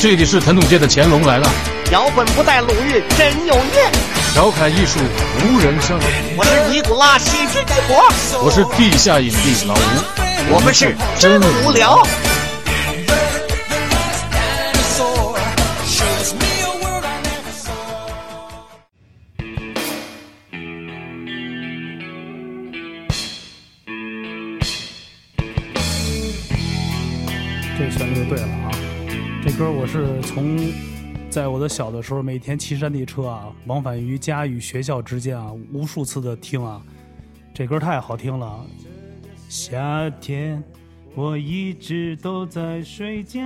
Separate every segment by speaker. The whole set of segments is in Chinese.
Speaker 1: 这里是腾总界的乾隆来了，
Speaker 2: 脚本不带鲁豫真有韵，
Speaker 1: 调侃艺术无人胜。
Speaker 2: 我是尼古拉喜剧帝国，
Speaker 1: 我是地下影帝老吴，
Speaker 2: 我们是真无聊。
Speaker 3: 这旋律就对了啊！这歌我是从在我的小的时候，每天骑山地车啊，往返于家与学校之间啊，无数次的听啊，这歌太好听了。啊夏天，我一直都在睡觉。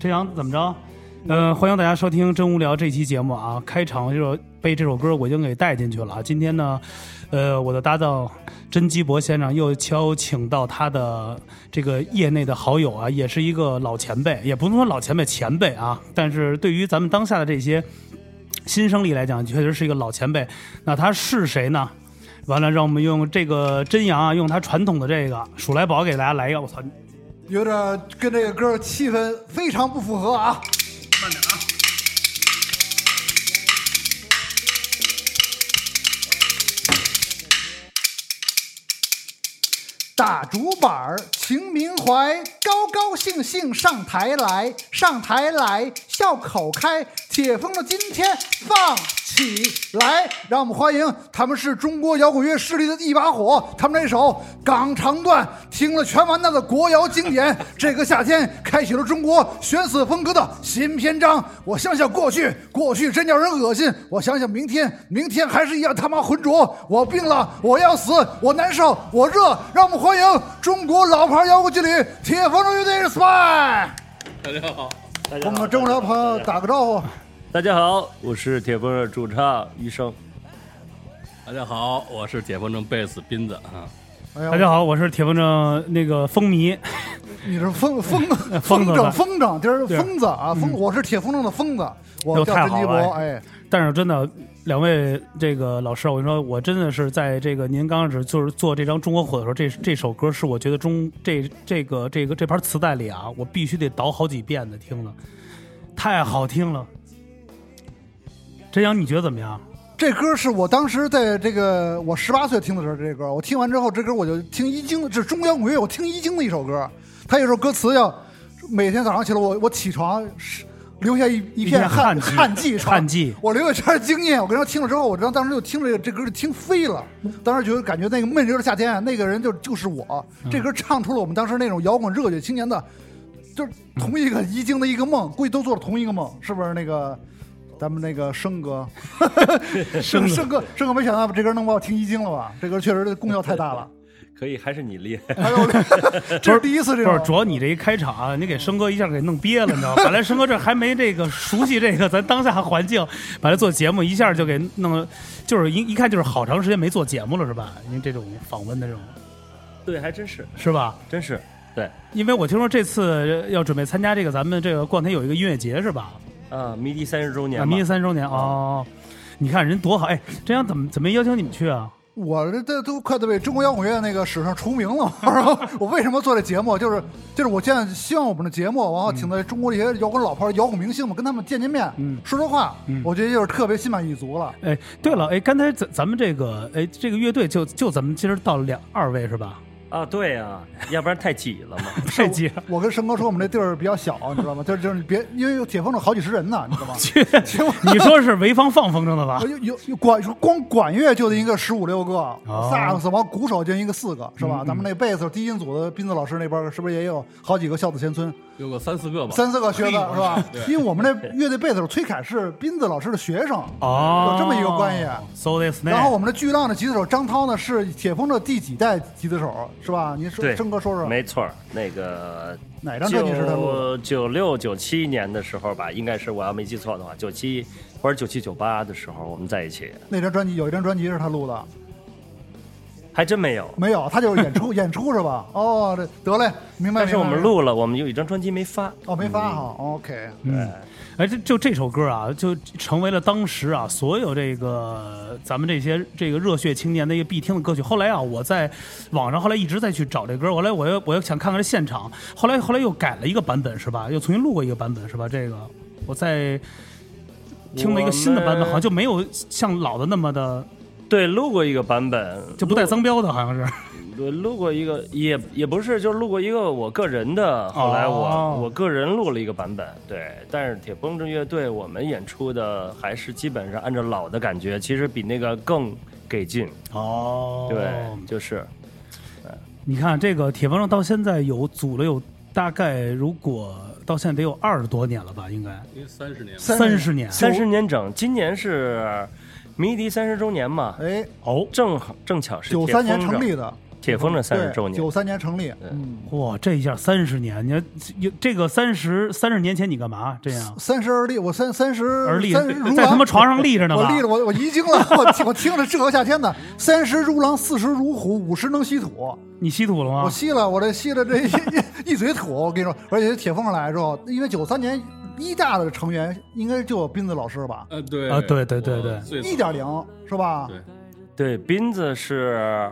Speaker 3: 这样怎么着？呃，欢迎大家收听《真无聊》这期节目啊！开场就被这首歌我已经给带进去了啊。今天呢，呃，我的搭档甄基博先生又邀请到他的这个业内的好友啊，也是一个老前辈，也不能说老前辈前辈啊，但是对于咱们当下的这些新生力来讲，确实是一个老前辈。那他是谁呢？完了，让我们用这个真阳啊，用他传统的这个数来宝给大家来一个，我操，
Speaker 4: 有点跟这个歌气氛非常不符合啊！打竹板儿，秦明怀，高高兴兴上台来，上台来，笑口开，解封了今天放起来，让我们欢迎他们是中国摇滚乐势力的一把火，他们这首《港长段》听了全完蛋的国摇经典，哦这个夏天开启了中国悬死风格的新篇章。我想想过去，过去真叫人恶心；我想想明天，明天还是一样他妈浑浊。我病了，我要死，我难受，我热。让我们欢迎中国老牌摇滚劲旅铁风筝乐队 SPY。
Speaker 5: 大
Speaker 4: 我
Speaker 5: 家好
Speaker 4: 们，中国朋友打个招呼，
Speaker 5: 大家好，我是铁风筝主唱医生。
Speaker 6: 大家好，我是解放正贝斯斌子啊，
Speaker 4: 哎呀
Speaker 3: 大家好，我是铁风筝那个风迷，
Speaker 4: 你是风风
Speaker 3: 疯
Speaker 4: 风
Speaker 3: 子
Speaker 4: 筝
Speaker 3: 吧
Speaker 4: 风筝，就是
Speaker 3: 对
Speaker 4: 疯子啊！疯，我是铁风筝的疯子，我
Speaker 3: 哟
Speaker 4: 叫
Speaker 3: 太
Speaker 4: 甄
Speaker 3: 好
Speaker 4: 基
Speaker 3: 了
Speaker 4: 博。哎，
Speaker 3: 但是真的，两位这个老师啊，我跟你说，我真的是在这个您刚开始就是做这张《中国火》的时候，这这首歌是我觉得中这这个这个这盘磁带里啊，我必须得倒好几遍的听了，太好听了。真阳，你觉得怎么样？
Speaker 4: 这歌是我当时在这个我十八岁听的时候，这歌我听完之后，这歌我就听一经，这是中国摇滚乐，我听一经的一首歌，它有首歌词叫“每天早上起来，我我起床是留下一一
Speaker 3: 一片
Speaker 4: 片汗
Speaker 3: 汗迹
Speaker 4: 汗迹床，
Speaker 3: 汗迹
Speaker 4: 我留下这样的经验。我跟他听了之后，我知道当时就听这个这歌就听飞了，当时觉得感觉那个闷热的夏天啊，那个人就就是我，这歌唱出了我们当时那种摇滚热血青年的，就是同一个一经的一个梦，估计都做了同一个梦，是不是那个？咱们那个生 哥，生生哥，生哥，没想到这歌能把我听一惊了吧？这歌确实功效太大 了。
Speaker 5: 可以，还是你厉害。
Speaker 4: 哎呦，这是第一次这
Speaker 3: 不是，主
Speaker 4: 种。
Speaker 3: 要你这一开场啊，你给生哥一下给弄憋了，你知道吗？本来生哥这还没这个熟悉这个咱当下环境，本来做节目一下就给弄了，就是一一看就是好长时间没做节目了，是吧？因为这种访问的这种，
Speaker 5: 对，还真是，
Speaker 3: 是吧？
Speaker 5: 真是。对
Speaker 3: 因为我听说这次要准备参加这个咱们这个逛天有一个音乐节是吧？
Speaker 5: 啊，迷笛三十周年
Speaker 3: 啊，
Speaker 5: 吧，
Speaker 3: 迷音三周年哦，你看人多好哎，这样怎么怎么没邀请你们去啊？
Speaker 4: 我这这都快得被中国摇滚乐那个史上除名了。然后 我为什么做这节目？就是就是我现在希望我们的节目，然后请到中国这些摇滚老牌、摇滚明星们，跟他们见见面，说说话，我觉得就是特别心满意足了。
Speaker 3: 哎，对了，哎，刚才咱咱们这个哎这个乐队就就咱们今儿到两二位是 吧？
Speaker 5: 啊，对啊，要不然太挤了嘛。
Speaker 3: 这集
Speaker 4: 我跟生哥说，我们这地儿比较小，你知道吗？就是就是你别，因为有铁风筝好几十人呢，你知 道吗？铁风
Speaker 3: 你说是潍坊放风筝的吧
Speaker 4: 啊？有有有管光管乐就得一个十五六个，
Speaker 5: 哦
Speaker 4: 萨克斯完鼓手就一个四个，是吧？
Speaker 5: 嗯
Speaker 4: 咱们那贝斯低音组的斌子老师那边儿是不是也有好几个孝子贤孙，
Speaker 6: 有个三四个吧，
Speaker 4: 三四个学子是吧？
Speaker 6: 对
Speaker 4: 因为我们那乐队贝斯手崔凯是斌子老师的学生，
Speaker 3: 哦，
Speaker 4: 有这么一个关系。
Speaker 5: 哦
Speaker 3: So this
Speaker 4: 然后我
Speaker 3: night，
Speaker 4: 们的巨浪的吉他手张涛呢是铁风的第几代吉他手是吧？您说
Speaker 5: 对，
Speaker 4: 生哥说说
Speaker 5: 没错儿，那个
Speaker 4: 哪张专辑是他录的？
Speaker 5: 九九六九七年的时候吧，应该是我要没记错的话，九七或者九七九八的时候我们在一起。
Speaker 4: 那张专辑有一张专辑是他录的，
Speaker 5: 还真没有。
Speaker 4: 没有，他就是演出 演出是吧？哦，这得嘞，明白。
Speaker 5: 但是我
Speaker 4: 明白明白
Speaker 5: 们录了，我们有一张专辑没发。
Speaker 4: 哦没发哈，OK，
Speaker 3: 嗯，哎，这就这首歌啊，就成为了当时啊所有这个咱们这些这个热血青年的一个必听的歌曲。后来啊，我在网上后来一直在去找这歌，后来我又我又想看看这现场，后来后来又改了一个版本是吧？又重新录过一个版本是吧？这个我在听了一个新的版本，
Speaker 5: 我
Speaker 3: 好
Speaker 5: 们
Speaker 3: 像就没有像老的那么的，
Speaker 5: 对，录过一个版本，
Speaker 3: 就不带脏标的，好像是。
Speaker 5: 录录过一个，也也不是，就是录过一个我个人的。后来我、
Speaker 3: 哦
Speaker 5: 我个人录了一个版本，对。但是铁风筝乐队我们演出的还是基本上按照老的感觉，其实比那个更给劲。
Speaker 3: 哦
Speaker 5: 对，就是
Speaker 3: 你看这个铁风筝到现在有组了有大概，如果到现在得有二十多年了吧，应该
Speaker 6: 因为三十年了，
Speaker 3: 三十年
Speaker 5: 三十年整，今年是迷笛三十周年嘛，
Speaker 4: 哎，
Speaker 3: 哦。
Speaker 5: 正好正巧是
Speaker 4: 九
Speaker 5: 铁
Speaker 4: 三
Speaker 5: 风
Speaker 4: 年成
Speaker 5: 筝
Speaker 4: 立的，
Speaker 5: 铁风筝三十
Speaker 4: 对
Speaker 5: 周年，
Speaker 4: 九三年成立，
Speaker 5: 对
Speaker 4: 嗯，
Speaker 3: 哇，这一下三十年，你看有这个三十三十年前你干嘛这样？
Speaker 4: 三十而立，我三三十
Speaker 3: 而立
Speaker 4: 三十如
Speaker 3: 在他妈
Speaker 4: 狼。
Speaker 3: 床上立着呢
Speaker 4: 我
Speaker 3: 吧？
Speaker 4: 立了，我我遗精了，我我听着适合夏天的。三十如狼，四十如虎，五十能吸土。
Speaker 3: 你吸土了
Speaker 4: 我
Speaker 3: 吗？
Speaker 4: 吸了，我这吸了这一 一嘴土，我跟你说，而且铁风来之后，因为九三年一大的成员应该就有斌子老师吧，
Speaker 6: 呃，对
Speaker 3: 啊对对对对
Speaker 6: 我最早
Speaker 4: 一点零是吧？
Speaker 6: 对，
Speaker 5: 对，斌子是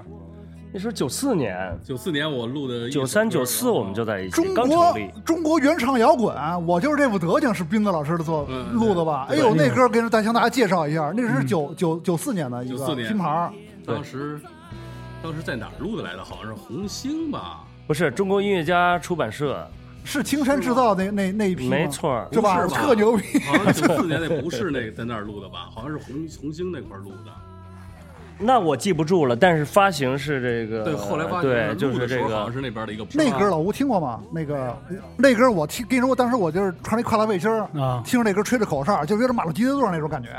Speaker 5: 那时候九四年，
Speaker 6: 九四年我录的一首
Speaker 5: 九
Speaker 6: 歌，
Speaker 5: 三九四我们就在一起
Speaker 4: 中，
Speaker 5: 刚
Speaker 4: 国
Speaker 5: 成立。
Speaker 4: 中国原唱摇滚，我就是这副德行，是斌子老师的做
Speaker 6: 嗯
Speaker 4: 录的吧？哎
Speaker 6: 对
Speaker 4: 呦，
Speaker 3: 对
Speaker 4: 那歌给大向大家介绍一下，那是九九九四年的一个
Speaker 6: 94年
Speaker 4: 拼盘儿，
Speaker 5: 对
Speaker 6: 当时当时在哪儿录的来的？好像是红星 吧？
Speaker 5: 不是中国音乐家出版社，
Speaker 4: 是青山制造那那那一批吗，
Speaker 5: 没错儿。
Speaker 4: 是吧？
Speaker 6: 不是吧
Speaker 4: 特牛逼，
Speaker 6: 好像九四年那不是那个在那儿录的吧？好像是红红星那块儿录的。
Speaker 5: 那我记不住了，但是发行是这个，
Speaker 6: 对，后来发
Speaker 5: 对
Speaker 6: 现
Speaker 5: 就
Speaker 6: 录
Speaker 5: 是
Speaker 6: 的
Speaker 5: 这
Speaker 6: 时候好像
Speaker 5: 个，
Speaker 6: 是那边的一个
Speaker 4: 那歌老吴听过吗？那个那歌我听，跟你说，我当时我就是穿着一跨栏背心儿
Speaker 3: 啊
Speaker 4: 听着那歌吹着口哨，就有点马路急救队那种感觉。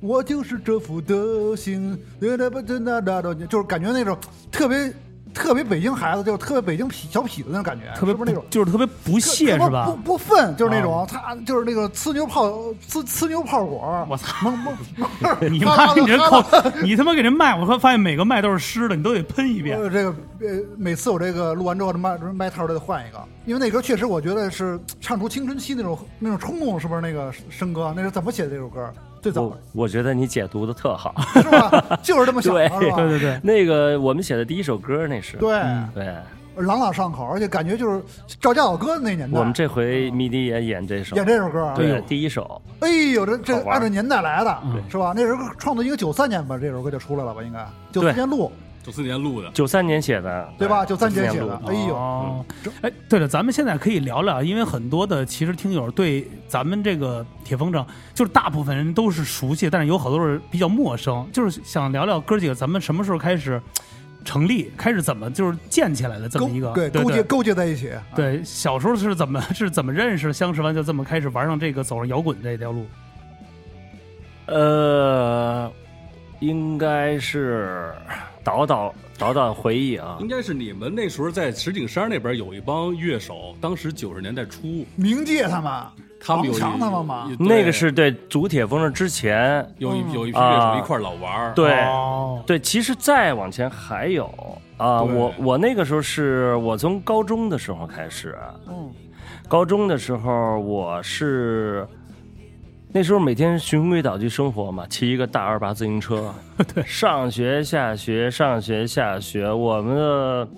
Speaker 4: 我就是这副德行，哒哒吧哒哒哒哒就是感觉那种特别特别北京孩子，就是特别北京痞小痞子那种感觉，
Speaker 3: 特别
Speaker 4: 是不是那种？
Speaker 3: 就是特别不屑
Speaker 4: 特
Speaker 3: 是
Speaker 4: 别不
Speaker 3: 吧？哦
Speaker 4: 不愤，就是那种他就是那个呲牛泡呲呲牛泡果，
Speaker 3: 我操
Speaker 4: 蒙蒙，
Speaker 3: 你
Speaker 4: 哈
Speaker 3: 妈，
Speaker 4: 喇
Speaker 3: 你这
Speaker 4: 哈
Speaker 3: 口
Speaker 4: 喇，
Speaker 3: 你他妈给人卖，我说发现每个卖都是湿的，你都得喷一遍。
Speaker 4: 我这个呃，每次我这个录完之后，这麦这麦套儿都得换一个，因为那歌确实我觉得是唱出青春期那种那种冲动，是不是那个生哥？那是怎么写的这首歌？最早
Speaker 3: 哦
Speaker 5: 我我觉得你解读的特好。
Speaker 4: 是 吧？就是这么想的，是吧？
Speaker 3: 对对嗯对，
Speaker 5: 那个我们写的第一首歌那是，
Speaker 4: 对
Speaker 5: 对，
Speaker 4: 朗朗上口，而且感觉就是赵家老哥那年代，
Speaker 5: 我们这回迷笛也演这首，
Speaker 4: 演这首歌啊，
Speaker 5: 对第一首，
Speaker 4: 哎呦，这这
Speaker 5: 好玩
Speaker 4: 按照年代来的，是吧？那时候创作应该九三年吧，这首歌就出来了吧？应该九四年录，
Speaker 6: 九四年录的，
Speaker 5: 九三年写的，
Speaker 4: 对吧？九
Speaker 5: 对
Speaker 4: 三
Speaker 5: 年
Speaker 4: 年写
Speaker 5: 录
Speaker 4: 的，哎呦，
Speaker 3: 哦，哎，对了，咱们现在可以聊聊，因为很多的其实听友对咱们这个铁风筝，就是大部分人都是熟悉，但是有好多人比较陌生，就是想聊聊哥几个咱们什么时候开始成立，开始怎么就是建起来的这么一个
Speaker 4: 勾对勾结
Speaker 3: 对
Speaker 4: 勾结在一起，
Speaker 3: 对，小时候是怎么是怎么认识，相识完就这么开始玩上这个走上摇滚这条路，
Speaker 5: 呃，应该是倒倒倒倒回忆啊
Speaker 6: 应，该是你们那时候在石景山那边有一帮乐手，当时九十年代初，
Speaker 4: 冥界他们，
Speaker 6: 他们有一
Speaker 4: 王强他们嘛
Speaker 6: 一对
Speaker 5: 那个是对组铁风筝之前，
Speaker 6: 有一有一批乐
Speaker 5: 啊
Speaker 6: 手一块儿老玩儿，
Speaker 5: 对、
Speaker 3: 哦，
Speaker 5: 对，其实再往前还有啊，
Speaker 6: 对
Speaker 5: 我我那个时候是我从高中的时候开始，啊
Speaker 4: 嗯，
Speaker 5: 高中的时候我是。那时候每天循规蹈矩生活嘛，骑一个大二八自行车， 对，上学下学上学下学，我们的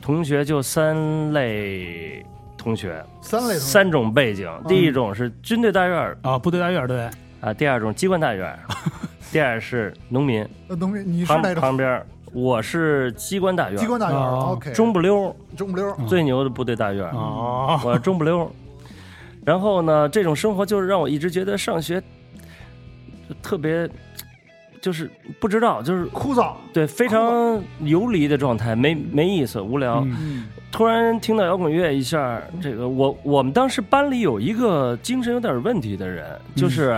Speaker 5: 同学就三类同学，
Speaker 4: 三类同学嗯
Speaker 5: 三种背景，第一种是军队大院儿
Speaker 3: 啊，部队大院对，
Speaker 5: 啊，第二种机关大院儿， 第二是农民
Speaker 4: 呃东西你是
Speaker 5: 旁
Speaker 4: 那种
Speaker 5: 旁边儿，我是机关大院儿，
Speaker 4: 机关大院
Speaker 3: 哦
Speaker 4: ，OK，
Speaker 5: 中不嗯溜儿
Speaker 4: 中不溜儿，
Speaker 5: 最牛的部队大院儿，
Speaker 3: 哦，
Speaker 5: 我中不溜儿。然后呢，这种生活就是让我一直觉得上学就特别，就是不知道，就是
Speaker 4: 枯燥，
Speaker 5: 对非常游离的状态，没没意思，无聊。
Speaker 3: 嗯
Speaker 4: 嗯，
Speaker 5: 突然听到摇滚乐一下，这个我我们当时班里有一个精神有点问题的人，就是、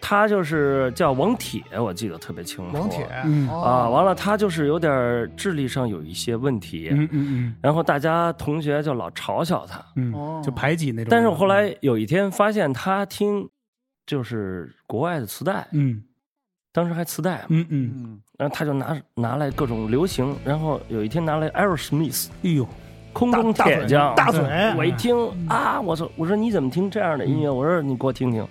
Speaker 5: 他就是叫王铁，我记得特别清楚。
Speaker 4: 王铁
Speaker 3: 嗯
Speaker 5: 啊，
Speaker 4: 啊，
Speaker 5: 完了他就是有点儿智力上有一些问题，
Speaker 3: 嗯嗯
Speaker 5: 然后大家同学就老嘲笑他。
Speaker 3: 嗯
Speaker 4: 哦
Speaker 3: 嗯，就排挤那种。
Speaker 5: 哦但是我后来有一天发现他听就是国外的磁带，
Speaker 3: 嗯，
Speaker 5: 当时还磁带嘛，
Speaker 3: 嗯嗯嗯，
Speaker 4: 嗯，
Speaker 5: 然后他就拿拿来各种流行，然后有一天拿来 Aerosmith
Speaker 3: 哎呦，
Speaker 5: 空中
Speaker 7: 大
Speaker 5: 铁匠，
Speaker 7: 大嘴，
Speaker 5: 啊我
Speaker 3: 嗯
Speaker 5: 一听啊，我说我说你怎么听这样的音乐？我说你给我听听。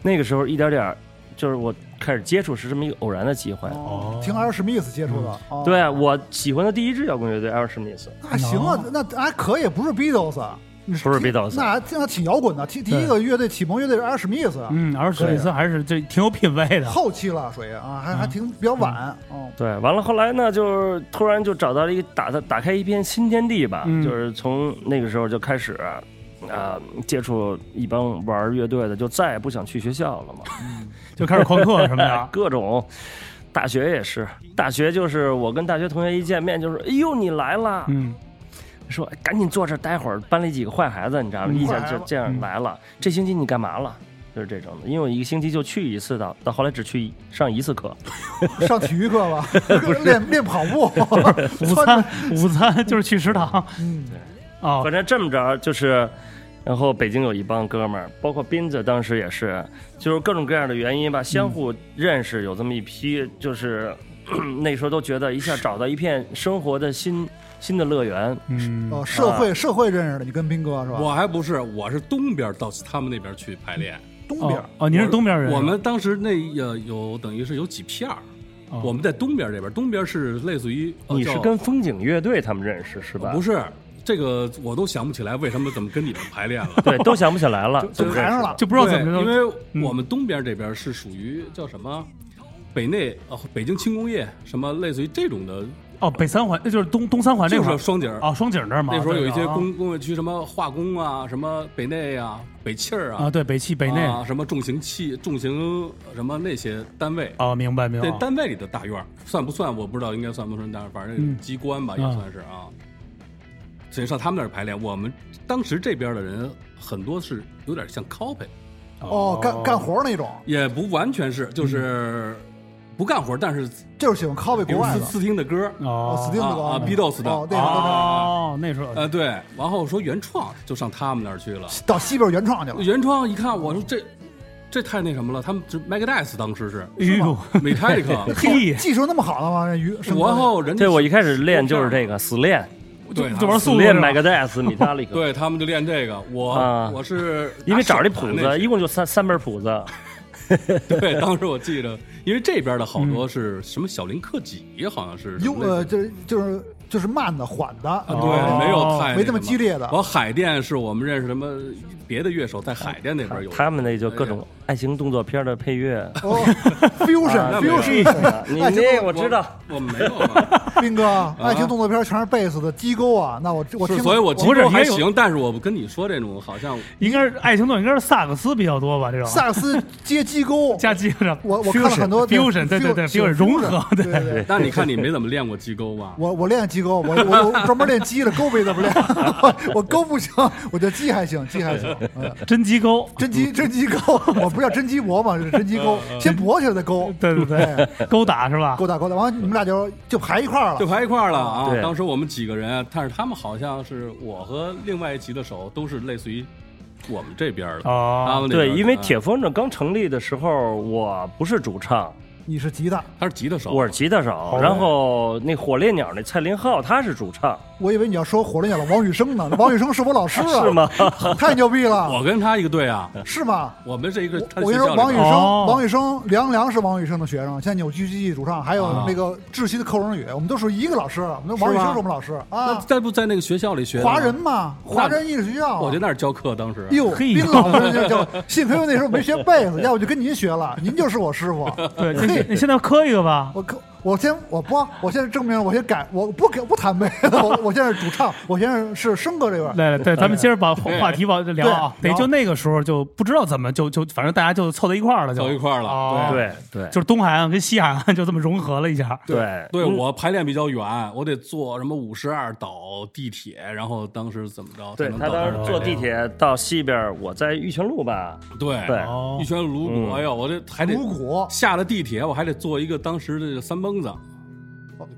Speaker 5: 那个时候一点点儿，就是我开始接触是这么一个偶然的机会。
Speaker 3: 哦
Speaker 4: 听阿尔史密斯接触的，哦
Speaker 5: 对，啊我喜欢的第一支摇滚乐队 a 尔史密斯，
Speaker 4: 那行啊，那还可以，不是 Beatles，啊
Speaker 5: 不是 Beatles，
Speaker 4: 那还那挺摇滚的。第第一个乐队启蒙乐队是阿尔史密
Speaker 6: 啊
Speaker 4: 斯，啊
Speaker 3: 嗯，而史密斯还是这挺有品位的，
Speaker 4: 后期了属于啊，还还
Speaker 6: 嗯
Speaker 4: 挺比较晚。哦，
Speaker 5: 对，完了后来呢，就是突然就找到了一个打的打开一片新天地吧，
Speaker 3: 嗯
Speaker 5: 就是从那个时候就开始啊、接触一帮玩乐队的，就再也不想去学校了嘛，。
Speaker 3: 就开始旷课什么的
Speaker 5: 各种。大学也是，大学就是我跟大学同学一见面就是，哎呦你来了，
Speaker 3: 嗯，
Speaker 5: 说哎赶紧坐这儿待会儿，班里几个坏孩子你知道吗？
Speaker 3: 嗯
Speaker 5: 一
Speaker 4: 坏
Speaker 5: 下
Speaker 4: 孩
Speaker 5: 就
Speaker 4: 子
Speaker 5: 这样来了，这星期你干嘛了？就是这种的，因为我一个星期就去一次的，到后来只去上一次课，
Speaker 4: 哦上体育课了， 练练跑步，
Speaker 3: 午餐午餐就是去食堂。
Speaker 4: 嗯
Speaker 3: 哦
Speaker 5: 反，正这么着就是，然后北京有一帮哥们儿，包括斌子当时也是，就是各种各样的原因吧，相互认识，有这么一批，就是、 那时候都觉得一下找到一片生活的新新的乐园。
Speaker 3: 嗯，
Speaker 6: 啊
Speaker 4: 哦，社会社会认识的，你跟斌哥是吧？
Speaker 6: 我还不是，我是东边到他们那边去排练。
Speaker 4: 东边
Speaker 3: 哦，哦，您是东边人？
Speaker 5: 啊
Speaker 6: 我们当时那呃有等于是有几片儿，
Speaker 3: 哦
Speaker 6: 我们在东边这边，东边是类似于、呃
Speaker 5: 你是
Speaker 6: 叫哦
Speaker 5: 跟风景乐队他们认识是吧？
Speaker 6: 不是这个我都想不起来为什么怎么跟你们排练了。
Speaker 5: 对，都想不起来了，
Speaker 4: 都排上了，
Speaker 3: 就不知道怎么嗯
Speaker 6: 对
Speaker 3: 就
Speaker 6: 因为我们东边这边是属于叫什么？北内呃，北京轻工业什么类似于这种的，
Speaker 3: 哦，北三环就是东东三环这
Speaker 6: 就
Speaker 3: 块
Speaker 6: 是
Speaker 3: 儿
Speaker 6: 双井儿。
Speaker 3: 哦，双井这儿嘛。
Speaker 6: 那时候有一些
Speaker 3: 对啊
Speaker 6: 工工业区，什么化工啊，什么北内啊，北汽儿啊
Speaker 3: 啊，，对，北汽北内。
Speaker 6: 啊，什么重型器、重型什么那些单位，
Speaker 3: 哦，明白明
Speaker 6: 那
Speaker 3: 白。
Speaker 6: 单位里的大院儿算不算？我不知道，应该算不算大院儿，反正
Speaker 3: 嗯
Speaker 6: 机关吧，也
Speaker 3: 啊
Speaker 6: 算是啊。所以上他们那儿排练，我们当时这边的人很多是有点像 copy，
Speaker 4: 哦，干干活那种，
Speaker 6: 也不完全是，
Speaker 3: 嗯
Speaker 6: 就是不干活，但是
Speaker 4: 就是喜欢 copy
Speaker 6: 比
Speaker 4: 国
Speaker 6: 如
Speaker 4: 外
Speaker 6: 私
Speaker 4: 的。
Speaker 6: 私听的歌，
Speaker 4: 哦，
Speaker 3: 哦
Speaker 4: 死定的
Speaker 6: 啊啊
Speaker 4: 高
Speaker 6: ，Beatles 的啊
Speaker 4: 哦，那
Speaker 3: 哦，那
Speaker 4: 个都是
Speaker 3: 时候
Speaker 6: 呃，对，然后说原创就上他们那儿去了。
Speaker 4: 到西边原创
Speaker 3: 哦
Speaker 4: 去了。
Speaker 6: 原创一看，我说这这太那什么了，他们只 m a g d i c e 当时是
Speaker 3: 哎呦，
Speaker 6: Metallica，
Speaker 3: 嘿，
Speaker 4: 技术那么好的吗？这鱼，
Speaker 6: 然后人家
Speaker 5: 对我一开始练就是这
Speaker 6: 个，
Speaker 5: 个死练，
Speaker 6: 对，
Speaker 3: 就玩
Speaker 5: 死
Speaker 3: 速度
Speaker 5: 练
Speaker 3: 是吧
Speaker 5: m a g d a s m e t a l i c
Speaker 6: 对他们就练这个，我、
Speaker 5: 啊
Speaker 6: 我是
Speaker 5: 因为找这
Speaker 6: 打手
Speaker 5: 谱
Speaker 6: 盘那
Speaker 5: 子，
Speaker 6: 些
Speaker 5: 一共就三三本谱子，
Speaker 6: 对，当时我记着，因为这边的
Speaker 5: 嗯
Speaker 6: 好多是什么小林克己，好像是
Speaker 4: 优
Speaker 6: 什么类
Speaker 4: 呃，
Speaker 6: 似
Speaker 4: 就是就是就是慢的、缓的，
Speaker 6: 啊，
Speaker 3: 哦
Speaker 6: 对，没有太
Speaker 4: 没这么激烈的
Speaker 6: 然后海淀是我们认识什么别的乐手，在海淀那边有
Speaker 5: 他们那就各种爱情动作片的配乐。
Speaker 4: 哦
Speaker 5: 啊
Speaker 4: fusion
Speaker 6: 没有
Speaker 4: fusion，
Speaker 5: 你
Speaker 4: 爱情
Speaker 5: 那
Speaker 4: 动
Speaker 5: 我知道，
Speaker 6: 我，我没有啊吧，
Speaker 4: 斌哥，爱情动作片全是贝斯的机构啊，那我 我听
Speaker 6: 是，
Speaker 4: 了，
Speaker 6: 所以我
Speaker 3: 不是
Speaker 6: 还
Speaker 3: 也有
Speaker 6: 行，但是我跟你说这种好 像
Speaker 3: 应该是爱情动，应该是萨克斯比较多吧？ 这种
Speaker 4: 萨克斯接机构，
Speaker 3: 加机上，
Speaker 4: 我我看了很多
Speaker 3: fusion，对对对，fusion 融合，
Speaker 4: 对对对。
Speaker 6: 那你看你没怎么练过机钩吧？
Speaker 4: 我我练机构，我我我专门练鸡的，钩没怎么练，我我钩不行，我就鸡还行，鸡还行，嗯
Speaker 3: 真机钩，
Speaker 4: 真鸡真鸡钩，我不是叫真鸡搏嘛，是真鸡钩，先搏起来再钩，
Speaker 3: 嗯对对对，勾打是吧？
Speaker 4: 勾搭勾搭，完了你们俩就就排一块儿了
Speaker 6: 就，排一块儿了
Speaker 5: 对
Speaker 6: 啊！当时我们几个人，但是他们好像是我和另外一集的手都是类似于我们这边儿的。他
Speaker 3: 哦，
Speaker 6: 们那边
Speaker 5: 对，
Speaker 6: 的
Speaker 5: 因为
Speaker 6: 啊
Speaker 5: 铁风筝刚成立的时候，我不是主唱，
Speaker 4: 你是吉他，
Speaker 6: 他是吉他手，
Speaker 5: 我是吉他手。然后那火烈鸟那蔡林浩他是主唱，
Speaker 4: 我以为你要说火烈鸟了王宇生呢，王宇生是我老师 啊，
Speaker 5: 是吗？
Speaker 4: 太牛逼了，
Speaker 6: 我跟他一个队啊，
Speaker 4: 是吗？
Speaker 6: 我们是一个。他
Speaker 4: 我跟你
Speaker 6: 学
Speaker 4: 说，
Speaker 6: 校里啊
Speaker 4: 王宇
Speaker 6: 边
Speaker 4: 生，
Speaker 3: 哦
Speaker 4: 王宇生，梁梁是王宇生的学生，现在扭曲机器主唱，还
Speaker 3: 啊
Speaker 4: 有那个窒息的寇荣宇，我们都属于一个老师了。我们都王宇生是我们老师
Speaker 6: 那
Speaker 4: 啊，
Speaker 6: 在不在那个学校里学的吗
Speaker 4: 华人，嘛，华人艺术学校。啊
Speaker 6: 我在那儿教课，当时
Speaker 4: 哟，
Speaker 3: 嘿
Speaker 4: 斌老师就就幸亏我那时候没学贝斯，要不就跟您学了，您就是我师傅。
Speaker 3: 对，这这你现在磕一个吧？
Speaker 4: 我可我先我不，我现在证明我先改，我不给不弹贝斯，我我现在是主唱，我现在是生哥这边。
Speaker 3: 来来，对，咱们接着把话话题往这聊啊。
Speaker 4: 对
Speaker 3: 对，
Speaker 4: 聊
Speaker 3: 就那个时候就不知道怎么就就，反正大家就凑到一块儿了，就
Speaker 6: 凑一块儿了
Speaker 3: 哦
Speaker 5: 对对
Speaker 3: 就是东海岸跟西海岸 就这么融合了一下。
Speaker 5: 对
Speaker 6: 对
Speaker 5: 嗯
Speaker 6: 我排练比较远，我得坐什么五十二岛地铁，然后当时怎么着才
Speaker 5: 对，
Speaker 6: 能
Speaker 5: 他
Speaker 6: 到
Speaker 5: 当
Speaker 6: 那儿？
Speaker 5: 时坐地铁到西边，我在玉泉路吧，
Speaker 6: 对
Speaker 5: 对
Speaker 3: 哦
Speaker 6: 一圈颅骨，
Speaker 5: 嗯
Speaker 6: 哎呦，我这还得
Speaker 4: 五谷
Speaker 6: 下了地铁，我还得坐一个当时的三蹦子，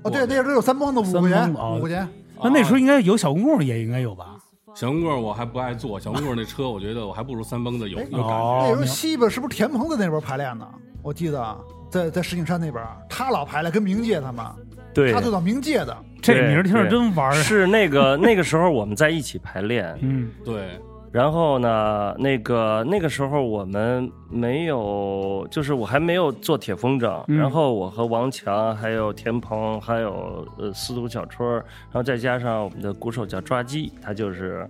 Speaker 4: 哦，对，那时候有三蹦子五块钱
Speaker 3: 三，蹦子哦
Speaker 4: 五块钱。
Speaker 3: 那那时候应该有小公共，也应该有吧？
Speaker 6: 啊小公棍儿我还不爱坐，小公棍儿那车我觉得我还不如三蹦子有有感觉。
Speaker 4: 那时
Speaker 3: 哎哦
Speaker 4: 候，西边是不是田鹏在那边排练呢？我记得啊在在石景山那边儿，他老排来跟冥界他们，
Speaker 5: 对，
Speaker 4: 他最早冥界的，
Speaker 3: 这
Speaker 5: 对
Speaker 3: 名儿听着
Speaker 5: 对
Speaker 3: 真玩儿。
Speaker 5: 是那个那个时候我们在一起排练，
Speaker 3: 嗯，
Speaker 6: 对，
Speaker 5: 然后呢，那个那个时候我们没有，就是我还没有做铁风筝，
Speaker 3: 嗯
Speaker 5: 然后我和王强、还有田鹏、还有呃司徒小春儿，然后再加上我们的鼓手叫抓鸡，他就是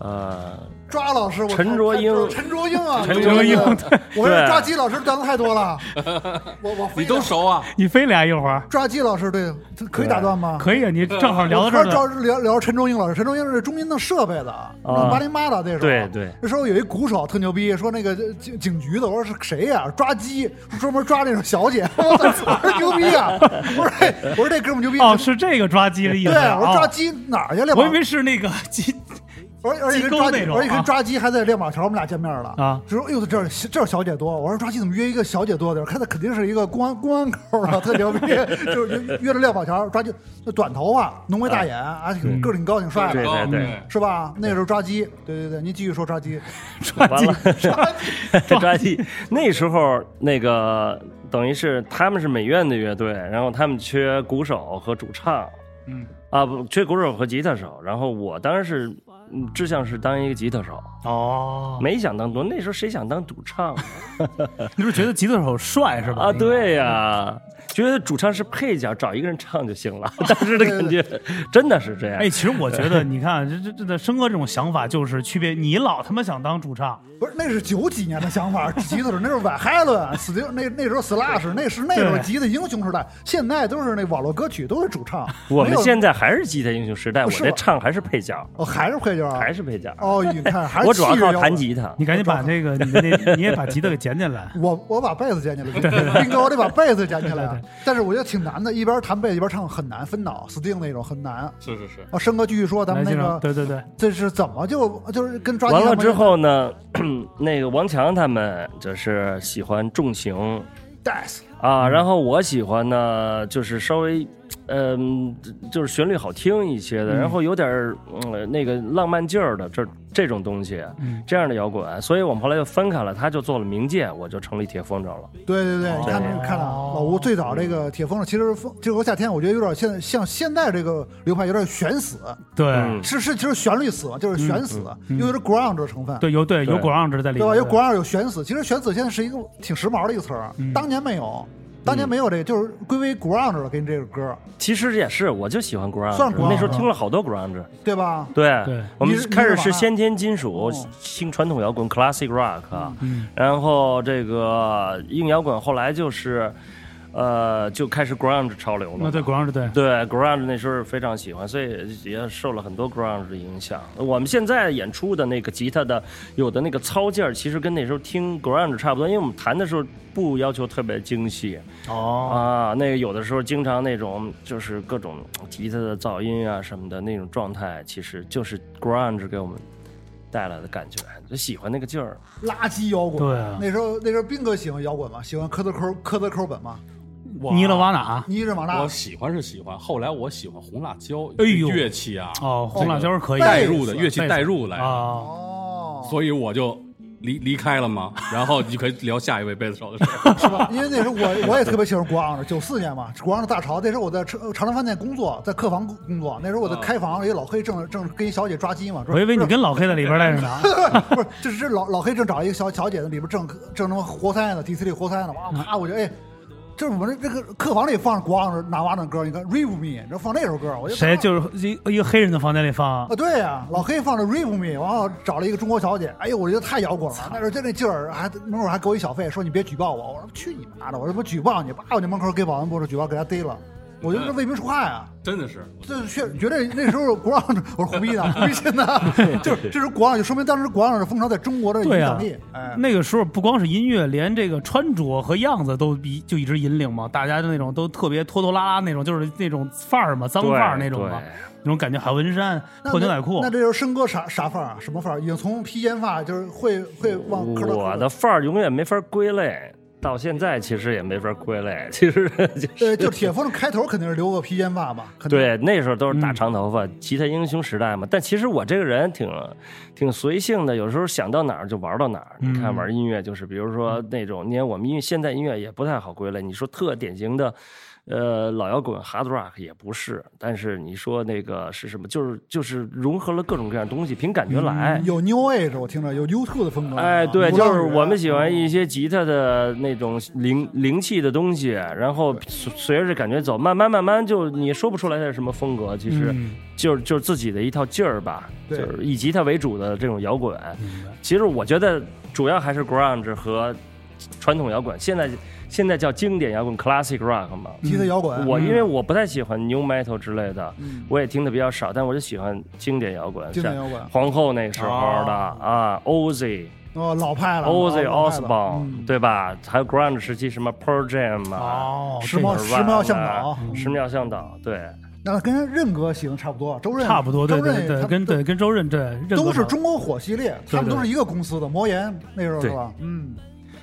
Speaker 5: 呃
Speaker 4: 抓老师，我
Speaker 5: 陈卓英
Speaker 4: 我陈卓英 啊，
Speaker 6: 陈卓英
Speaker 4: 我这 我
Speaker 5: 对
Speaker 4: 这抓鸡老师段子太多了，我我非
Speaker 6: 你都
Speaker 4: 得
Speaker 6: 熟啊？
Speaker 3: 你非俩一会儿
Speaker 4: 抓鸡老师对，他可以打断吗？
Speaker 3: 可以啊，你正好聊到
Speaker 4: 我
Speaker 3: 这儿
Speaker 4: 突然
Speaker 3: 了。
Speaker 4: 抓聊聊陈卓英老师，陈卓英是中音弄设备
Speaker 3: 啊
Speaker 4: 的，弄八零八的那时候。
Speaker 5: 对对。
Speaker 4: 那时候有一鼓手特牛逼，说那个呃警警局的，我说是谁呀、抓鸡，专门抓那种小姐，我操，我说牛逼啊！我说这我说这哥们儿牛逼，
Speaker 3: 哦，是这个抓鸡的意
Speaker 4: 对，
Speaker 3: 思啊。
Speaker 4: 我说抓
Speaker 3: 哦
Speaker 4: 鸡哪儿去了？
Speaker 3: 我以为是那个鸡，
Speaker 4: 而而且
Speaker 3: 鸡
Speaker 4: 跟抓
Speaker 3: 钩
Speaker 4: 鸡
Speaker 3: 那种
Speaker 4: 而且
Speaker 3: 啊
Speaker 4: 跟抓鸡还在练马桥，我们俩见面了
Speaker 3: 啊
Speaker 4: 就说哎呦，这儿这儿小姐多，我说抓鸡怎么约一个小姐多的？看她肯定是一个公安公安口的，特牛逼， 就是约约着练马桥，抓鸡就短头发，浓眉大
Speaker 3: 哎
Speaker 4: 眼，而且
Speaker 3: 嗯
Speaker 4: 个儿挺高挺帅
Speaker 5: 对
Speaker 4: 的，
Speaker 6: 哦
Speaker 5: 对对，
Speaker 4: 是吧？那时候抓鸡，对对对，您继续说抓鸡，
Speaker 3: 抓
Speaker 5: 完
Speaker 3: 鸡
Speaker 5: 了， 抓鸡。那时候那个等于是他们是美院的乐队，然后他们缺鼓手和主唱，
Speaker 3: 嗯，
Speaker 5: 啊不，缺鼓手和吉他手。然后我当时是嗯志向是当一个吉他手，
Speaker 3: 哦，
Speaker 5: 没想当多。那时候谁想当主 唱啊
Speaker 3: 你是觉得吉他手帅是吧？
Speaker 5: 啊？
Speaker 3: 应该
Speaker 5: 对呀、觉得主唱是配角，找一个人唱就行了。 当时的感觉 真的是这样
Speaker 3: 哎，。其实我觉得，你看，这这这这生哥这种想法就是区别。你老他妈想当主唱，
Speaker 4: 不是那是九几年的想法，吉他手那是晚海伦，死的那那时候 Slash，那是那时候
Speaker 3: 对
Speaker 4: 吉他英雄时代，现在都是那网络歌曲都是主唱，
Speaker 5: 我们
Speaker 4: 没有
Speaker 5: 现在还是吉他英雄时代，我
Speaker 4: 是
Speaker 5: 这
Speaker 4: 吧
Speaker 5: 唱还是配角，
Speaker 4: 哦还是配角啊，
Speaker 5: 还是配角。
Speaker 4: 哦，你 看还是
Speaker 5: 我主要
Speaker 4: 气质
Speaker 5: 靠
Speaker 4: 摇
Speaker 5: 弹
Speaker 4: 滚
Speaker 5: 吉他。
Speaker 3: 你赶紧把那个你的那，你也把吉他给捡起 来。
Speaker 4: 我我把被子捡起 来，斌哥，我得把被子捡起来。啊但是我觉得挺难的，一边弹被子一边唱很难，分脑 sting 那种很难。
Speaker 6: 是是是，
Speaker 4: 啊，生哥继续说，咱们
Speaker 3: 来，
Speaker 4: 那
Speaker 3: 先生，
Speaker 4: 个
Speaker 3: 对对对，
Speaker 4: 这是怎么就就是跟抓鸡
Speaker 5: 啊完了
Speaker 4: 他们
Speaker 5: 之后呢， 那个王强他们就是喜欢重型
Speaker 4: death
Speaker 5: 啊，然后我喜欢呢就是稍微，嗯、就是旋律好听一些的，然后有点儿嗯那个浪漫劲儿的这这种东西，
Speaker 3: 嗯
Speaker 5: 这样的摇滚，所以我们后来就分开了，他就做了冥界，我就成立铁风筝了。
Speaker 4: 对对对，你看
Speaker 5: 哦
Speaker 4: 看啊，老吴最早这个铁风筝，其实风这个夏天，我觉得有点现在像现在这个流派有点悬死，
Speaker 3: 对
Speaker 5: 嗯
Speaker 4: 是是，其实旋律死就是悬死，又有点 ground 的成分。
Speaker 3: 对，有对有
Speaker 5: 对
Speaker 3: ground 在里面，
Speaker 4: 对吧？有 ground 有悬死，其实悬死现在是一个挺时髦的一个词儿，啊当年没有，当年没有这个，就是归为 ground 了，跟这个歌。
Speaker 5: 其实也是，我就喜欢 ground，
Speaker 4: 算 grunge
Speaker 5: 那时候听了好多 ground。
Speaker 4: 对吧？
Speaker 5: 对，
Speaker 3: 对
Speaker 5: 我们
Speaker 4: 你是
Speaker 5: 开始
Speaker 4: 你是
Speaker 5: 是
Speaker 4: 往哪
Speaker 5: 先天金属
Speaker 4: 哦、嗯
Speaker 5: 新传统摇滚 （classic rock），、啊，
Speaker 3: 嗯
Speaker 5: 然后这个硬摇滚，后来就是，呃，就开始 grunge 潮流
Speaker 3: 那
Speaker 5: 了。
Speaker 3: 对 ground 对，
Speaker 5: 对 grunge 那时候非常喜欢，所以也受了很多 grunge 的影响。我们现在演出的那个吉他的有的那个操劲儿，其实跟那时候听 grunge 差不多，因为我们弹的时候不要求特别精细。
Speaker 3: 哦，
Speaker 5: 啊，那个有的时候经常那种就是各种吉他的噪音啊什么的那种状态，其实就是 grunge 给我们带来的感觉，就喜欢那个劲儿。
Speaker 4: 垃圾摇滚。
Speaker 3: 对啊
Speaker 4: 那时候那时候斌哥喜欢摇滚吗？喜欢科特科科特科本吗？
Speaker 6: 我
Speaker 3: 尼勒瓦纳，
Speaker 4: 尼日马纳
Speaker 6: 我。喜欢是喜欢，后来我喜欢红辣椒，
Speaker 3: 哎呦
Speaker 6: 乐器啊，
Speaker 3: 哦，红辣椒是哎可以
Speaker 6: 带
Speaker 4: 带
Speaker 6: 入的
Speaker 4: 贝斯
Speaker 6: 乐器带入来的，
Speaker 3: 啊，
Speaker 4: 哦，
Speaker 6: 所以我就离离开 了嘛。然后你就可以聊下一位贝斯手的事儿。
Speaker 4: 是吧？ 因为那时候我我也特别喜欢国昂的，九四年嘛，国昂的大潮。那时候我在长长城饭店工作，在客房工作。那时候我在开房，一老黑正正跟一小姐抓鸡嘛。说
Speaker 3: 我以为你跟老黑在里边待着呢，
Speaker 4: 不是，这是老老黑正找了一个小小姐呢，里边正正他妈活塞呢，迪斯里活塞呢，哇啪，我就哎，这我们这个客房里放着国昂的拿瓦那歌，你看《Rave Me》，你知道放那首歌，我就
Speaker 3: 谁就是一一个黑人的房间里放
Speaker 4: 啊，，对呀、老黑放着《Rave Me》，然后找了一个中国小姐，哎呦，我觉得太摇滚了，那时候就那劲儿，还门口还给我一小费，说你别举报我，我说去你妈的，我说不举报你，叭，我就门口给保安部说举报，给他逮了，我觉
Speaker 3: 嗯
Speaker 4: 得这为民除害啊。
Speaker 6: 真的是，
Speaker 4: 这确绝对那时候国浪， 我是胡逼的，胡 逼现在就是这是国浪，就说明当时国浪的风潮在中国的
Speaker 3: 对
Speaker 4: 影
Speaker 3: 呀
Speaker 4: 响力。哎，
Speaker 3: 那个时候不光是音乐，连这个穿着和样子都一就一直引领嘛，大家就那种都特别拖拖拉拉那种，就是那种范儿嘛，脏
Speaker 5: 对
Speaker 3: 范儿那种嘛，那种感觉，海文衫、
Speaker 4: 那
Speaker 3: 破牛
Speaker 4: 那
Speaker 3: 仔裤
Speaker 4: 那，这时候申哥啥啥范儿啊？什么范儿？已经从披肩发就是会会往
Speaker 5: 对
Speaker 4: 磕头。
Speaker 5: 我的范儿永远没法归类。到现在其实也没法归类，其实 就是
Speaker 4: 呃，就铁风的开头肯定是留个披肩发吧，肯定
Speaker 5: 对，那时候都是
Speaker 4: 嗯
Speaker 5: 大长头发，吉他英雄时代嘛。但其实我这个人挺挺随性的，有时候想到哪儿就玩到哪儿。你看，
Speaker 4: 嗯
Speaker 5: 玩音乐就是，比如说那种，你看我们音乐现在音乐也不太好归类。你说特典型的，呃，老摇滚 hard rock 也不是，但是你说那个是什么，就是就是融合了各种各样东西，凭感觉来。
Speaker 4: 嗯
Speaker 3: 哎
Speaker 4: 有 New Age，我听着有 YouTube 的风格。
Speaker 5: 哎，对，
Speaker 4: 鼓浪
Speaker 5: 就是
Speaker 4: 屿
Speaker 5: 我们喜
Speaker 4: 嗯
Speaker 5: 欢一些吉他的那种灵灵气的东西，然后随随着感觉走，慢慢慢慢就你也说不出来它是什么风格，其实
Speaker 3: 嗯
Speaker 5: 就是就是自己的一套劲儿吧，就
Speaker 4: 对
Speaker 5: 是以吉他为主的这种摇滚。其实我觉得主要还是 grunge 和传统摇滚，现在现在叫经典摇滚 classic rock 嘛。
Speaker 4: 吉他摇滚，
Speaker 5: 我
Speaker 3: 嗯
Speaker 5: 因为我不太喜欢 new metal 之类的，
Speaker 4: 嗯
Speaker 5: 我也听的比较少，但我就喜欢经典摇滚，
Speaker 4: 经典摇
Speaker 5: 像
Speaker 4: 滚
Speaker 5: 皇后那时候的啊，Ozzy。
Speaker 4: 哦，老派了老派
Speaker 5: Ozzy
Speaker 4: 了嗯
Speaker 5: Osbourne，对吧？还有 Grunge 时期什么 Pearl Jam 啊，
Speaker 3: 哦，
Speaker 4: 时髦
Speaker 5: 这
Speaker 4: 时
Speaker 5: 个是吧
Speaker 4: 髦向导，
Speaker 5: 十秒向导，对，
Speaker 4: 那跟任哥型差不多，周润
Speaker 3: 差不多，对
Speaker 4: 周润
Speaker 3: 对
Speaker 4: 他
Speaker 3: 对，
Speaker 4: 们
Speaker 3: 跟对跟周润对，任哥
Speaker 4: 都是
Speaker 3: 上
Speaker 4: 中国火系列，他们
Speaker 3: 对
Speaker 4: 都是一个公司的，魔岩那时候是
Speaker 5: 对
Speaker 4: 吧？嗯，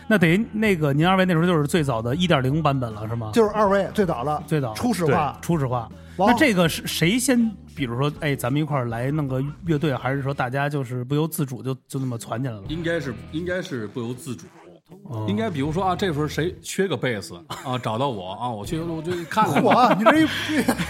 Speaker 3: 那等于那个您二位那时候就是最早的1.0版本了，是吗？
Speaker 4: 就是二位最早了，
Speaker 3: 最早
Speaker 4: 初始化
Speaker 3: 对，初始化。
Speaker 4: 哇
Speaker 3: 那这个是谁先？比如说，哎，咱们一块儿来弄个乐队，还是说大家就是不由自主就就那么攒起来了？
Speaker 6: 应该是应该是不由自主。
Speaker 4: 哦
Speaker 6: 应该比如说啊，这时候谁缺个贝斯 啊，找到我啊，我去，我就看看
Speaker 4: 嚯，你这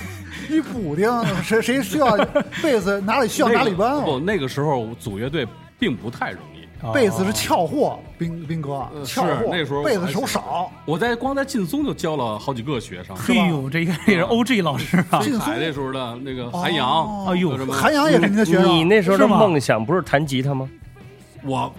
Speaker 4: 一一 一补丁，谁谁 需要贝斯，哪里需要
Speaker 6: 那个
Speaker 4: 哪里搬
Speaker 6: 不，
Speaker 4: 哦？
Speaker 6: 那个时候组乐队并不太容易。
Speaker 4: 贝斯是俏货，兵兵哥
Speaker 6: 呃
Speaker 4: 俏
Speaker 6: 是
Speaker 4: 货，
Speaker 6: 那时候
Speaker 4: 贝
Speaker 6: 我
Speaker 4: 斯
Speaker 6: 还
Speaker 4: 手
Speaker 6: 是
Speaker 4: 少，
Speaker 6: 我在光在劲松就教了好几个学生，
Speaker 3: 嘿呦，这应该也是 OG 老师啊！
Speaker 4: 哎劲松哦
Speaker 6: 海那时候的那个韩阳，
Speaker 3: 哎呦
Speaker 6: 有什么
Speaker 4: 韩阳也是您的学
Speaker 5: 你
Speaker 4: 生，啊
Speaker 5: 那时候的
Speaker 3: 是吗
Speaker 5: 梦想不是弹吉他吗？
Speaker 6: 我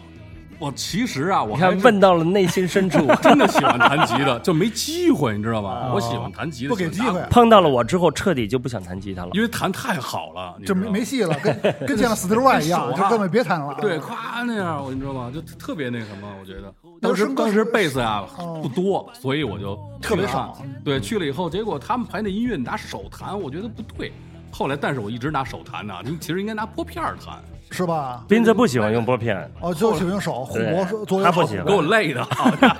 Speaker 6: 我其实啊，我
Speaker 5: 你
Speaker 6: 还
Speaker 5: 看
Speaker 6: 是
Speaker 5: 问到了内心 深处，
Speaker 6: 真的喜欢弹吉的，就没机会，你知道吧？我喜欢弹吉的，
Speaker 4: 哦不给机
Speaker 6: 喜欢
Speaker 4: 会啊
Speaker 6: 打鼓，
Speaker 5: 碰到了我之后，彻底就不想弹吉他了。
Speaker 6: 因为弹太好了，你
Speaker 4: 就
Speaker 6: 知道
Speaker 4: 没
Speaker 6: 吗
Speaker 4: 没戏了，跟 跟见了 s t e w a 一样，
Speaker 6: 手啊
Speaker 4: 就根本别弹了。啊
Speaker 6: 对，夸那样，我你知道吗？就特特别那什么，我觉得
Speaker 4: 当
Speaker 6: 当
Speaker 4: 时
Speaker 6: 时当时贝斯啊
Speaker 4: 哦
Speaker 6: 不多，所以我就
Speaker 4: 特别
Speaker 6: 去了
Speaker 4: 少
Speaker 6: 对，去了以后，结果他们排那音乐拿手弹，我觉得不对。后来，但是我一直拿手弹呢，你其实应该拿拨片儿弹，
Speaker 4: 是吧？
Speaker 5: 斌子不喜欢用拨片，
Speaker 4: 哦，就喜欢用手，
Speaker 5: 对
Speaker 4: 我说左右
Speaker 5: 他不
Speaker 4: 手
Speaker 5: 喜欢
Speaker 6: 给我 累的。
Speaker 4: 哦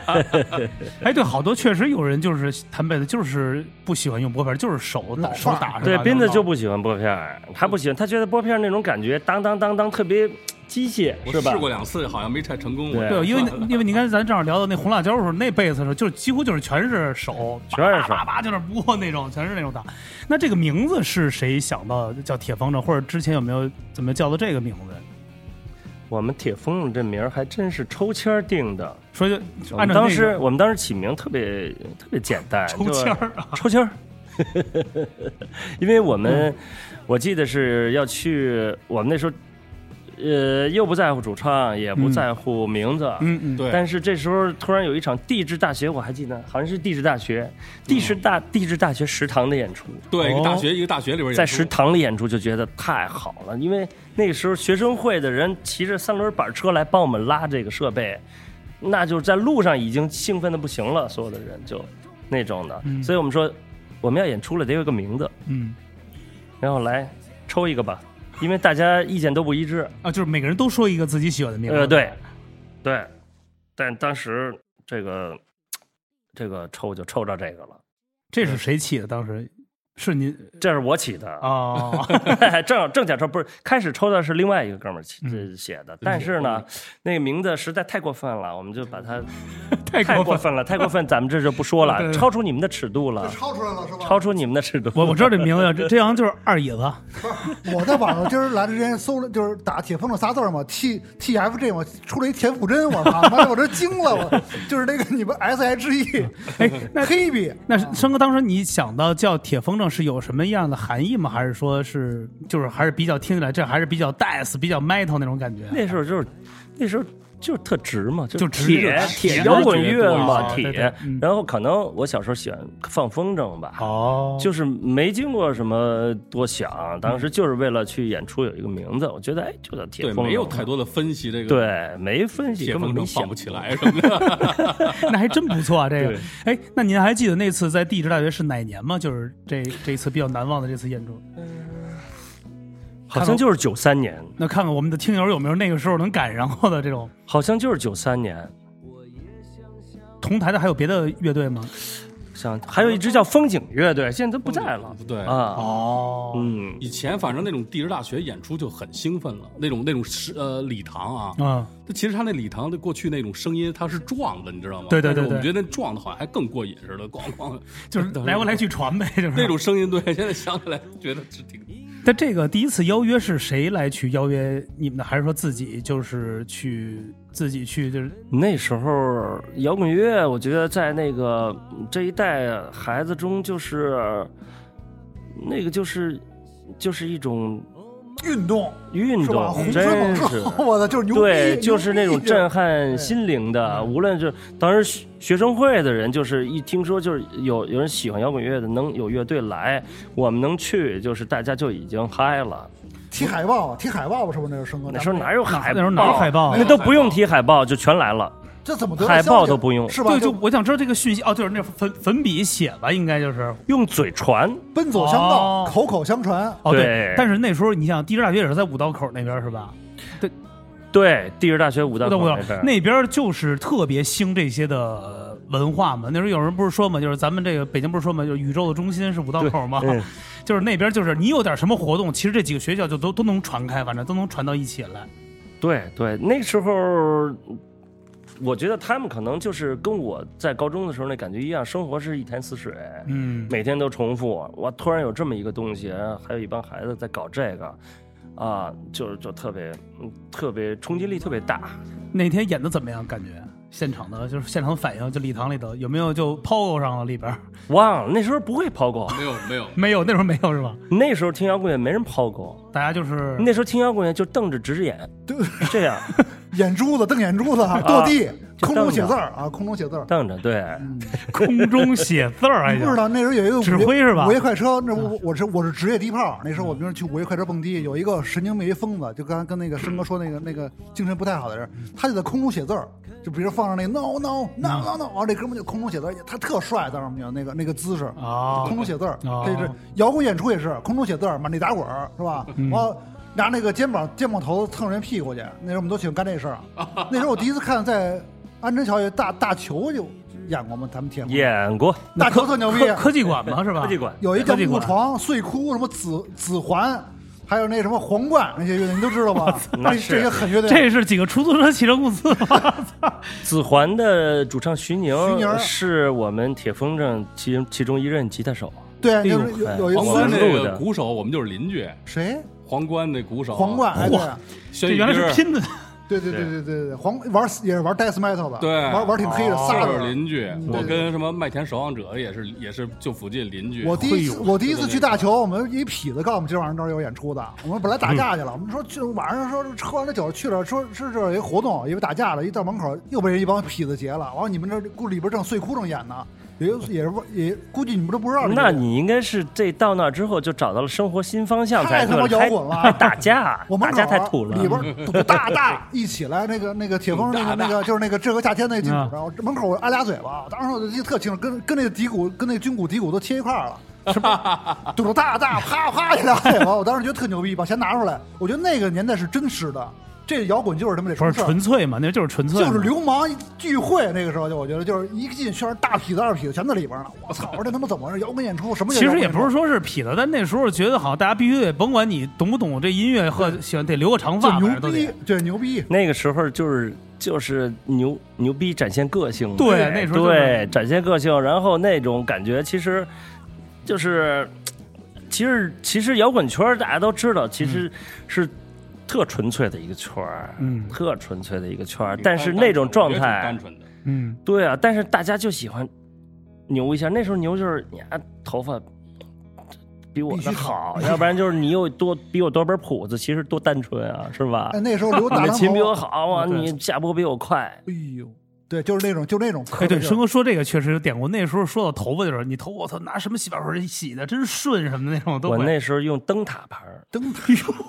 Speaker 3: 哎，对，好多确实有人就是弹贝斯，就是不喜欢用拨片，就是手
Speaker 4: 老
Speaker 3: 打
Speaker 4: 范
Speaker 3: 手
Speaker 4: 儿
Speaker 3: 打是吧。
Speaker 5: 对，斌子就
Speaker 3: 不
Speaker 5: 不喜欢拨片，他不喜欢，他觉得拨片那种感觉，当当当当，特别机械，
Speaker 6: 我
Speaker 5: 是吧
Speaker 6: 试？过两次，好像没太成功。
Speaker 5: 对
Speaker 3: 对，因为那因为你看咱正好聊到那红辣椒的时候，那贝斯的时候就是几乎就是全是手，
Speaker 5: 全是手
Speaker 3: 叭叭叭就是拨那种，全是那种打。那这个名字是谁想到叫铁风筝，或者之前有没有怎么叫的这个名字？
Speaker 5: 我们铁风筝这名儿还真是抽签儿定的。
Speaker 3: 说就
Speaker 5: 我
Speaker 3: 按
Speaker 5: 们
Speaker 3: 照那
Speaker 5: 当时
Speaker 3: 个
Speaker 5: 我们当时起名特别特别简单，
Speaker 3: 抽
Speaker 5: 就
Speaker 3: 签儿啊
Speaker 5: 抽签儿。 因为我
Speaker 3: 嗯
Speaker 5: 们、我记得是要去，我们那时候呃又不在乎主唱，也不
Speaker 3: 嗯
Speaker 5: 在乎名字，
Speaker 3: 嗯嗯
Speaker 6: 对
Speaker 5: 但是这时候突然有一场地质大学，我还记得好像是地质大学，
Speaker 3: 嗯
Speaker 5: 地质大、地质大学食堂的演出，
Speaker 6: 对，一个大学一个大学里边
Speaker 5: 哦在
Speaker 6: 演出
Speaker 5: 食堂里演出就觉得太好了，因为那个时候学生会的人骑着三轮板车来帮我们拉这个设备，那就是在路上已经兴奋的不行了，所有的人就那种的，
Speaker 3: 嗯
Speaker 5: 所以我们说我们要演出了得有一个名字，
Speaker 3: 嗯
Speaker 5: 然后来抽一个吧，因为大家意见都不一致，
Speaker 3: 啊，就是每个人都说一个自己喜欢的名字。
Speaker 5: 呃，对，对，但当时这个这个抽就抽着这个了。
Speaker 3: 这是谁起的？当时是您
Speaker 5: 这是我起的啊，
Speaker 3: 哦，
Speaker 5: 正正想抽不是开始抽的是另外一个哥们儿起
Speaker 3: 嗯
Speaker 5: 这写的，但是呢，那个名字实在太过分了，我们就把它
Speaker 3: 太
Speaker 5: 太
Speaker 3: 过
Speaker 5: 过
Speaker 3: 分。
Speaker 5: 分了，太过分，咱们这就不 说
Speaker 3: 对对
Speaker 5: 了，
Speaker 3: 对
Speaker 5: 超出你们的尺度了，
Speaker 4: 抄出来了是吧？
Speaker 5: 啊超出你们的尺度。
Speaker 3: 我我知道这名字，这这好像就是二椅子。
Speaker 4: 我在网上今儿来之前搜了，就是打铁风筝仨字儿嘛，T T F J 嘛，出了一田馥甄，我操，妈我这惊了，我就是那个你们 S H E，
Speaker 3: 哎，那
Speaker 4: 黑笔，
Speaker 3: 那生哥，当时你想到叫铁风筝是有什么样的含义吗？还是说是就是还是比较听起来这还是比较 death、比较 metal 那种感觉？
Speaker 5: 那时候就是那时候。就是特直嘛，就
Speaker 3: 就
Speaker 5: 就
Speaker 3: 直
Speaker 5: 铁
Speaker 3: 就直
Speaker 5: 铁摇滚乐
Speaker 3: 直
Speaker 5: 嘛，
Speaker 3: 对对
Speaker 5: 铁
Speaker 3: 嗯。
Speaker 5: 然后可能我小时候喜欢放风筝吧，
Speaker 3: 哦就
Speaker 5: 就是没经过什么多想，当时就是为了去演出有一个名字，我觉得哎，就叫铁
Speaker 6: 对
Speaker 5: 风筝。
Speaker 6: 没有太多的分析这个
Speaker 5: 对，没分析，
Speaker 6: 铁
Speaker 5: 根本
Speaker 6: 风
Speaker 5: 没
Speaker 6: 筝
Speaker 5: 想
Speaker 6: 放不起来什么的。
Speaker 3: 那还真不错啊，这个
Speaker 5: 对。
Speaker 3: 哎，那您还记得那次在地质大学是哪年吗？就是这这次比较难忘的这次演出。
Speaker 5: 好像就是九三年，
Speaker 3: 那看看我们的听友有没有那个时候能赶上过的这种。
Speaker 5: 好像就是九三年。
Speaker 3: 同台的还有别的乐队吗？
Speaker 5: 像还有一支叫风景乐队，现在都不在了
Speaker 6: 不对，
Speaker 5: 啊。
Speaker 3: 哦，
Speaker 5: 嗯，
Speaker 6: 以前反正那种地质大学演出就很兴奋了，那种那种是呃礼堂啊，
Speaker 3: 啊，
Speaker 6: 那其实他那礼堂的过去那种声音它是撞的，你知道吗？
Speaker 3: 对对对
Speaker 6: 但是我们
Speaker 3: 对
Speaker 6: 觉得那撞的好像还更过瘾似的，咣咣
Speaker 3: 就是来回来去传呗，就是
Speaker 6: 那种声音，对，现在想起来觉得是挺
Speaker 4: 嗯
Speaker 3: 但这个第一次邀约是谁来去邀约你们的？还是说自己就是去自己去就是
Speaker 5: 那时候摇滚乐，我觉得在那个嗯这一代孩子中，就是那个就是就是一种
Speaker 4: 运动
Speaker 5: 运
Speaker 4: 是吧？
Speaker 5: 动
Speaker 4: 红，
Speaker 5: 真
Speaker 4: 春猛
Speaker 5: 是。
Speaker 4: 兽，我的就是牛逼，
Speaker 5: 对，就是那种震
Speaker 4: 震，
Speaker 5: 撼心灵的，无论是当时学学生会的人，就是一听说就是有有人喜欢摇滚乐的，能有乐队来，我们能去，就是大家就已经嗨了。
Speaker 4: 踢海报，踢海报吧，是不是那时候生哥？
Speaker 5: 那时候哪有海
Speaker 3: 那
Speaker 5: 报？
Speaker 3: 时候哪有海报啊？
Speaker 5: 那都不用提海报就全来了。
Speaker 4: 这怎么得到
Speaker 5: 海报
Speaker 4: 消息
Speaker 5: 都不用
Speaker 4: 是吧？
Speaker 3: 对，就我想知道这个讯息哦，就是那粉粉笔写吧，应该就是
Speaker 5: 用嘴传，
Speaker 4: 奔走相告，
Speaker 3: 哦
Speaker 4: 口口相传。
Speaker 3: 哦对
Speaker 5: 对。
Speaker 3: 但是那时候你想，地质大学也是在五道口那边是吧？
Speaker 5: 对，地质大学五道
Speaker 3: 对
Speaker 5: 口
Speaker 3: 不
Speaker 5: 那边儿，
Speaker 3: 那边就是特别兴这些的文化嘛。那时候有人不是说嘛，就是咱们这个北京不是说嘛，就是宇宙的中心是五道口嘛，
Speaker 5: 嗯
Speaker 3: 就是那边就是你有点什么活动，其实这几个学校就都都能传开，反正都能传到一起来。
Speaker 5: 对对，那时候我觉得他们可能就是跟我在高中的时候那感觉一样，生活是一潭死水，
Speaker 3: 嗯，
Speaker 5: 每天都重复。哇，突然有这么一个东西，还有一帮孩子在搞这个，啊，就是就特别嗯特别冲击力特别大。
Speaker 3: 那天演的怎么样？感觉现场的就是现场反应，就礼堂里头有没有就抛钩上了里边？
Speaker 5: 忘了那时候不会抛钩，
Speaker 6: 没有没有，
Speaker 3: 没有，那时候没有是吧？
Speaker 5: 那时候听摇滚乐没人抛钩，
Speaker 3: 大家就是
Speaker 5: 那时候听摇滚乐就瞪着直着眼，
Speaker 4: 对，
Speaker 5: 这样
Speaker 4: 眼珠子瞪眼珠子，跺地，
Speaker 5: 啊就
Speaker 4: 空中
Speaker 5: 瞪
Speaker 4: 写
Speaker 5: 着
Speaker 4: 字儿啊，空中写字儿。
Speaker 5: 瞪着，对，
Speaker 4: 嗯
Speaker 3: 空中写字儿，还
Speaker 4: 不知
Speaker 3: 行
Speaker 4: 道那时候有一个
Speaker 3: 指挥是吧嗯
Speaker 4: 午夜快车，那我我是我是职业地炮。那时候我们就是去午夜快车蹦迪，有一个神经病一疯子，就刚才跟那个生哥说那个那个精神不太好的人，
Speaker 3: 嗯
Speaker 4: 他就在空中写字儿，就比如放上那个 no no no no no，完这哥们就空中写字儿，他特帅，当时我们讲那个那个姿势
Speaker 3: 啊
Speaker 4: 空中写字儿，
Speaker 3: 哦嗯
Speaker 4: 这是摇滚演出也是空中写字儿，满地打滚儿是吧？完、拿那个肩膀肩膀头子蹭人屁股去，那时候我们都喜欢干这事儿。啊那时候我第一次看在安贞小姐大大球就演过吗？咱们 铁幕
Speaker 5: 演过
Speaker 4: 大球特牛逼，
Speaker 3: 科科技馆嘛是吧？
Speaker 5: 科技馆
Speaker 4: 有一
Speaker 3: 科
Speaker 4: 叫
Speaker 3: 技
Speaker 4: 木
Speaker 3: 馆。
Speaker 4: 床、碎哭、什么紫紫环，还有那什么皇冠那些乐队，你都知道吧？那
Speaker 5: 那是
Speaker 4: 这些狠乐队，啊
Speaker 3: 这是几个出租车骑乘公司 吗？
Speaker 5: 子环的主唱徐宁，
Speaker 4: 徐宁
Speaker 5: 是我们铁风筝其其中一任吉他手。
Speaker 4: 对，
Speaker 5: 呦
Speaker 4: 就是
Speaker 5: 嗨
Speaker 4: 有有一
Speaker 6: 皇冠
Speaker 4: 次
Speaker 5: 们
Speaker 6: 那
Speaker 5: 录
Speaker 6: 个
Speaker 5: 的
Speaker 6: 鼓手我们就是邻居，
Speaker 4: 谁
Speaker 6: 皇冠那鼓手
Speaker 4: 皇冠，哎对
Speaker 6: 轩
Speaker 3: 这
Speaker 6: 宇
Speaker 3: 原来是
Speaker 6: 斌
Speaker 3: 拼的，
Speaker 4: 对对对对对对，皇玩也是玩 death metal 的，
Speaker 6: 对
Speaker 4: 玩玩挺黑的，
Speaker 6: 这
Speaker 4: 仨
Speaker 6: 是
Speaker 4: 人。
Speaker 6: 邻居，
Speaker 4: 对对
Speaker 6: 我跟什么麦田守望者也是也是就附近邻居。
Speaker 4: 我第一
Speaker 3: 哎
Speaker 4: 次
Speaker 3: 呦
Speaker 4: 我第一次去大球，我们一痞子告诉我们今晚上这儿有演出的，我们本来打架去了，我们说就晚上说喝完了酒去了，说是这儿有一活动，因为打架了，一到门口又被人一帮痞子劫了，完了你们这故里边正碎哭正演呢，也也是也估计你们都不知道这个
Speaker 5: 那你应该是这到那之后就找到了生活新方向才
Speaker 4: 太他妈
Speaker 5: 对了，
Speaker 4: 摇
Speaker 5: 还
Speaker 4: 滚了
Speaker 5: 还打架，
Speaker 4: 我
Speaker 5: 打
Speaker 4: 门口
Speaker 5: 架
Speaker 4: 儿
Speaker 5: 太土了。嗯
Speaker 4: 里边儿堵大 大一起来，那个那个铁峰那个那个就是那个这个夏天那个金主，
Speaker 3: 嗯
Speaker 4: 然后门口我挨俩嘴巴，当时我就记得特清楚，跟跟那个底骨跟那个军骨底骨都切一块儿了。是吧？堵着大大啪啪一俩嘴巴，我当时觉得特牛逼，把钱拿出来。我觉得那个年代是真实的，这摇滚就是他妈得
Speaker 3: 不是
Speaker 4: 成事儿
Speaker 3: 纯，粹嘛？那就是纯粹，
Speaker 4: 就是。流氓聚会。那个时候就我觉得就是一进圈儿大痞子二痞子全在里边儿呢。我操！我说这他妈怎么回事？摇滚演出什么？
Speaker 3: 其实也不是。说是痞子，但那时候觉得好像大家必须得，甭管你懂不懂这音乐和喜欢，得留个长
Speaker 4: 就
Speaker 3: 发，反正
Speaker 4: 牛
Speaker 3: 都
Speaker 4: 逼
Speaker 3: 得。，
Speaker 4: 对牛逼，
Speaker 5: 那个时候就是就是牛牛逼展现个性嘛，
Speaker 3: 对那时候就是
Speaker 5: 对展现个性，然后那种感觉其实就是其实其实摇滚圈儿大家都知道，其实是特纯粹的一个圈儿，
Speaker 3: 嗯
Speaker 5: 特纯粹的一个圈儿
Speaker 6: 挺，
Speaker 5: 但
Speaker 6: 单
Speaker 5: 是
Speaker 6: 纯
Speaker 5: 那种
Speaker 6: 我觉
Speaker 5: 状
Speaker 6: 得挺
Speaker 5: 态
Speaker 6: 单，纯的，
Speaker 3: 嗯，
Speaker 5: 对啊，但是大家就喜欢牛一下，那时候牛就是你啊头发。比我
Speaker 4: 必须
Speaker 5: 的
Speaker 4: 长
Speaker 5: 好，要不然就是你又多比我多本谱子，其实多单纯啊，是吧？
Speaker 4: 哎，那时候留大
Speaker 5: 你的
Speaker 4: 长
Speaker 5: 琴比
Speaker 4: 头
Speaker 5: 我好啊，
Speaker 3: 对
Speaker 5: 你下播比我快。
Speaker 4: 哎呦，对，就是那种，就那种。
Speaker 3: 哎，对，
Speaker 4: 生
Speaker 3: 生哥说这个确实有点过。那时候说到头发的时候，你头发我操，拿什么洗发水洗的，真顺什么的那种都
Speaker 5: 我
Speaker 3: 会。
Speaker 5: 那时候用灯塔牌儿，
Speaker 4: 灯塔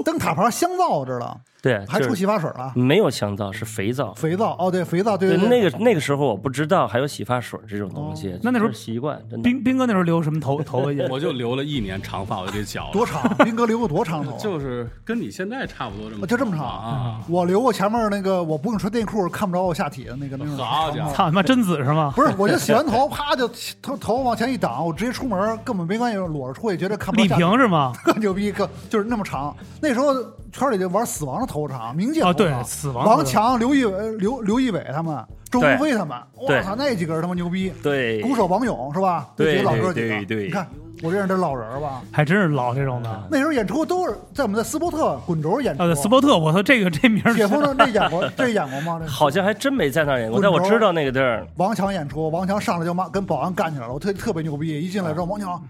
Speaker 4: 灯塔牌香皂，我知道。
Speaker 5: 对，
Speaker 4: 还
Speaker 5: 就
Speaker 4: 出
Speaker 5: 是
Speaker 4: 洗发水了，
Speaker 5: 没有香皂，是肥皂。
Speaker 4: 肥皂哦，对，肥皂，对
Speaker 5: 对，
Speaker 4: 对，
Speaker 5: 那个那个时候我不知道还有洗发水这种东西，
Speaker 3: 那那时候
Speaker 5: 就是习惯真的。
Speaker 3: 斌斌哥那时候留什么头头发去？
Speaker 6: 我就留了一年长发，我就给剪了，
Speaker 4: 多长？斌哥留过多长头啊？
Speaker 6: 就是跟你现在差不多这么
Speaker 4: 哦就这么长
Speaker 6: 啊。
Speaker 4: 我留过前面那个，我不用穿内裤看不着我下体的那个那种
Speaker 6: 好
Speaker 4: 长
Speaker 6: 家
Speaker 4: 头
Speaker 6: 伙
Speaker 3: 操你妈贞子是吗？
Speaker 4: 不是，我就洗完头，啪就头头往前一挡，我直接出门，根本没关系，裸着出去，觉得看不
Speaker 3: 李
Speaker 4: 着下体。
Speaker 3: 平是吗？
Speaker 4: 更 牛逼，更就是那么长。那时候圈里就玩死亡的头长，冥界头
Speaker 3: 啊对
Speaker 4: 长
Speaker 3: 死亡
Speaker 4: 王
Speaker 3: 头
Speaker 4: 强、刘毅、呃刘刘仪伟他们、周鸿
Speaker 5: 对
Speaker 4: 飞他们，我
Speaker 5: 对
Speaker 4: 操，那几个人他妈牛逼，
Speaker 5: 对
Speaker 4: 鼓手王勇是吧？
Speaker 5: 对
Speaker 4: 那几个老哥几
Speaker 5: 对
Speaker 4: 个，
Speaker 5: 对对
Speaker 4: 你看我认识这老人儿吧？
Speaker 3: 还真是老这种的啊！
Speaker 4: 那时候演出都是在我们在斯波特滚轴演出，
Speaker 3: 呃对，斯波特，我操，这个这名儿
Speaker 4: 铁峰那那 演过，这演过吗？这
Speaker 5: 好像还真没在那儿演过，
Speaker 4: 滚轴
Speaker 5: 但我知道那个地儿。
Speaker 4: 王强演出，王强上来就骂，跟保安干起来了，我特特别牛逼，一进来之后，王强。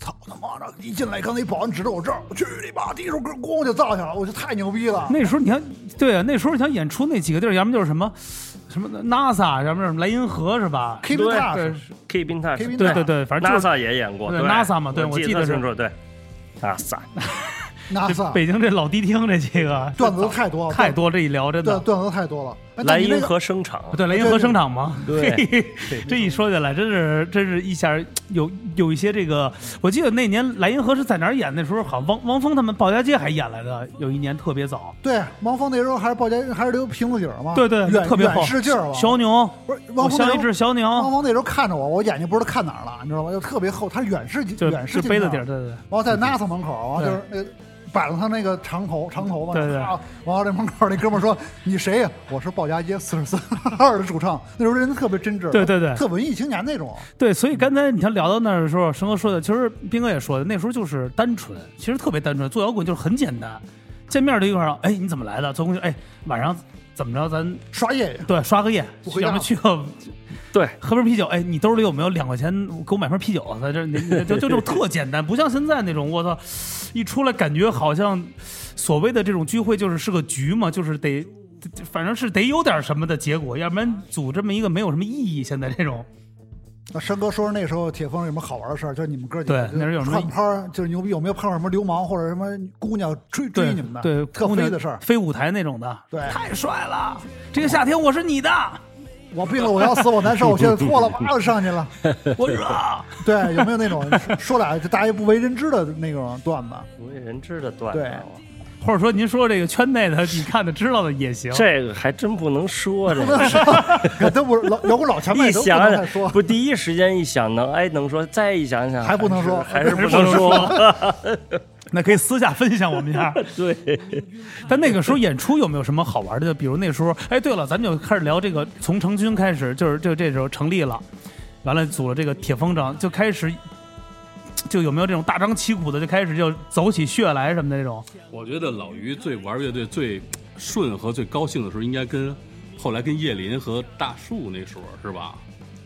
Speaker 4: 操他妈的！一进来，刚才一保安指着我这儿，去你妈！第一首歌咣就造下来了，我就太牛逼了。
Speaker 3: 那时候你看，对啊，那时候你想演出那几个地儿，要么就是什么什么 NASA，要么就是莱茵河是吧？
Speaker 4: Keep
Speaker 5: 对
Speaker 4: in touch，
Speaker 5: K 宾大
Speaker 4: K 宾
Speaker 3: 对对对，反正就是
Speaker 5: NASA 也演过，
Speaker 3: 对
Speaker 5: 对
Speaker 3: NASA 嘛对我
Speaker 5: 我
Speaker 3: 记
Speaker 5: 特
Speaker 3: 得是
Speaker 5: 清楚，对 NASA
Speaker 3: 这
Speaker 4: NASA
Speaker 3: 北京这老迪厅这几个
Speaker 4: 段子太多了，
Speaker 3: 太多，这一聊真
Speaker 4: 段
Speaker 3: 的。
Speaker 4: 段子太多了。哎
Speaker 5: 莱
Speaker 4: 那你
Speaker 5: 茵
Speaker 4: 那个
Speaker 5: 河声场，
Speaker 3: 对莱茵河生长嘛，
Speaker 5: 对
Speaker 3: 嘿嘿这一说起来，真是真是一下有有一些这个，我记得那年莱茵河是在哪儿演？那时候好像汪汪峰他们鲍家街还演来的，有一年特别早。
Speaker 4: 对王峰那时候还是报家，还是留瓶子景嘛，
Speaker 3: 对对，
Speaker 4: 哦远
Speaker 3: 特别
Speaker 4: 远
Speaker 3: 厚，
Speaker 4: 视镜儿吧。
Speaker 3: 小牛，
Speaker 4: 不是
Speaker 3: 我
Speaker 4: 王峰那
Speaker 3: 像一
Speaker 4: 时
Speaker 3: 只
Speaker 4: 候，
Speaker 3: 小
Speaker 4: 王
Speaker 3: 牛，
Speaker 4: 峰那时候看着我，我眼睛不知道看哪儿了，你知道吗？就特别厚，他是远视
Speaker 3: 就
Speaker 4: 远视
Speaker 3: 就
Speaker 4: 镜
Speaker 3: 背的
Speaker 4: 头
Speaker 3: 底儿，对对对。
Speaker 4: 然后在 NASA 门口，然后
Speaker 3: 对
Speaker 4: 就是那个摆了他那个长头长头发，
Speaker 3: 对对
Speaker 4: 啊然后这门口那哥们儿说：“你谁呀？”我是鲍家街四十三 二的主唱。那时候人特别真挚，
Speaker 3: 对对对
Speaker 4: 特文艺青年那种。
Speaker 3: 对，所以刚才你像聊到那儿的时候，生哥说的，其实斌哥也说的，那时候就是单纯，其实特别单纯，做摇滚就是很简单，见面儿就一块儿，哎，你怎么来的？做工具，哎，晚上怎么着？咱
Speaker 4: 刷夜夜，
Speaker 3: 对刷个夜，
Speaker 4: 我回
Speaker 3: 要
Speaker 4: 家
Speaker 3: 么去个
Speaker 5: 对
Speaker 3: 喝瓶啤酒，哎，你兜里有没有两块钱？给我买瓶啤酒，在这你你就就这种特简单，不像现在那种，我操，一出来感觉好像所谓的这种聚会就是是个局嘛，就是得。反正是得有点什么的结果，要不然组这么一个没有什么意义。现在这种，
Speaker 4: 那山哥说说那时候铁峰有什么好玩的事儿？就是你们哥几个
Speaker 3: 对那时候有什么
Speaker 4: 串拍儿，就是牛逼，有没有碰上什么流氓或者什么姑娘追追
Speaker 3: 对
Speaker 4: 你们的？
Speaker 3: 对，
Speaker 4: 特
Speaker 3: 姑娘
Speaker 4: 飞的事儿。
Speaker 3: 飞舞台那种的，
Speaker 4: 对
Speaker 3: 太帅了！这个夏天我是你的，
Speaker 4: 我病了，我要死，我 难受，我现在错了，哇，就上去了。
Speaker 3: 我热。
Speaker 4: 对，有没有 那种说俩就大家不为人知的那种段子？
Speaker 5: 不为人知的啊段
Speaker 4: 对
Speaker 5: 子。
Speaker 3: 或者说您说这个圈内的，你看的知道的也行。
Speaker 5: 这个还真不能说，这个
Speaker 4: 可都不老摇滚老前辈
Speaker 5: 一
Speaker 4: 都不能
Speaker 5: 想
Speaker 4: 再说。
Speaker 5: 不第一时间一想能哎能说，再一想想
Speaker 4: 还不能说
Speaker 5: 还是还是
Speaker 3: 还是
Speaker 5: 不能
Speaker 3: 不能
Speaker 5: 说。
Speaker 3: 那可以私下分享我们一下。
Speaker 5: 对，
Speaker 3: 但那个时候演出有没有什么好玩的？比如那时候，哎，对了，咱们就开始聊这个，从成军开始，就是就这时候成立了，完了组了这个铁风筝，就开始。就有没有这种大张旗鼓的就开始就走起血来什么的那种？
Speaker 6: 我觉得老于最玩乐队最呃顺和最高兴的时候，应该跟后来跟叶林和大树那时候是吧？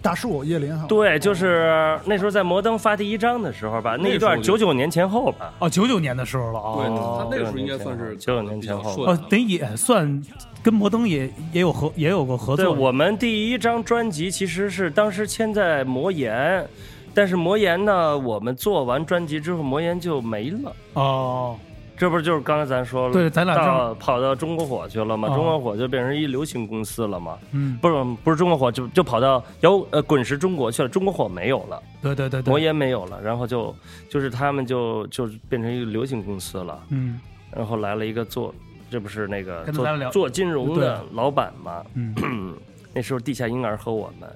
Speaker 4: 大树叶林哈，
Speaker 5: 对，就是那时候在摩登发第一张的时候吧，那一段
Speaker 6: 那时
Speaker 5: 九
Speaker 6: 候
Speaker 5: 九年前后吧，
Speaker 3: 哦，九九年的时候了啊、
Speaker 6: 对，
Speaker 3: 哦，
Speaker 6: 他那时候应该算是
Speaker 5: 九九年前后
Speaker 6: 比较顺
Speaker 3: 哦
Speaker 6: 的，
Speaker 3: 等于也算跟摩登也也有合也有过合
Speaker 5: 对
Speaker 3: 作。
Speaker 5: 我们第一张专辑其实是当时签在魔岩，但是魔岩呢，我们做完专辑之后，魔岩就没了。
Speaker 3: 哦，
Speaker 5: 这不就是刚才咱说了，
Speaker 3: 对咱俩
Speaker 5: 到跑到中国火去了嘛，
Speaker 3: 哦
Speaker 5: 中国火就变成一流行公司了嘛，
Speaker 3: 嗯，
Speaker 5: 不是不是中国火，就就跑到摇呃滚石中国去了，中国火没有了，
Speaker 3: 对对对对，
Speaker 5: 魔岩没有了，然后就就是他们就就是变成一个流行公司了，
Speaker 3: 嗯
Speaker 5: 然后来了一个做，这不是那个
Speaker 3: 跟咱聊
Speaker 5: 做做金融的老板嘛，
Speaker 3: 嗯，
Speaker 5: 那时候地下婴儿和我们，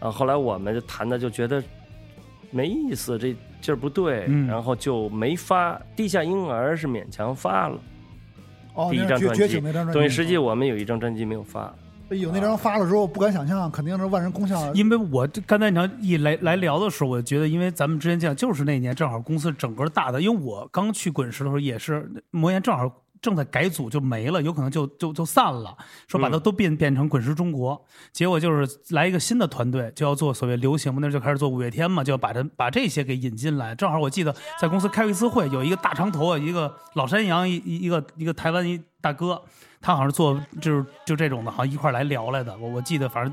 Speaker 5: 然后后来我们就谈的就觉得没意思，这劲儿不对，
Speaker 3: 嗯
Speaker 5: 然后就没发。地下婴儿是勉强发了，
Speaker 4: 哦，
Speaker 5: 第一
Speaker 4: 那
Speaker 5: 张
Speaker 4: 觉
Speaker 5: 专
Speaker 4: 觉
Speaker 5: 辑
Speaker 4: 醒那张专辑，
Speaker 5: 等于实际我们有一张专辑没有发，
Speaker 4: 哎呦，那张发了之后，不敢想象，肯定是万人空巷。
Speaker 3: 因为我这刚才你要一来来聊的时候，我觉得，因为咱们之前讲，就是那年正好公司整个大的，因为我刚去滚石的时候也是魔岩正好正在改组就没了，有可能就就就散了，说把它都变、变成滚石中国，结果就是来一个新的团队，就要做所谓流行嘛，那就开始做五月天嘛，就要把这把这些给引进来。正好我记得在公司开过一次会，有一个大长头啊，一个老山羊，一一一个一个台湾一大哥，他好像是做就是就这种的，好像一块儿来聊来的。我我记得反正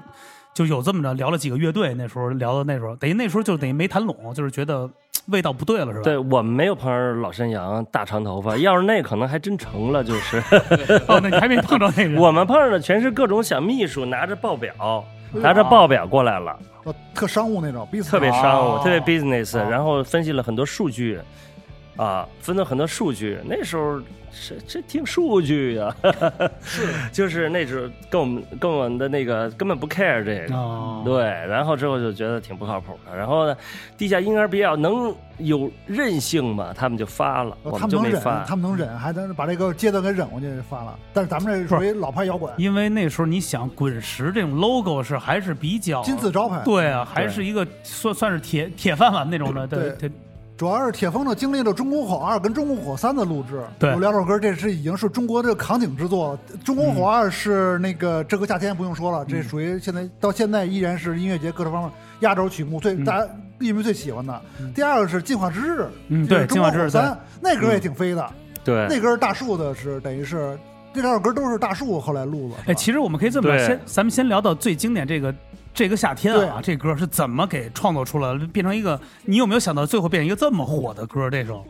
Speaker 3: 就有这么着聊了几个乐队，那时候聊到那时候，等于那时候就等于没谈拢，就是觉得嘖味道不对了，是吧？
Speaker 5: 对我们没有碰上老山羊大长头发，要是那可能还真成了，就是。
Speaker 3: 哦，那你还没碰着那 人，
Speaker 5: 我们碰上的全是各种小秘书，拿着报表，拿着报表过来了，
Speaker 4: 哦，特商务那种，彼此啊
Speaker 5: 特别商
Speaker 3: 哦
Speaker 5: 务，特别 business，然后分析了很多数据，啊，分了很多数据。那时候这这听数据呀，是， 就是那时候跟我们跟我们的那个根本不 care 这
Speaker 4: 啊
Speaker 5: 个。
Speaker 3: 哦，
Speaker 5: 对，然后之后就觉得挺不靠谱的。然后呢，地下婴儿比较能有韧性嘛，他们就发了，
Speaker 4: 哦
Speaker 5: 我
Speaker 4: 他们
Speaker 5: 们就
Speaker 4: 能
Speaker 5: 没
Speaker 4: 忍，
Speaker 5: 发。
Speaker 4: 他们能忍，还能把这个阶段给忍过去就发了。但是咱们这属于老牌摇滚，
Speaker 3: 因为那时候你想，滚石这种 logo 是还是比较
Speaker 4: 金字招牌。
Speaker 3: 对啊，还是一个算算是铁铁饭碗那种的，对
Speaker 4: 对
Speaker 3: 对
Speaker 4: 主要是铁峰呢经历了《中国火二》跟《中国火三》的录制，
Speaker 3: 对
Speaker 4: 有两首歌，这是已经是中国这个扛鼎之作。《中国火二》是那个这个夏天不用说了，
Speaker 3: 嗯
Speaker 4: 这属于现在到现在依然是音乐节各种方面压轴曲目，最大家乐迷最喜欢的。第二个是《进化之日》，
Speaker 3: 嗯
Speaker 4: 这
Speaker 3: 对
Speaker 4: 是
Speaker 3: 嗯
Speaker 4: 中国
Speaker 3: 进化之日
Speaker 4: 火三》那歌也挺飞的，
Speaker 5: 对，
Speaker 4: 那歌大树的是等于是这两首歌都是大树后来
Speaker 3: 哎，
Speaker 4: 录的。是吧
Speaker 3: 其实我们可以这么
Speaker 5: 对
Speaker 3: 先，咱们先聊到最经典这个这个夏天啊，这歌是怎么给创作出来的，变成一个你有没有想到最后变成一个这么火的歌？这首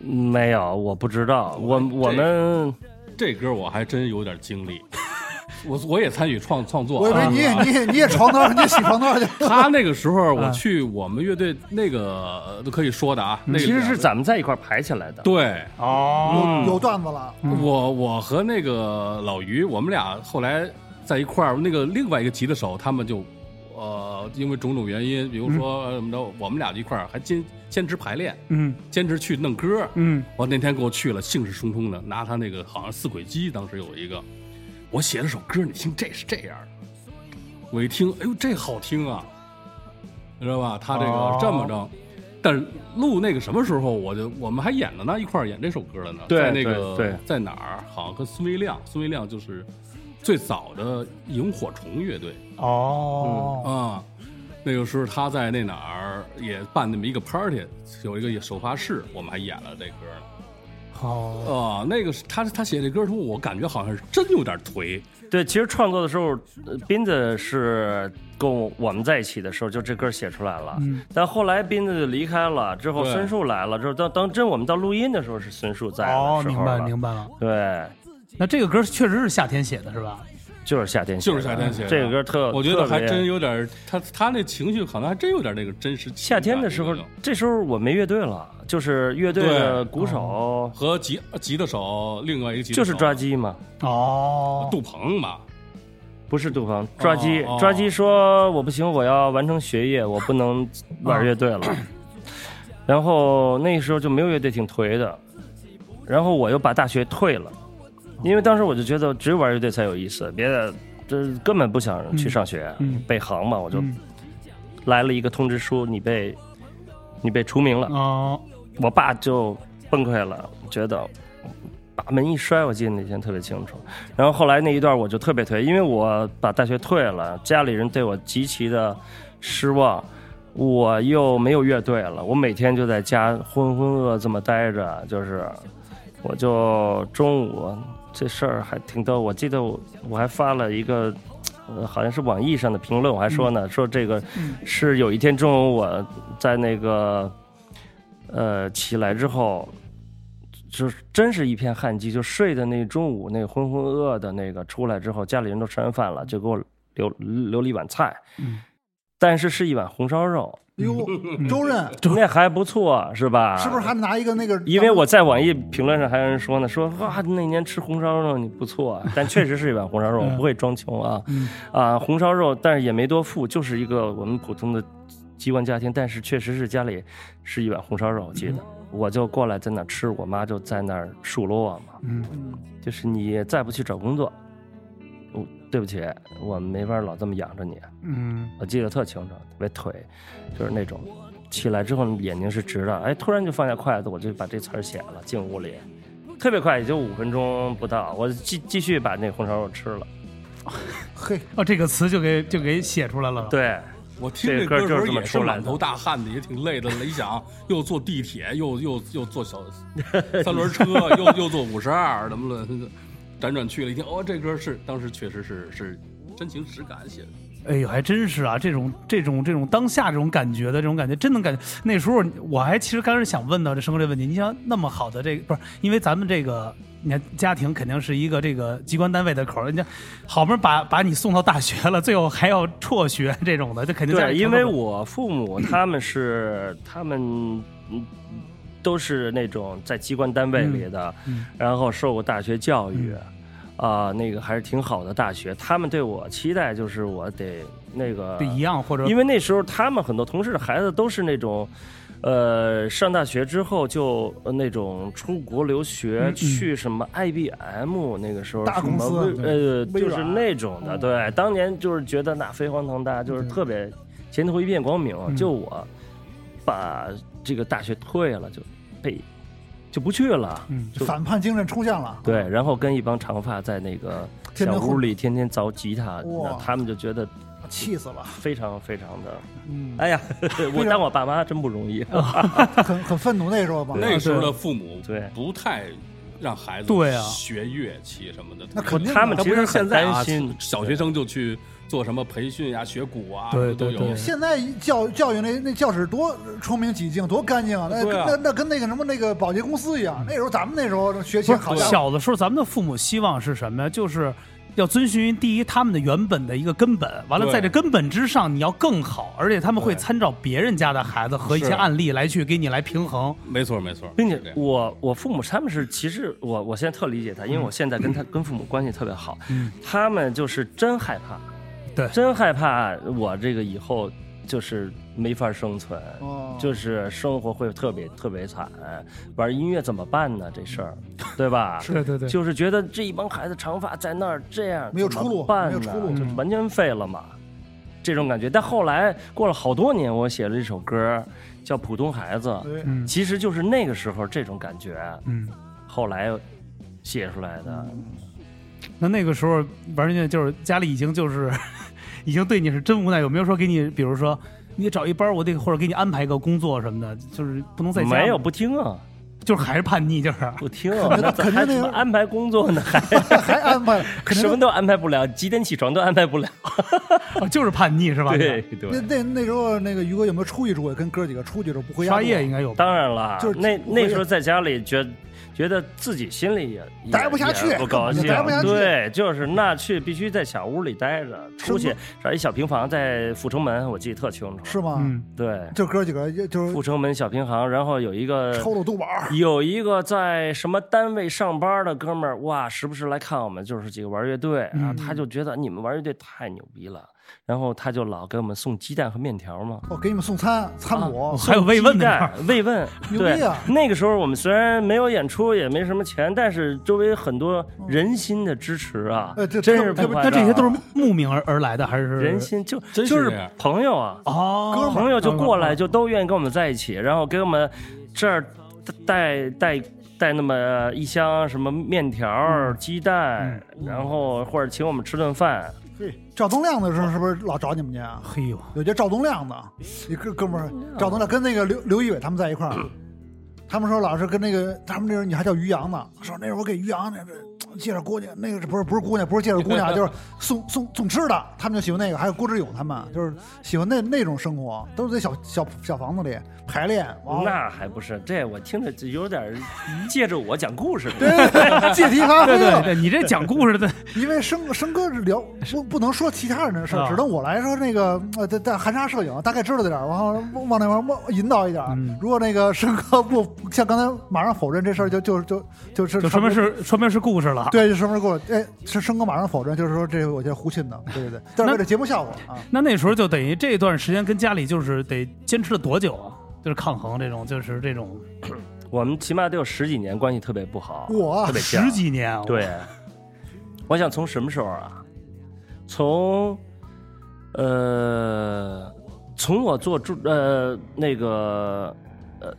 Speaker 5: 没有，我不知道。我我们
Speaker 6: 这歌我还真有点经历， 我我也参与创创作。
Speaker 4: 我以为你也
Speaker 6: 啊
Speaker 4: 你也啊你也床 头，你也洗床头去。
Speaker 6: 他那个时 候我去我们乐队那个都可以说的啊，那个
Speaker 5: 其实是咱们在一块儿排起来的。
Speaker 6: 对。
Speaker 3: 哦，
Speaker 4: 有有段子了，
Speaker 6: 我我和那个老于，我们俩后来在一块儿，那个另外一个吉他手，他们就，呃，因为种种原因，比如说呃怎么着，我们俩一块儿还坚坚持排练，
Speaker 3: 嗯
Speaker 6: 坚持去弄歌。
Speaker 3: 嗯，
Speaker 6: 我哦那天给我去了，兴致冲冲的，拿他那个好像四轨机，当时有一个，我写了首歌，你听这是这样的，我一听，哎呦这好听啊，知道吧？他这
Speaker 5: 哦
Speaker 6: 个这么着。但是录那个什么时候，我就我们还演了呢，一块儿演这首歌了呢。
Speaker 5: 对
Speaker 6: 在那个
Speaker 5: 对对
Speaker 6: 在哪儿？好像跟孙维亮，孙维亮就是最早的萤火虫乐队
Speaker 4: 嗯
Speaker 3: 哦，
Speaker 6: 啊。那个时候他在那哪儿也办那么一个 party，有一个首发式，我们还演了这歌呢。
Speaker 3: 好，
Speaker 6: 啊、那个是他他写这歌的时候，我感觉好像是真有点颓。
Speaker 5: 对，其实创作的时候，呃斌子是跟我我们在一起的时候，就这歌写出来了。
Speaker 3: 嗯
Speaker 5: 但后来斌子就离开了，之后
Speaker 6: 对
Speaker 5: 孙树来了，之后当当真我们到录音的时候是孙树在
Speaker 3: 哦
Speaker 5: 的，时
Speaker 3: 明
Speaker 5: 候
Speaker 3: 白
Speaker 5: 了。
Speaker 3: 明白了。
Speaker 5: 对，
Speaker 3: 那这个歌确实是夏天写的，是吧？
Speaker 5: 就是夏天写的，
Speaker 6: 就是夏天写的
Speaker 5: 这个歌特，
Speaker 6: 我觉得还
Speaker 5: 呃特别
Speaker 6: 真有点，他他那情绪可能还真有点那个真实情感。
Speaker 5: 夏天的时候
Speaker 6: 那种，
Speaker 5: 这时候我没乐队了，就是乐队的鼓手
Speaker 6: 和吉吉他手另外一个吉他手
Speaker 5: 就是抓鸡嘛，
Speaker 3: 哦，
Speaker 6: 杜鹏嘛，
Speaker 5: 不是杜鹏，抓鸡
Speaker 6: 哦哦
Speaker 5: 抓鸡说我不行，我要完成学业，我不能玩乐 队了。然后那时候就没有乐队，挺颓的。然后我又把大学退了，因为当时我就觉得只有玩乐队才有意思，别的这根本不想去上学。
Speaker 3: 嗯嗯
Speaker 5: 北航嘛，我就
Speaker 3: 嗯
Speaker 5: 来了一个通知书，你被你被除名了。
Speaker 3: 哦，
Speaker 5: 我爸就崩溃了，觉得把门一摔，我记得那天特别清楚。然后后来那一段我就特别颓，因为我把大学退了，家里人对我极其的失望，我又没有乐队了，我每天就在家浑浑噩噩这么待着，就是我就中午这事儿还挺逗，我记得我我还发了一个。呃，好像是网易上的评论，我还说呢，说这个是有一天中午我在那个呃起来之后，就是真是一片汗迹，就睡的那中午那浑浑噩噩的那个出来之后，家里人都吃完饭了，就给我留留了一碗菜，
Speaker 3: 嗯
Speaker 5: 但是是一碗红烧肉，
Speaker 4: 哟，周润
Speaker 5: 那还不错是吧？
Speaker 4: 是不是还拿一个那个？
Speaker 5: 啊因为我在网易评论上还有人说呢，说哇那年吃红烧肉你不错，啊但确实是一碗红烧肉，我不会装穷啊，啊红烧肉，但是也没多富，就是一个我们普通的机关家庭，但是确实是家里是一碗红烧肉，我记得。我就过来在那儿吃，我妈就在那儿数落我嘛，
Speaker 3: 嗯，
Speaker 5: 就是你再不去找工作，我对不起，我没法老这么养着你。
Speaker 3: 嗯，
Speaker 5: 我记得特清楚，特别腿，就是那种起来之后眼睛是直的，哎，突然就放下筷子，我就把这词儿写了，进屋里，特别快，也就五分钟不到，我继继续把那红烧肉吃了。
Speaker 4: 嘿，
Speaker 3: 哦，这个词就给就给写出来了。，
Speaker 5: 对，
Speaker 6: 我听
Speaker 5: 这
Speaker 6: 这
Speaker 5: 歌
Speaker 6: 歌的时候
Speaker 5: 就是这么
Speaker 6: 也是
Speaker 5: 出来的
Speaker 6: 满头大汗的，也挺累的。雷响又坐地铁，又又又坐 小三轮车，又又坐五十二，怎么 了？辗转去了一听，哦，这歌是当时确实是是真情实感写的。
Speaker 3: 哎呦，还真是啊！这种这种这种当下这种感觉的这种感觉，真能感觉。那时候我还其实刚开始想问到这生哥这问题，你想那么好的这个不是？因为咱们这个你看家庭肯定是一个这个机关单位的口儿，人家好不容易把把你送到大学了，最后还要辍学这种的，这肯定家
Speaker 5: 对，
Speaker 3: 里
Speaker 5: 因
Speaker 3: 承受
Speaker 5: 为
Speaker 3: 不了
Speaker 5: 我 父母他们是他们嗯都是那种在机关单位里的，
Speaker 3: 嗯嗯
Speaker 5: 然后受过大学教育，啊、那个还是挺好的大学。他们对我期待就是我得那个
Speaker 3: 对一样或者
Speaker 5: 因为那时候他们很多同事的孩子都是那种，呃，上大学之后就呃那种出国留学，
Speaker 3: 嗯嗯
Speaker 5: 去什么 IBM 那个时候
Speaker 4: 大
Speaker 5: 什么
Speaker 4: 公司
Speaker 5: 微呃，
Speaker 3: 微
Speaker 5: 就是
Speaker 3: 软
Speaker 5: 那种
Speaker 4: 嗯
Speaker 5: 的。对，当年就是觉得那飞黄腾达，就是
Speaker 3: 对
Speaker 5: 特别前途一片光明。
Speaker 3: 嗯
Speaker 5: 就我把这个大学退了，就呸，就不去了。
Speaker 3: 嗯
Speaker 5: 就
Speaker 4: 反叛精神出现了。啊
Speaker 5: 对，然后跟一帮长发在那个
Speaker 4: 嗯天
Speaker 5: 小
Speaker 4: 天
Speaker 5: 屋
Speaker 4: 混
Speaker 5: 里天天凿吉他，
Speaker 4: 哇
Speaker 5: 那他们就觉得
Speaker 4: 气死了，
Speaker 5: 非常非常的。
Speaker 4: 嗯，
Speaker 5: 哎呀，我当我爸妈真不容易。
Speaker 6: 哦
Speaker 4: 很很愤怒那时候吧，
Speaker 6: 那时候的父母
Speaker 5: 对
Speaker 6: 不太让孩子
Speaker 3: 对啊
Speaker 6: 学乐器什么的，
Speaker 4: 那肯定
Speaker 5: 他们
Speaker 6: 他
Speaker 5: 啊其
Speaker 6: 不
Speaker 5: 实
Speaker 6: 是
Speaker 5: 很
Speaker 6: 现在
Speaker 5: 担
Speaker 6: 啊
Speaker 5: 心，，
Speaker 6: 小学生就去做什么培训呀、学鼓啊，
Speaker 3: 对
Speaker 6: 都
Speaker 3: 对
Speaker 6: 有
Speaker 3: 对。
Speaker 4: 现在教教育那那教室多窗明几净，多干净啊！那
Speaker 6: 对啊
Speaker 4: 那那跟那个什么那个保洁公司一样。
Speaker 5: 嗯
Speaker 4: 那时候咱们那时候学习
Speaker 3: 不是
Speaker 4: 好像
Speaker 3: 小的时候，咱们的父母希望是什么呀？就是要遵循第一他们的原本的一个根本，完了
Speaker 6: 对
Speaker 3: 在这根本之上你要更好，而且他们会
Speaker 6: 对
Speaker 3: 参照别人家的孩子和一些
Speaker 6: 是
Speaker 3: 案例来去给你来平衡。
Speaker 6: 没错没错，
Speaker 5: 并
Speaker 6: 是这
Speaker 5: 且
Speaker 6: 样
Speaker 5: 我我父母他们是，其实我我现在特理解
Speaker 6: 嗯
Speaker 5: 他，因为我现在跟他跟父母关系特别好，
Speaker 3: 嗯
Speaker 5: 他们就是真害怕，
Speaker 3: 对
Speaker 5: 真害怕我这个以后就是没法生存，
Speaker 4: 哦
Speaker 5: 就是生活会特别特别惨，玩音乐怎么办呢？这事儿，对吧？
Speaker 3: 对对对
Speaker 5: 就是觉得这一帮孩子长发在那儿这样
Speaker 4: 没有出路
Speaker 5: 怎么办呢
Speaker 4: 没有出路
Speaker 5: 就是完全废了嘛，这种感觉。但后来过了好多年，我写了一首歌叫《普通孩子》，
Speaker 4: 对
Speaker 3: 嗯
Speaker 5: 其实就是那个时候这种感觉，
Speaker 3: 嗯。
Speaker 5: 后来写出来的。
Speaker 3: 那那个时候玩音乐就是 家里已经就是已经对你是真无奈，有没有说给你，比如说你找一班儿，我得或者给你安排个工作什么的，就是不能在家
Speaker 5: 没有，不听啊，
Speaker 3: 就是还是叛逆，就是
Speaker 5: 不听啊，
Speaker 4: 肯定
Speaker 5: 那怎么还
Speaker 4: 肯定
Speaker 5: 怎么
Speaker 4: 那
Speaker 5: 安排工作呢？还
Speaker 4: 还安 排，肯
Speaker 5: 什么
Speaker 4: 定
Speaker 5: 都安排不了，几点起床都安排不了。
Speaker 3: 哦就是叛逆是吧？
Speaker 5: 对，
Speaker 4: 那
Speaker 5: 对，
Speaker 4: 那那时候那个于哥有没有出去住？跟哥几个出去之后不回家住
Speaker 3: 刷夜应该有吧。
Speaker 5: 当然了，
Speaker 4: 就是
Speaker 5: 那
Speaker 4: 我
Speaker 5: 那时候在家里觉觉得自己心里也也
Speaker 4: 待不下去
Speaker 5: 也不高兴，
Speaker 4: 根本就待不下去
Speaker 5: 对，就是那去必须在小屋里待着，出
Speaker 4: 是
Speaker 5: 去
Speaker 4: 吗
Speaker 5: 找一小平房，在阜成门，我记得特清楚，
Speaker 4: 是吗？
Speaker 3: 嗯，
Speaker 5: 对，
Speaker 4: 就哥几个就是
Speaker 5: 阜成门小平房，然后有一个
Speaker 4: 抽了肚宝儿，
Speaker 5: 有一个在什么单位上班的哥们儿，哇，时不时来看我们，就是几个玩乐队啊，
Speaker 3: 嗯
Speaker 5: 他就觉得你们玩乐队太牛逼了，然后他就老给我们送鸡蛋和面条嘛。
Speaker 4: 我给你们送餐餐
Speaker 5: 啊
Speaker 4: 补，
Speaker 3: 嗯还有慰问
Speaker 5: 鸡
Speaker 3: 的那儿
Speaker 5: 蛋，慰问，
Speaker 4: 牛
Speaker 5: 对
Speaker 4: 逼啊
Speaker 5: 那个时候我们虽然没有演出，也没什么钱，但是周围很多嗯人心的支持啊，
Speaker 4: 呃这
Speaker 5: 真是
Speaker 4: 特
Speaker 5: 不
Speaker 4: 别
Speaker 5: 夸
Speaker 3: 那
Speaker 5: 张
Speaker 3: 这些都是慕名而而来的，还是
Speaker 5: 啊人心，就
Speaker 6: 真是
Speaker 5: 就是
Speaker 6: 这样
Speaker 5: 朋友啊，
Speaker 3: 哦，
Speaker 4: 哥们
Speaker 5: 朋友就过来，
Speaker 3: 嗯
Speaker 5: 就都愿意跟我们在一起，然后给我们这儿带带带那么呃一箱什么面条、鸡蛋，然后或者请我们吃顿饭。
Speaker 4: 赵东亮的时候是不是老找你们去啊？
Speaker 3: 嘿哎 呦，
Speaker 4: 有叫赵东亮的，一哥哥们儿，赵东亮跟那个刘刘仪伟他们在一块儿， 他们说老是跟那个他们那时候你还叫于洋呢，说那时候我给于洋那这介绍姑娘，那个是不是不是姑娘，不是介绍姑 娘，就是送送送吃的，他们就喜欢那个，还有郭志勇他们就是喜欢那那种生活，都是在小小小房子里排练，完了
Speaker 5: 那还不是这，我听着就有点儿借着我讲故事。
Speaker 4: 哦借题发挥
Speaker 3: 对对
Speaker 4: 了。
Speaker 3: 对，哎你这讲故 事的，
Speaker 4: 因为生生哥聊不不能说其他人的事儿，
Speaker 3: 啊
Speaker 4: 只能我来说那个呃，在在含沙射影，大概知道点儿，然后往那往往引导一点儿。
Speaker 3: 嗯
Speaker 4: 如果那个生哥不像刚才马上否认这事儿，就就就就是
Speaker 3: 就说明是说明是故事了。，
Speaker 4: 对，就说明给我哎，是生哥马上否认，就是说这我觉得胡沁的，对对对，但是为了节目效果啊，
Speaker 3: 那那时候就等于这段时间跟家里就是得坚持了多久啊？就是抗衡这种，就是这种
Speaker 5: 我们起码得有十几年关系特别不好，
Speaker 4: 我
Speaker 5: 特别僵
Speaker 3: 十几年啊，
Speaker 5: 对，我想从什么时候啊？从，呃，从我做主呃那个呃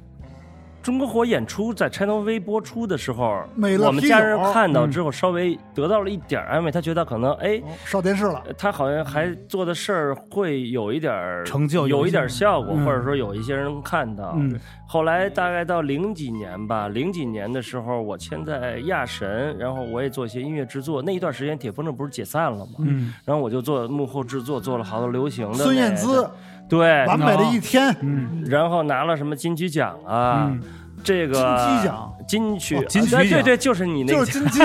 Speaker 5: 中国火演出在 Channel V 播出的时候，
Speaker 4: 美乐
Speaker 5: 我们
Speaker 4: 基
Speaker 5: 家
Speaker 4: 友
Speaker 5: 人看
Speaker 3: 嗯
Speaker 5: 到之后，稍微得到了一点儿安慰，他觉得可能哎，
Speaker 4: 哦上电视了，
Speaker 5: 他好像还做的事儿会有一点儿
Speaker 3: 成就有
Speaker 5: 有
Speaker 3: 一
Speaker 5: 一点儿效果，
Speaker 3: 嗯
Speaker 5: 或者说有一些人能看到。
Speaker 3: 嗯
Speaker 5: 后来大概到零几年吧，零几年的时候，我签在亚神，然后我也做一些音乐制作。那一段时间，铁风筝不是解散了吗？
Speaker 3: 嗯，
Speaker 5: 然后我就做幕后制作，做了好多流行的那个。
Speaker 4: 孙燕姿
Speaker 5: 对，
Speaker 4: 完美的一天，
Speaker 3: 嗯
Speaker 5: 然后拿了什么金曲奖啊，
Speaker 3: 嗯
Speaker 5: 这个
Speaker 4: 金鸡奖、
Speaker 5: 金曲、
Speaker 3: 哦金曲
Speaker 5: 啊对
Speaker 3: 奖
Speaker 5: 对对，就是你那
Speaker 4: 就
Speaker 5: 个
Speaker 4: 是金鸡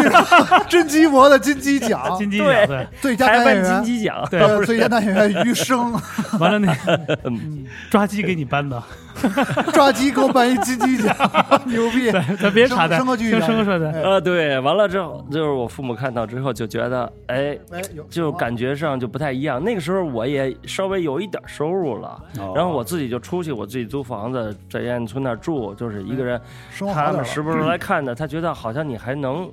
Speaker 4: 真鸡模的 金鸡奖，
Speaker 3: 金鸡奖
Speaker 5: 啊对
Speaker 3: 对，
Speaker 4: 最佳
Speaker 5: 台
Speaker 4: 男演
Speaker 5: 湾金
Speaker 4: 员，
Speaker 5: 鸡奖，
Speaker 3: 对
Speaker 4: 呃最佳男演员余生，
Speaker 3: 完了那个 抓鸡给你搬的，
Speaker 4: 抓鸡给我办一金鸡奖， 牛逼！
Speaker 3: 咱别查的，
Speaker 4: 生个剧
Speaker 3: 生生个帅的，
Speaker 4: 哎
Speaker 5: 呃，对，完了之后就是我父母看到之后就觉得，哎，
Speaker 4: 哎，有
Speaker 5: 就感觉上就不太一样。那个时候我也稍微有一点收入了，
Speaker 3: 哦
Speaker 5: 然后我自己就出去，我自己租房子在燕子村那儿住，就是一个人。
Speaker 3: 嗯
Speaker 4: 生活好
Speaker 5: 他
Speaker 4: 点
Speaker 5: 们
Speaker 4: 了
Speaker 5: 时不时来看的，他觉得好像你还能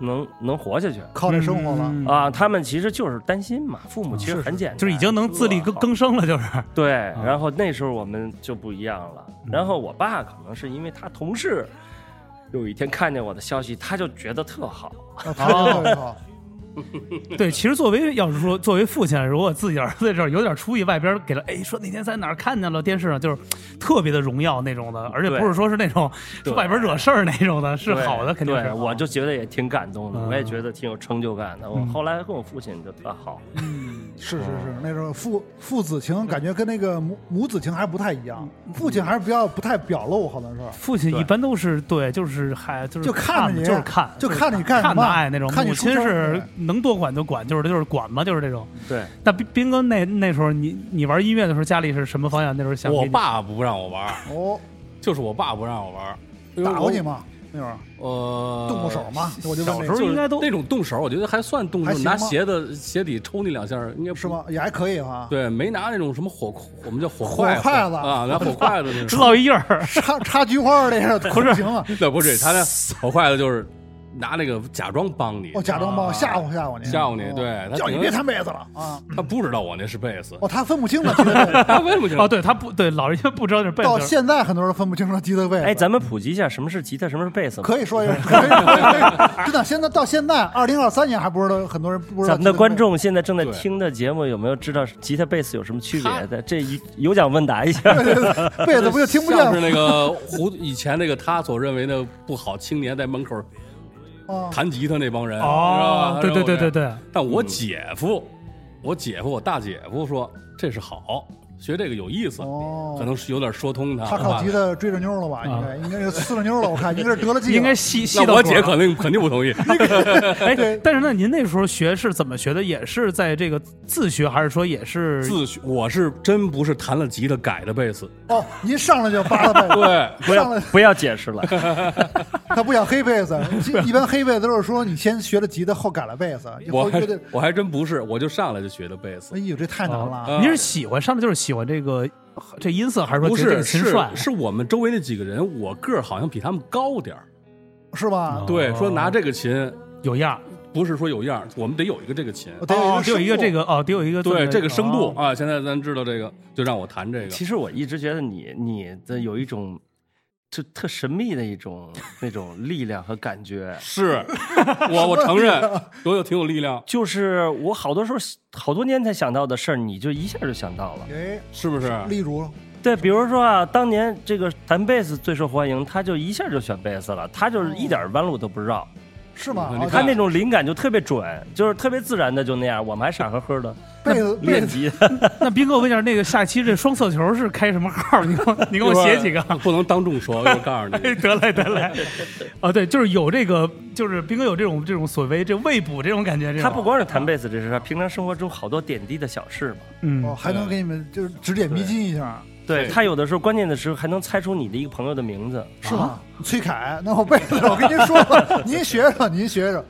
Speaker 5: 能能活下去。
Speaker 4: 靠这生活了，
Speaker 3: 嗯，
Speaker 5: 啊，他们其实就是担心嘛，父母其实很简单，
Speaker 3: 就是已经能自力更
Speaker 5: 更。
Speaker 3: 更啊生了，就是
Speaker 5: 对，然后那时候我们就不一样了。
Speaker 3: 嗯
Speaker 5: 然后我爸可能是因为他同事有一天看见我的消息，他就觉得特好。
Speaker 4: 啊特
Speaker 3: 哦
Speaker 4: 别特别好。
Speaker 3: 对，其实作为要是说作为父亲，如果自己儿子在这儿有点出息，外边给了，哎，说那天在哪儿看见了电视上，就是特别的荣耀那种的，而且
Speaker 5: 对
Speaker 3: 不是说是那种
Speaker 5: 对
Speaker 3: 外边惹事儿那种的，是
Speaker 5: 对
Speaker 3: 好的，肯定是
Speaker 5: 对，
Speaker 3: 好
Speaker 5: 我就觉得也挺感动的，
Speaker 3: 嗯
Speaker 5: 我也觉得挺有成就感的。我后来跟我父亲就特好，
Speaker 3: 嗯
Speaker 4: 是是是，那种父父子情感觉跟那个母母子情还是不太一样，
Speaker 3: 嗯
Speaker 4: 父亲还是比较不太表露，好像是。哦
Speaker 3: 父亲一般都是对，就是还就是
Speaker 4: 就看着你
Speaker 3: 就是看，
Speaker 4: 就
Speaker 3: 就是
Speaker 4: 看着你干什
Speaker 3: 看
Speaker 4: 么
Speaker 3: 着爱那种。
Speaker 4: 看你
Speaker 3: 母
Speaker 4: 出
Speaker 3: 亲
Speaker 4: 生
Speaker 3: 是
Speaker 4: 对
Speaker 3: 能多管就管，就是就是管嘛，就是这种。
Speaker 5: 对，
Speaker 3: 那斌斌哥那那时候你你玩音乐的时候，家里是什么方向？那时候想给
Speaker 6: 我
Speaker 3: 你
Speaker 6: 爸不让我玩儿，
Speaker 4: 哦，
Speaker 6: 就是我爸不让我玩儿，因为
Speaker 4: 打过你？吗？那会儿
Speaker 6: 呃，
Speaker 4: 动过手吗？我就问
Speaker 3: 小
Speaker 4: 这
Speaker 3: 时
Speaker 4: 个
Speaker 3: 候
Speaker 6: 就是
Speaker 3: 应该都
Speaker 6: 那种动手，我觉得还算动
Speaker 4: 还
Speaker 6: 手，
Speaker 4: 行
Speaker 6: 拿
Speaker 4: 吗
Speaker 6: 鞋子鞋底抽你两下儿，应该不
Speaker 4: 是？吗？也还可以哈。
Speaker 6: 对，没拿那种什么火，我们叫火筷
Speaker 4: 火筷子
Speaker 6: 啊，拿火筷子那
Speaker 3: 知
Speaker 6: 种。
Speaker 3: 道一印儿，
Speaker 4: 插插菊花儿那是不行啊！
Speaker 6: 那不是他那火筷子就是拿那个假装帮你
Speaker 4: 我，哦假装帮我吓唬吓唬你，
Speaker 6: 吓唬你
Speaker 4: 哦
Speaker 6: 对他
Speaker 4: 叫你
Speaker 6: 可能
Speaker 4: 别弹被子了啊！
Speaker 6: 他不知道我那是贝斯，
Speaker 4: 哦，他分不清了吉他贝 斯
Speaker 6: 他为什么知道
Speaker 3: 哦，？对他不对，老人家不知道这贝
Speaker 4: 到
Speaker 3: 斯。
Speaker 4: 现在很多人分不清了吉他贝斯。
Speaker 5: 哎，咱们普及一下什么是吉他，什么是贝斯吧。
Speaker 4: 可以说一下，可以可以可以真的，现在到现在二零二三年还不知道，很多人不知道吉他
Speaker 5: 咱
Speaker 4: 贝斯。
Speaker 5: 们的观众现在正在
Speaker 6: 对
Speaker 5: 听的节目有没有知道吉他、贝斯有什么区别
Speaker 6: 他
Speaker 5: 的？这一有奖问答一下。
Speaker 4: 贝斯不就听不见
Speaker 6: 像是
Speaker 4: 了
Speaker 6: 那个胡以前那个他所认为的不好青年在门口
Speaker 4: 啊？
Speaker 6: 弹吉他那帮人，
Speaker 3: 哦，
Speaker 6: 知
Speaker 3: 对
Speaker 6: 道吧
Speaker 3: 对对对。对，
Speaker 6: 但
Speaker 4: 嗯
Speaker 6: 我姐夫，我姐夫，我大姐夫说这是好，学这个有意思，
Speaker 4: 哦
Speaker 6: 可能是有点说通他。
Speaker 4: 他靠吉他追着妞了吧？应该应该是撕了妞了，我看应该是得了计了。
Speaker 3: 应该细细
Speaker 6: 那
Speaker 3: 到
Speaker 6: 我
Speaker 3: 骨儿
Speaker 6: 姐肯定肯定 不同意，
Speaker 3: 哎，但是那您那时候学是怎么学的？也是在这个自学，还是说也是
Speaker 6: 自学我是真不是弹了吉他改的 贝斯，
Speaker 4: 哦，您上来就扒拉贝斯，
Speaker 6: 对，
Speaker 5: 不
Speaker 4: 上
Speaker 5: 要
Speaker 4: 来
Speaker 5: 不要解释了，
Speaker 4: 他不想黑贝斯，一般黑贝斯都是说你先学了吉他，后改了贝斯，
Speaker 6: 我
Speaker 4: 后
Speaker 6: 还
Speaker 4: 觉得，
Speaker 6: 我还真不是，我就上来就学的贝斯
Speaker 4: 哎，呦，这太难了。
Speaker 6: 啊
Speaker 3: 您是喜欢上来就是喜欢这个这音色，还是说
Speaker 6: 不
Speaker 3: 觉得这
Speaker 6: 是
Speaker 3: 个琴啊
Speaker 6: 是
Speaker 3: 帅？
Speaker 6: 是我们周围那几个人，我个儿好像比他们高点儿，
Speaker 4: 是吧？
Speaker 6: 对，说拿这个琴
Speaker 3: 啊哦有样儿，
Speaker 6: 不是说有样儿，我们得有一个这个琴，
Speaker 4: 我得
Speaker 3: 哦，得有一个
Speaker 4: 声
Speaker 3: 这
Speaker 4: 部
Speaker 3: 个哦，得有一个么一
Speaker 6: 对，这个声
Speaker 3: 哦
Speaker 6: 部啊，现在咱知道这个，就让我弹这个。
Speaker 5: 其实我一直觉得你你的有一种就特神秘的一种那种力量和感觉，
Speaker 6: 是我我承认，有有挺有力量，
Speaker 5: 就是我好多时候好多年才想到的事儿，你就一下就想到了。
Speaker 4: 哎，
Speaker 6: 是不是？
Speaker 4: 例如
Speaker 5: 对，比如说啊，当年这个弹贝斯最受欢迎，他就一下就选贝斯了，他就是一点弯路都不绕，
Speaker 4: 是吗？
Speaker 6: 你
Speaker 4: 啊
Speaker 5: 他
Speaker 6: 看
Speaker 5: 那种灵感就特别准，就是特别自然的就那样，我们还傻呵呵的
Speaker 4: 贝斯贝
Speaker 5: 练
Speaker 4: 斯
Speaker 5: 级。
Speaker 3: 那斌哥，我问一下，那个下期这双色球是开什么号？你给我，你
Speaker 6: 你
Speaker 3: 给我写几个。哎
Speaker 6: 不能当众说，我告 诉你，
Speaker 3: 得嘞，得嘞，哦，对，就是有这个，就是斌哥有这种这种所谓这未补这种感觉，这种
Speaker 5: 他不光是弹贝斯这事儿，平常生活中好多点滴的小事嘛。
Speaker 3: 嗯
Speaker 4: 哦，还能给你们就是指点迷津一下，
Speaker 5: 对
Speaker 6: 对
Speaker 5: 他有的时候关键的时候还能猜出你的一个朋友的名字。
Speaker 4: 是吗？啊崔凯，那我贝斯，我跟您说 吧，您学着，您学着，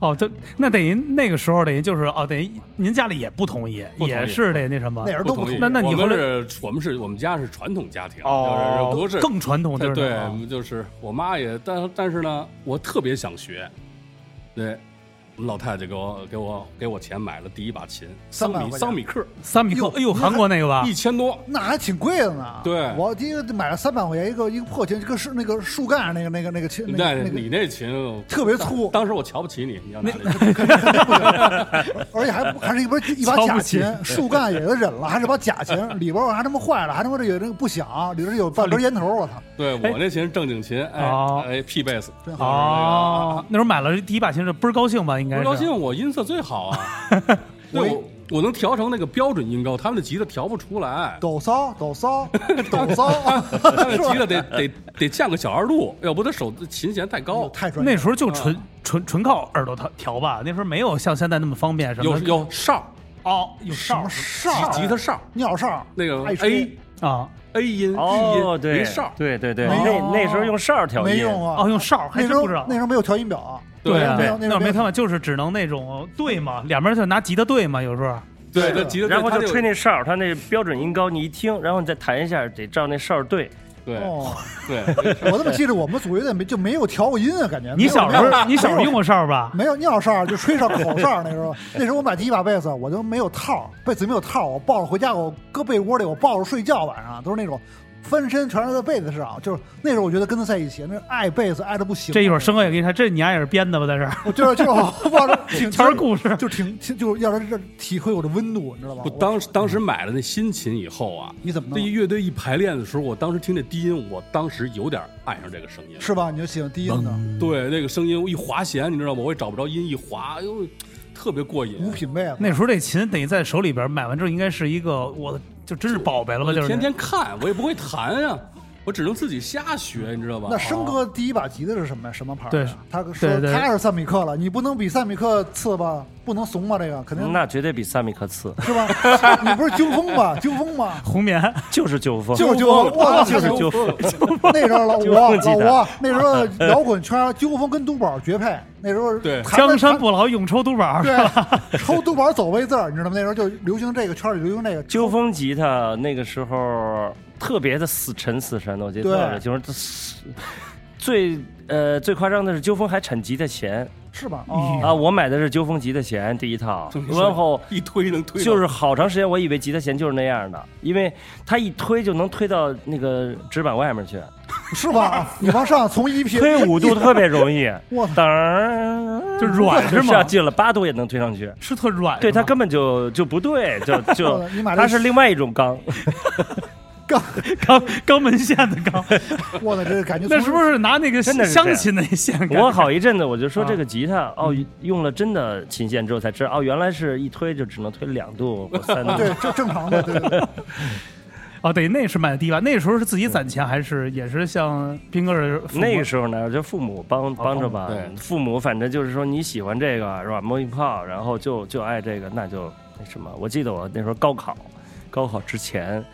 Speaker 3: 哦，就那等于那个时候等于就是哦，等于您家里也不同意，
Speaker 6: 不同意
Speaker 3: 也是得那什么
Speaker 4: 哪儿
Speaker 6: 啊不
Speaker 4: 都不
Speaker 6: 同意。
Speaker 3: 那那你
Speaker 6: 我
Speaker 3: 后
Speaker 6: 们
Speaker 3: 来
Speaker 6: 是，我们是我们家是传统家庭，
Speaker 3: 哦，
Speaker 6: 就是不是
Speaker 3: 更传统，就是
Speaker 6: 对
Speaker 3: 那种，
Speaker 6: 就是我妈也，但但是呢，我特别想学，对，我们老太太给我给我给我钱买了第一把琴，
Speaker 4: 三
Speaker 6: 桑
Speaker 4: 百
Speaker 6: 米
Speaker 4: 块钱
Speaker 6: 桑米克，
Speaker 3: 三米克
Speaker 4: 哟，
Speaker 3: 哎呦，韩国那个吧
Speaker 6: 一，千多，
Speaker 4: 那还挺贵的呢。
Speaker 6: 对
Speaker 4: 我第一个买了三百块钱一个一个破琴，跟是那个树干那个那个那个琴，那
Speaker 6: 那
Speaker 4: 个那个
Speaker 6: 你那琴
Speaker 4: 特别粗，
Speaker 6: 当时我瞧不起你，你要 拿这琴
Speaker 4: 而且还不还是 一把一把
Speaker 3: 瞧
Speaker 4: 假
Speaker 3: 不起
Speaker 4: 琴，树干也就忍了，还是把假琴，里边儿还他妈坏了，还他妈这有那个不响，里边儿有半根烟头，我操！
Speaker 6: 对我那琴是正经琴，哎
Speaker 3: 哦
Speaker 6: 哎 P 贝斯，
Speaker 4: 真好
Speaker 3: 哦，那时候买了第一把琴是倍儿高兴吧？应该
Speaker 6: 不
Speaker 3: 是
Speaker 6: 高兴，我音色最 好啊，对我我能调成那个标准音高，他们的吉他调不出来，
Speaker 4: 抖骚，抖 骚，抖骚，
Speaker 6: 他们的吉
Speaker 4: 是
Speaker 6: 他
Speaker 4: 吧
Speaker 6: 得得得降个小二度，要不他手琴弦太高。
Speaker 4: 哎太专业
Speaker 3: 那
Speaker 4: 了。
Speaker 3: 时候就纯纯纯靠耳朵调调吧，那时候没有像现在那么方便什
Speaker 6: 有
Speaker 3: 么的。
Speaker 6: 有哨，
Speaker 3: 哦，有哨儿
Speaker 4: 哨
Speaker 6: 吉吉他哨，
Speaker 4: 尿哨，
Speaker 6: 那个
Speaker 4: 爱吹
Speaker 6: A
Speaker 3: 啊，
Speaker 6: A 音、E
Speaker 5: 哦，
Speaker 6: 音，
Speaker 5: 对
Speaker 6: 没哨，，
Speaker 5: 对对对，
Speaker 4: 没
Speaker 5: 那那时候用哨调
Speaker 4: 没
Speaker 5: 音，
Speaker 4: 用啊，
Speaker 3: 哦，用哨儿还真
Speaker 4: 那时候
Speaker 3: 不知道
Speaker 4: 那。时候没有调音表，
Speaker 6: 对
Speaker 3: 啊，
Speaker 4: 没
Speaker 3: 那
Speaker 4: 有那时候
Speaker 3: 会儿没看法，就是只能那种对嘛，两边就拿吉他对嘛，有时候。
Speaker 6: 对，那吉他，
Speaker 5: 然后
Speaker 6: 它
Speaker 5: 就
Speaker 6: 得有
Speaker 5: 吹那哨儿，他那标准音高，你一听，然后你再弹一下，得照那哨儿对。
Speaker 6: 对
Speaker 4: 哦，
Speaker 6: 对，
Speaker 4: 我怎么记得我们组乐队没就没有调过音啊？感觉
Speaker 3: 你小时
Speaker 4: 没有
Speaker 3: 候，你小时候用过哨儿吧？
Speaker 4: 没有尿哨就吹哨口哨，那时候那时候我买第一把被子，我就没有套，被子没有套，我抱着回家，我搁被窝里，我抱着睡觉，晚上都是那种翻身全是在被子上，就是那时候我觉得跟他在一起，那爱被子爱的不行。啊
Speaker 3: 这一会儿生哥也给你看，这你丫也是编的吧？在这儿
Speaker 4: 我就是就是我 抱着挺
Speaker 3: 全是故事
Speaker 4: 就挺挺就是要让这体会我的温度，你知道吗
Speaker 6: 我？当时当时买了那新琴以后啊，
Speaker 4: 你怎么弄
Speaker 6: 这一乐队一排练的时候，我当时听这低音，我当时有点爱上这个声音
Speaker 4: 我。是吧？你就喜欢低音的，
Speaker 6: 对，那个声音我一滑弦，你知道吗？我也找不着音，一滑，哎呦，特别过瘾。
Speaker 4: 无品位啊。
Speaker 3: 那时候这琴得在手里边，买完之后应该是一个，我就真是宝贝了吧？就是
Speaker 6: 天天看，我也不会弹呀、我只能自己瞎学，你知道吧？啊
Speaker 4: 那生哥第一把吉他是什么呀？什么牌儿
Speaker 3: 对
Speaker 4: 呀？他
Speaker 3: 对
Speaker 4: 说
Speaker 3: 对
Speaker 4: 他是三米克了，你不能比三米克次吧？不能怂吧？这个肯定
Speaker 5: 那绝对比三米克次，
Speaker 4: 是吧？ 你不是纠风吗？纠 风吗？
Speaker 3: 红棉，
Speaker 5: 就是纠风，
Speaker 4: 就是纠风，我
Speaker 5: 就
Speaker 4: 操！
Speaker 5: 是纠风。
Speaker 4: 那时候老
Speaker 5: 纠
Speaker 4: 我啊老
Speaker 5: 风吉他
Speaker 4: 我那时候摇滚圈纠风跟都宝绝配，那时候
Speaker 6: 对
Speaker 4: 弹
Speaker 3: 江
Speaker 4: 着
Speaker 3: 山
Speaker 4: 弹
Speaker 3: 不老永抽都宝。
Speaker 4: 对，抽都宝走位字儿，你知道吗？那时候就流行这个圈儿里流行这个
Speaker 5: 纠风吉他那个时候特别的死沉死沉的，我记得
Speaker 4: 对
Speaker 5: 特别就是最呃最夸张的是纠风还产吉他弦
Speaker 4: 是吧？哦，
Speaker 5: 啊，我买的是纠风吉他弦第一套，然后
Speaker 6: 一推能推到
Speaker 5: 就是好长时间我以为吉他弦就是那样的，因为它一推就能推到那个纸板外面去，
Speaker 4: 是吧？你往上从一撇
Speaker 5: 推五度特别容易
Speaker 4: 哇，
Speaker 5: 噔儿
Speaker 3: 就软是吗
Speaker 5: 要进了八度也能推上去。
Speaker 3: 是特软，
Speaker 5: 对，
Speaker 3: 是吧
Speaker 5: 它根本就就不对，就 就
Speaker 4: 你买了
Speaker 5: 它是另外一种钢，
Speaker 4: 杠，
Speaker 3: 钢钢门线的钢，
Speaker 4: 我操，这感觉
Speaker 3: 那是不
Speaker 4: 是？
Speaker 3: 是拿那个
Speaker 5: 真的是这
Speaker 3: 乡
Speaker 5: 样
Speaker 3: 亲那线杆？
Speaker 5: 我好一阵子我就说
Speaker 3: 啊
Speaker 5: 这个吉他哦，用了真的琴线之后才知道哦，原来是一推就只能推两度或三度。
Speaker 4: 对，这正常的，对对对，
Speaker 3: 哦，对，那是买的第一把，那时候是自己攒钱，还是也是像斌哥的父母
Speaker 5: 那个时候呢，就父母帮帮着吧
Speaker 6: 对，
Speaker 5: 父母反正就是说你喜欢这个是吧，摸一泡，然后就就爱这个，那就那什么。我记得我那时候高考，高考之前，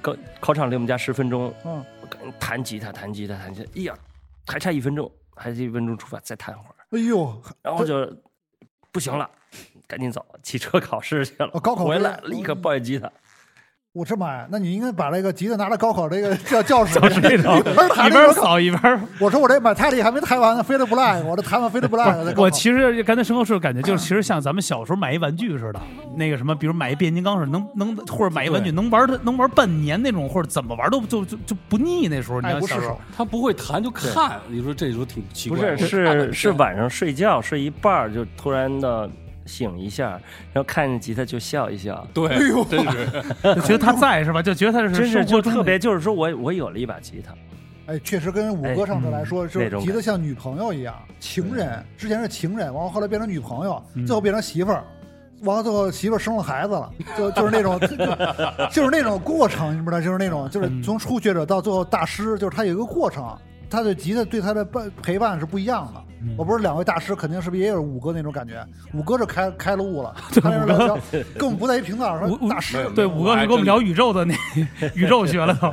Speaker 5: 高考场离我们家十分钟，
Speaker 4: 嗯，
Speaker 5: 我赶紧弹吉他，弹吉他，弹吉他，哎呀，还差一分钟，还差一分钟出发，再弹会儿。
Speaker 4: 哎呦，
Speaker 5: 然后就不行了，赶紧走，骑车考试去了。
Speaker 4: 哦高考
Speaker 5: 回
Speaker 4: 之
Speaker 5: 来
Speaker 4: 前
Speaker 5: 立刻抱一吉他，
Speaker 4: 我这妈呀，那你应该把这个吉他拿到高考这个 教教室
Speaker 3: 教室里头
Speaker 4: 一边儿弹
Speaker 3: 一
Speaker 4: 一边儿
Speaker 3: 边
Speaker 4: 考
Speaker 3: 扫一边 儿？
Speaker 4: 我说我这买泰利还没弹完呢，飞得不赖，我这弹完飞得不赖。
Speaker 3: 我其实刚才生活是感觉就是，其实像咱们小时候买一玩具似的，那个什么，比如买一变形金刚似的，能能或者买一玩具能玩它能玩半年那种，或者怎么玩都就就就不腻。那时候你
Speaker 5: 哎
Speaker 4: 爱
Speaker 3: 要
Speaker 4: 哎不
Speaker 3: 小
Speaker 4: 释
Speaker 3: 时
Speaker 4: 手
Speaker 3: 候，，
Speaker 6: 他不会弹就看，你说这时候挺奇
Speaker 5: 不
Speaker 6: 怪的。
Speaker 5: 是是是晚上睡觉睡一半儿就突然的醒一下，然后看见吉他就笑一笑，
Speaker 6: 对，
Speaker 3: 哎
Speaker 6: 真是
Speaker 3: 就觉得他在是吧？就觉得他
Speaker 5: 真
Speaker 3: 是
Speaker 5: 是
Speaker 3: 生活
Speaker 5: 就
Speaker 3: 中的
Speaker 5: 特别就是说我我有了一把吉他，
Speaker 4: 哎，确实跟五哥上次来说，就
Speaker 5: 那
Speaker 4: 是
Speaker 5: 种
Speaker 4: 提的像女朋友一样，情人之前是情人，完了后来变成女朋友，最后变成媳妇儿，完了最后媳妇儿生了孩子了，就就是那种就就是那种过程，你知道，就是那种就是从初学者到最后大师，就是他有一个过程，他对吉他对他的伴陪伴是不一样的。我不是两位大师，肯定是不是也有五哥那种感觉？五哥这开开了悟了，他那聊聊跟我们不在一频道上，
Speaker 3: 五
Speaker 4: 说
Speaker 3: 五
Speaker 4: 大师
Speaker 6: 没有
Speaker 3: 对五哥是跟我们聊宇宙的那 宇宙学了都。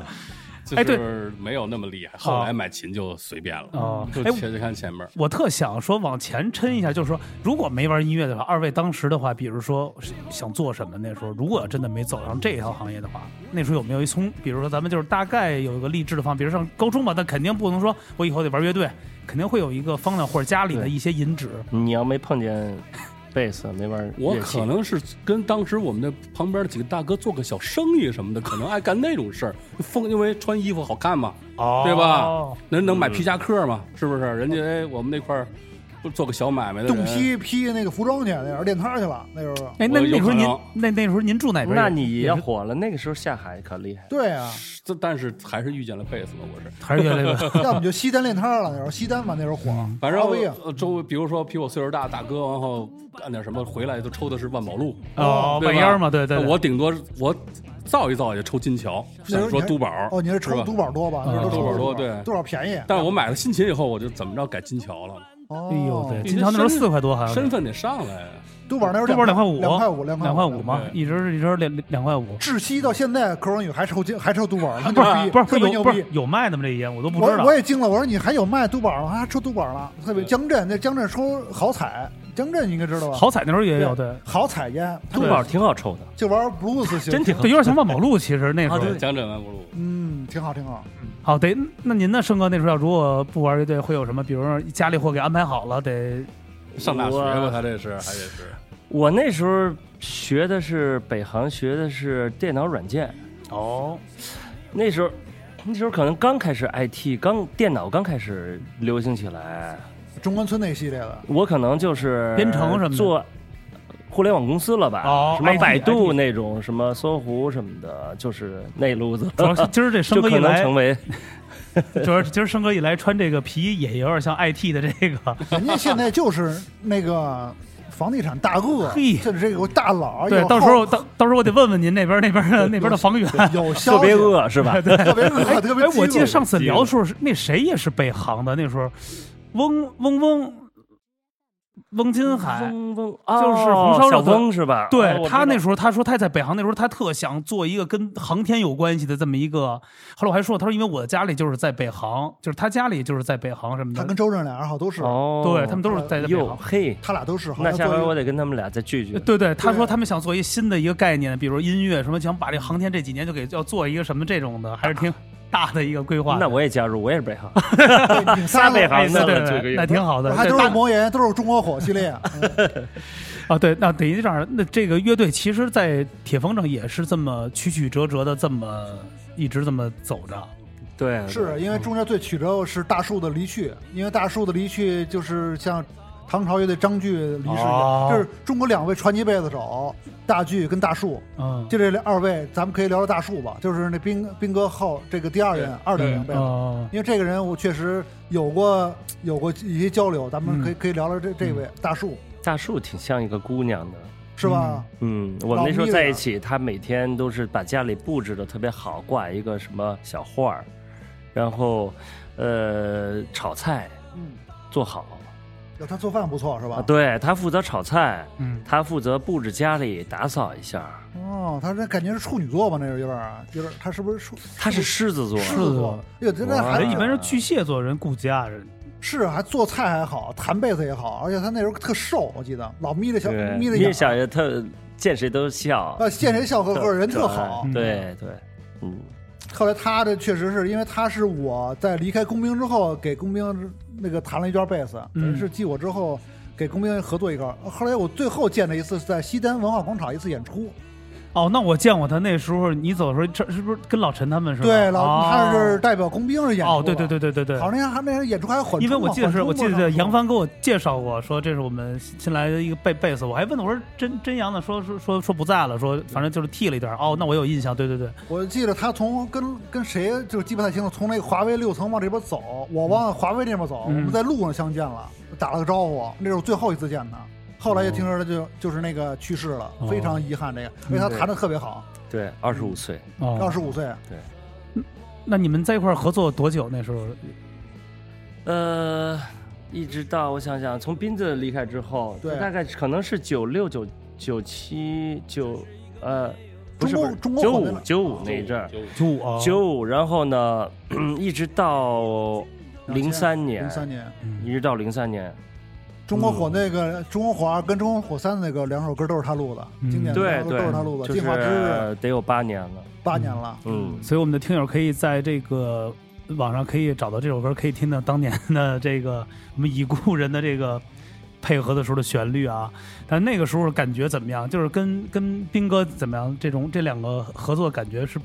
Speaker 3: 哎对
Speaker 6: 就是没有那么厉害。后来买琴就随便了，
Speaker 3: 哦
Speaker 6: 就
Speaker 3: 哎
Speaker 6: 切着看前面。
Speaker 3: 我特想说往前抻一下，就是说，如果没玩音乐的话，二位当时的话，比如说想做什么？那时候如果真的没走上这一条行业的话，那时候有没有一从，比如说咱们就是大概有一个励志的方，比如上高中吧，但肯定不能说我以后得玩乐队，肯定会有一个方向或者家里的一些银纸，
Speaker 5: 你要没碰见贝斯，没玩乐器
Speaker 6: 我可能是跟当时我们的旁边的几个大哥做个小生意什么的，可能爱干那种事儿。风因为穿衣服好看嘛，
Speaker 3: 哦
Speaker 6: 对吧？能
Speaker 3: 嗯
Speaker 6: 能买皮夹克嘛？是不是？人家哎，我们那块儿不做个小买卖的人
Speaker 4: 冻批批那个服装去，那会儿练摊儿去了，那时候。
Speaker 3: 哎，那
Speaker 6: 我有
Speaker 3: 那时候
Speaker 6: 可
Speaker 3: 您
Speaker 6: 能
Speaker 3: 那那时候您住哪边？
Speaker 5: 那你要火了，那个时候下海可厉害。
Speaker 4: 对啊，
Speaker 6: 这但是还是遇见了贝斯了。我是，
Speaker 3: 还是原来 的
Speaker 4: 要不就西单练摊儿了，那时候西单嘛，那时候火。
Speaker 3: 嗯
Speaker 6: 反正
Speaker 4: 阿威啊
Speaker 6: 我呃周围，比如说比我岁数大的大哥，然后干点什么回来就抽的是万宝路，
Speaker 3: 哦，
Speaker 6: 对
Speaker 3: 卖
Speaker 6: 吧
Speaker 3: 烟嘛，对对，对
Speaker 6: 我顶多我造一造也抽金桥，
Speaker 4: 那时
Speaker 6: 想
Speaker 4: 候
Speaker 6: 说
Speaker 4: 你还
Speaker 6: 都宝
Speaker 4: 哦，你是
Speaker 6: 是
Speaker 4: 抽
Speaker 6: 吧
Speaker 4: 都宝多吧？那时候都
Speaker 6: 嗯
Speaker 4: 抽
Speaker 6: 都宝多
Speaker 4: 宝
Speaker 6: 对
Speaker 4: 多少便宜？啊
Speaker 6: 但是我买了新琴以后，我就怎么着改金桥了，
Speaker 4: 哦，
Speaker 3: 哎呦，对，
Speaker 6: 你
Speaker 3: 金桥那时候
Speaker 6: 身
Speaker 3: 四块多好像是，
Speaker 6: 身份得上来呀。
Speaker 4: 都宝那时候
Speaker 3: 这边两块五，
Speaker 4: 两块五，两
Speaker 3: 两块
Speaker 4: 块
Speaker 3: 五嘛，
Speaker 6: 对
Speaker 3: 一直是一直是两两块五，
Speaker 4: 窒息到现在，科王宇还抽金，还抽都宝，他牛
Speaker 6: 啊
Speaker 4: 逼，
Speaker 3: 不是
Speaker 4: 特别牛
Speaker 3: 有不是
Speaker 4: 逼。
Speaker 3: 有卖的吗？这烟我都不知
Speaker 4: 我
Speaker 3: 道
Speaker 4: 我。也惊了，我说你还有卖都宝了，啊还抽都宝了，特别江镇那江镇抽好彩，江镇你应该知道吧？
Speaker 3: 好彩那时候也有，对
Speaker 4: 好彩烟，
Speaker 5: 珠宝挺好抽的，
Speaker 4: 就玩 blues 型，
Speaker 5: 真挺
Speaker 3: 对，有点像万宝路，其实那时候。
Speaker 6: 江浙万国路，
Speaker 4: 嗯，挺好挺好。
Speaker 3: 好，得那您呢，盛哥那时候要如果不玩乐队，会有什么？比如说家里或给安排好了，得
Speaker 6: 上大学吧，
Speaker 5: 我
Speaker 6: 他这是还得是
Speaker 5: 我那时候学的是北航，学的是电脑软件。
Speaker 3: 哦，
Speaker 5: 那时候，那时候可能刚开始 IT，刚电脑刚开始流行起来，
Speaker 4: 中关村那系列的，
Speaker 5: 我可能就是
Speaker 3: 编程什么的
Speaker 5: 做互联网公司了吧？
Speaker 3: 哦
Speaker 5: 什么
Speaker 3: IT
Speaker 5: 百度那种，什么搜狐什么的，就是那路子。
Speaker 3: 主要 是今儿这
Speaker 5: 就
Speaker 3: 生哥
Speaker 5: 可
Speaker 3: 一
Speaker 5: 能
Speaker 3: 来
Speaker 5: 成，为
Speaker 3: 主要是今儿生哥一来穿这个皮衣也有点像 IT 的这个，
Speaker 4: 人家现在就是那个房地产大鳄，
Speaker 3: 嘿
Speaker 4: 就是这个大佬。
Speaker 3: 对，
Speaker 4: 有
Speaker 3: 到时候
Speaker 4: 后
Speaker 3: 到到时候我得问问您那边那边的那边的房源。
Speaker 4: 有消
Speaker 5: 特别
Speaker 4: 息，
Speaker 5: 饿是吧？
Speaker 4: 特别饿，特别
Speaker 3: 哎，我记得
Speaker 4: 饥饿
Speaker 3: 上次聊的时候是那谁也是北航的，那时候翁翁翁翁金海，
Speaker 5: 嗡嗡，
Speaker 3: 就是
Speaker 5: 哦
Speaker 3: 红烧
Speaker 5: 小
Speaker 3: 肉的
Speaker 5: 翁是吧？
Speaker 3: 对
Speaker 5: 哦我
Speaker 3: 他
Speaker 5: 知道
Speaker 3: 那时候，他说他在北航那时候，他特想做一个跟航天有关系的这么一个。后来我还说，他说因为我家里就是在北航，就是他家里就是在北航什么
Speaker 4: 他
Speaker 3: 的
Speaker 4: 跟，周震俩人好像都是，
Speaker 5: 哦，
Speaker 3: 对他们都是在北
Speaker 5: 哟
Speaker 3: 航。
Speaker 5: 嘿，
Speaker 4: 他俩都是。好
Speaker 5: 那
Speaker 4: 像
Speaker 5: 下回
Speaker 4: 做
Speaker 5: 我
Speaker 4: 一
Speaker 5: 得跟他们俩再聚聚。
Speaker 3: 对对，他说他们想做一新的一个概念，比如音乐什么，想把这航天这几年就给要做一个什么这种的，还是挺大的一个规划的。
Speaker 5: 那我也加入，我也 是北航。
Speaker 4: 个你仨
Speaker 5: 仨北
Speaker 4: 都
Speaker 5: 航
Speaker 3: 哎，对
Speaker 5: 那
Speaker 3: 对
Speaker 5: 这个
Speaker 3: 对，
Speaker 5: 也
Speaker 3: 那挺好的。
Speaker 4: 还
Speaker 3: 对
Speaker 4: 都
Speaker 3: 大
Speaker 4: 是魔岩，都是中国火系列。嗯
Speaker 3: 啊，对，那等于这样，那这个乐队其实，在铁风筝也是这么曲曲折折的，这么一直这么走着。
Speaker 5: 对，啊
Speaker 4: 是因为中间最曲折是大树的离去，因为大树的离去就是像唐朝乐队张炬离世一
Speaker 3: 哦
Speaker 4: 样，这是中国两位传奇贝斯手，大炬跟大树。
Speaker 3: 嗯，
Speaker 4: 就这二位，咱们可以聊聊大树吧，就是那兵兵哥后这个第二任二等人贝斯手。
Speaker 3: 哦，
Speaker 4: 因为这个人我确实有过有过一些交流，咱们可以、可以聊聊这这位大树
Speaker 5: 大树挺像一个姑娘的。
Speaker 4: 是吧？
Speaker 5: 嗯，我们那时
Speaker 4: 啊
Speaker 5: 候在一起，她每天都是把家里布置的特别好，挂一个什么小画儿，然后呃炒菜
Speaker 4: 嗯，
Speaker 5: 做好
Speaker 4: 有他做饭不错是吧？
Speaker 5: 啊，对她负责炒菜，
Speaker 3: 嗯，
Speaker 5: 她负责布置家里，打扫一下。
Speaker 4: 哦，他这感觉是处女座吧？那是有点儿啊有点儿，他是不是处
Speaker 5: 她是狮子座，
Speaker 4: 狮子座？哎呦，这那
Speaker 5: 哇
Speaker 4: 还
Speaker 3: 嗯人一般是巨蟹座人顾家人，
Speaker 4: 是还做菜还好，弹贝斯也好，而且他那时候特瘦，我记得老眯着小
Speaker 5: 对，
Speaker 4: 眯着
Speaker 5: 你
Speaker 4: 眼，
Speaker 5: 小爷特见谁都笑，
Speaker 4: 啊，见谁笑呵呵，人特好。
Speaker 5: 对对，嗯，
Speaker 4: 后来他这确实是因为他是我在离开工兵之后给工兵那个弹了一段贝斯，
Speaker 3: 嗯
Speaker 4: 等于是继我之后给工兵合作一块儿。后来我最后见了一次是在西单文化广场一次演出，
Speaker 3: 哦，那我见过他那时候，你走的时候，这是不是跟老陈他们是吧？
Speaker 4: 对，老、
Speaker 3: 哦
Speaker 4: 他是代表工兵是演出，
Speaker 3: 哦，对对对，对对对
Speaker 4: 好。像那还那演出还缓冲嘛，
Speaker 3: 因为我记得是，
Speaker 4: 缓
Speaker 3: 我
Speaker 4: 冲啊
Speaker 3: 记
Speaker 4: 嘛
Speaker 3: 得杨，帆给我介绍过，说这是我们新来的一个贝贝斯，我还问他，我说真真杨呢，说说说说不在了，说反正就是替了一段。哦，那我有印象，对对对，
Speaker 4: 我记得他从跟跟谁就是记不太清了，从那个华为六层往这边走，我往华为那边走，
Speaker 3: 嗯
Speaker 4: 我们在路上相见了，打了个招呼，那是我最后一次见他。后来就听说他就就是那个去世了，
Speaker 3: 哦
Speaker 4: 非常遗憾这个，因为他弹的特别好，
Speaker 5: 对，二十五岁，
Speaker 4: 二
Speaker 3: 哦，
Speaker 4: 十五岁，
Speaker 3: 那你们在一块儿合作多久？那时候
Speaker 5: 呃，一直到我想想，从斌子离开之后，
Speaker 4: 对
Speaker 5: 大概可能是九六、九九七、九呃，不
Speaker 4: 中
Speaker 5: 是
Speaker 4: 国中
Speaker 5: 不
Speaker 4: 国火那
Speaker 5: 是九五
Speaker 4: 个
Speaker 5: 九五那一阵儿，
Speaker 3: 九五啊，
Speaker 5: 九五，然后呢， 一直到零三年
Speaker 4: 零，三年，
Speaker 5: 一直到零三年，
Speaker 4: 中国
Speaker 3: 嗯
Speaker 4: 火那个《中国火二》跟《中国火三》的那个两首歌都是他录的，
Speaker 3: 嗯
Speaker 4: 经典的
Speaker 5: 对
Speaker 4: 两首歌都是他录的，
Speaker 5: 对，就
Speaker 4: 进化之日》
Speaker 5: 是得有八年了，
Speaker 4: 八年了，
Speaker 5: 嗯，
Speaker 3: 所以我们的听友可以在这个网上可以找到这首歌，可以听到当年的 这个我们已故人的这个配合的时候的旋律啊。但那个时候感觉怎么样？就是跟跟斌哥怎么样？这种这两个合作感觉是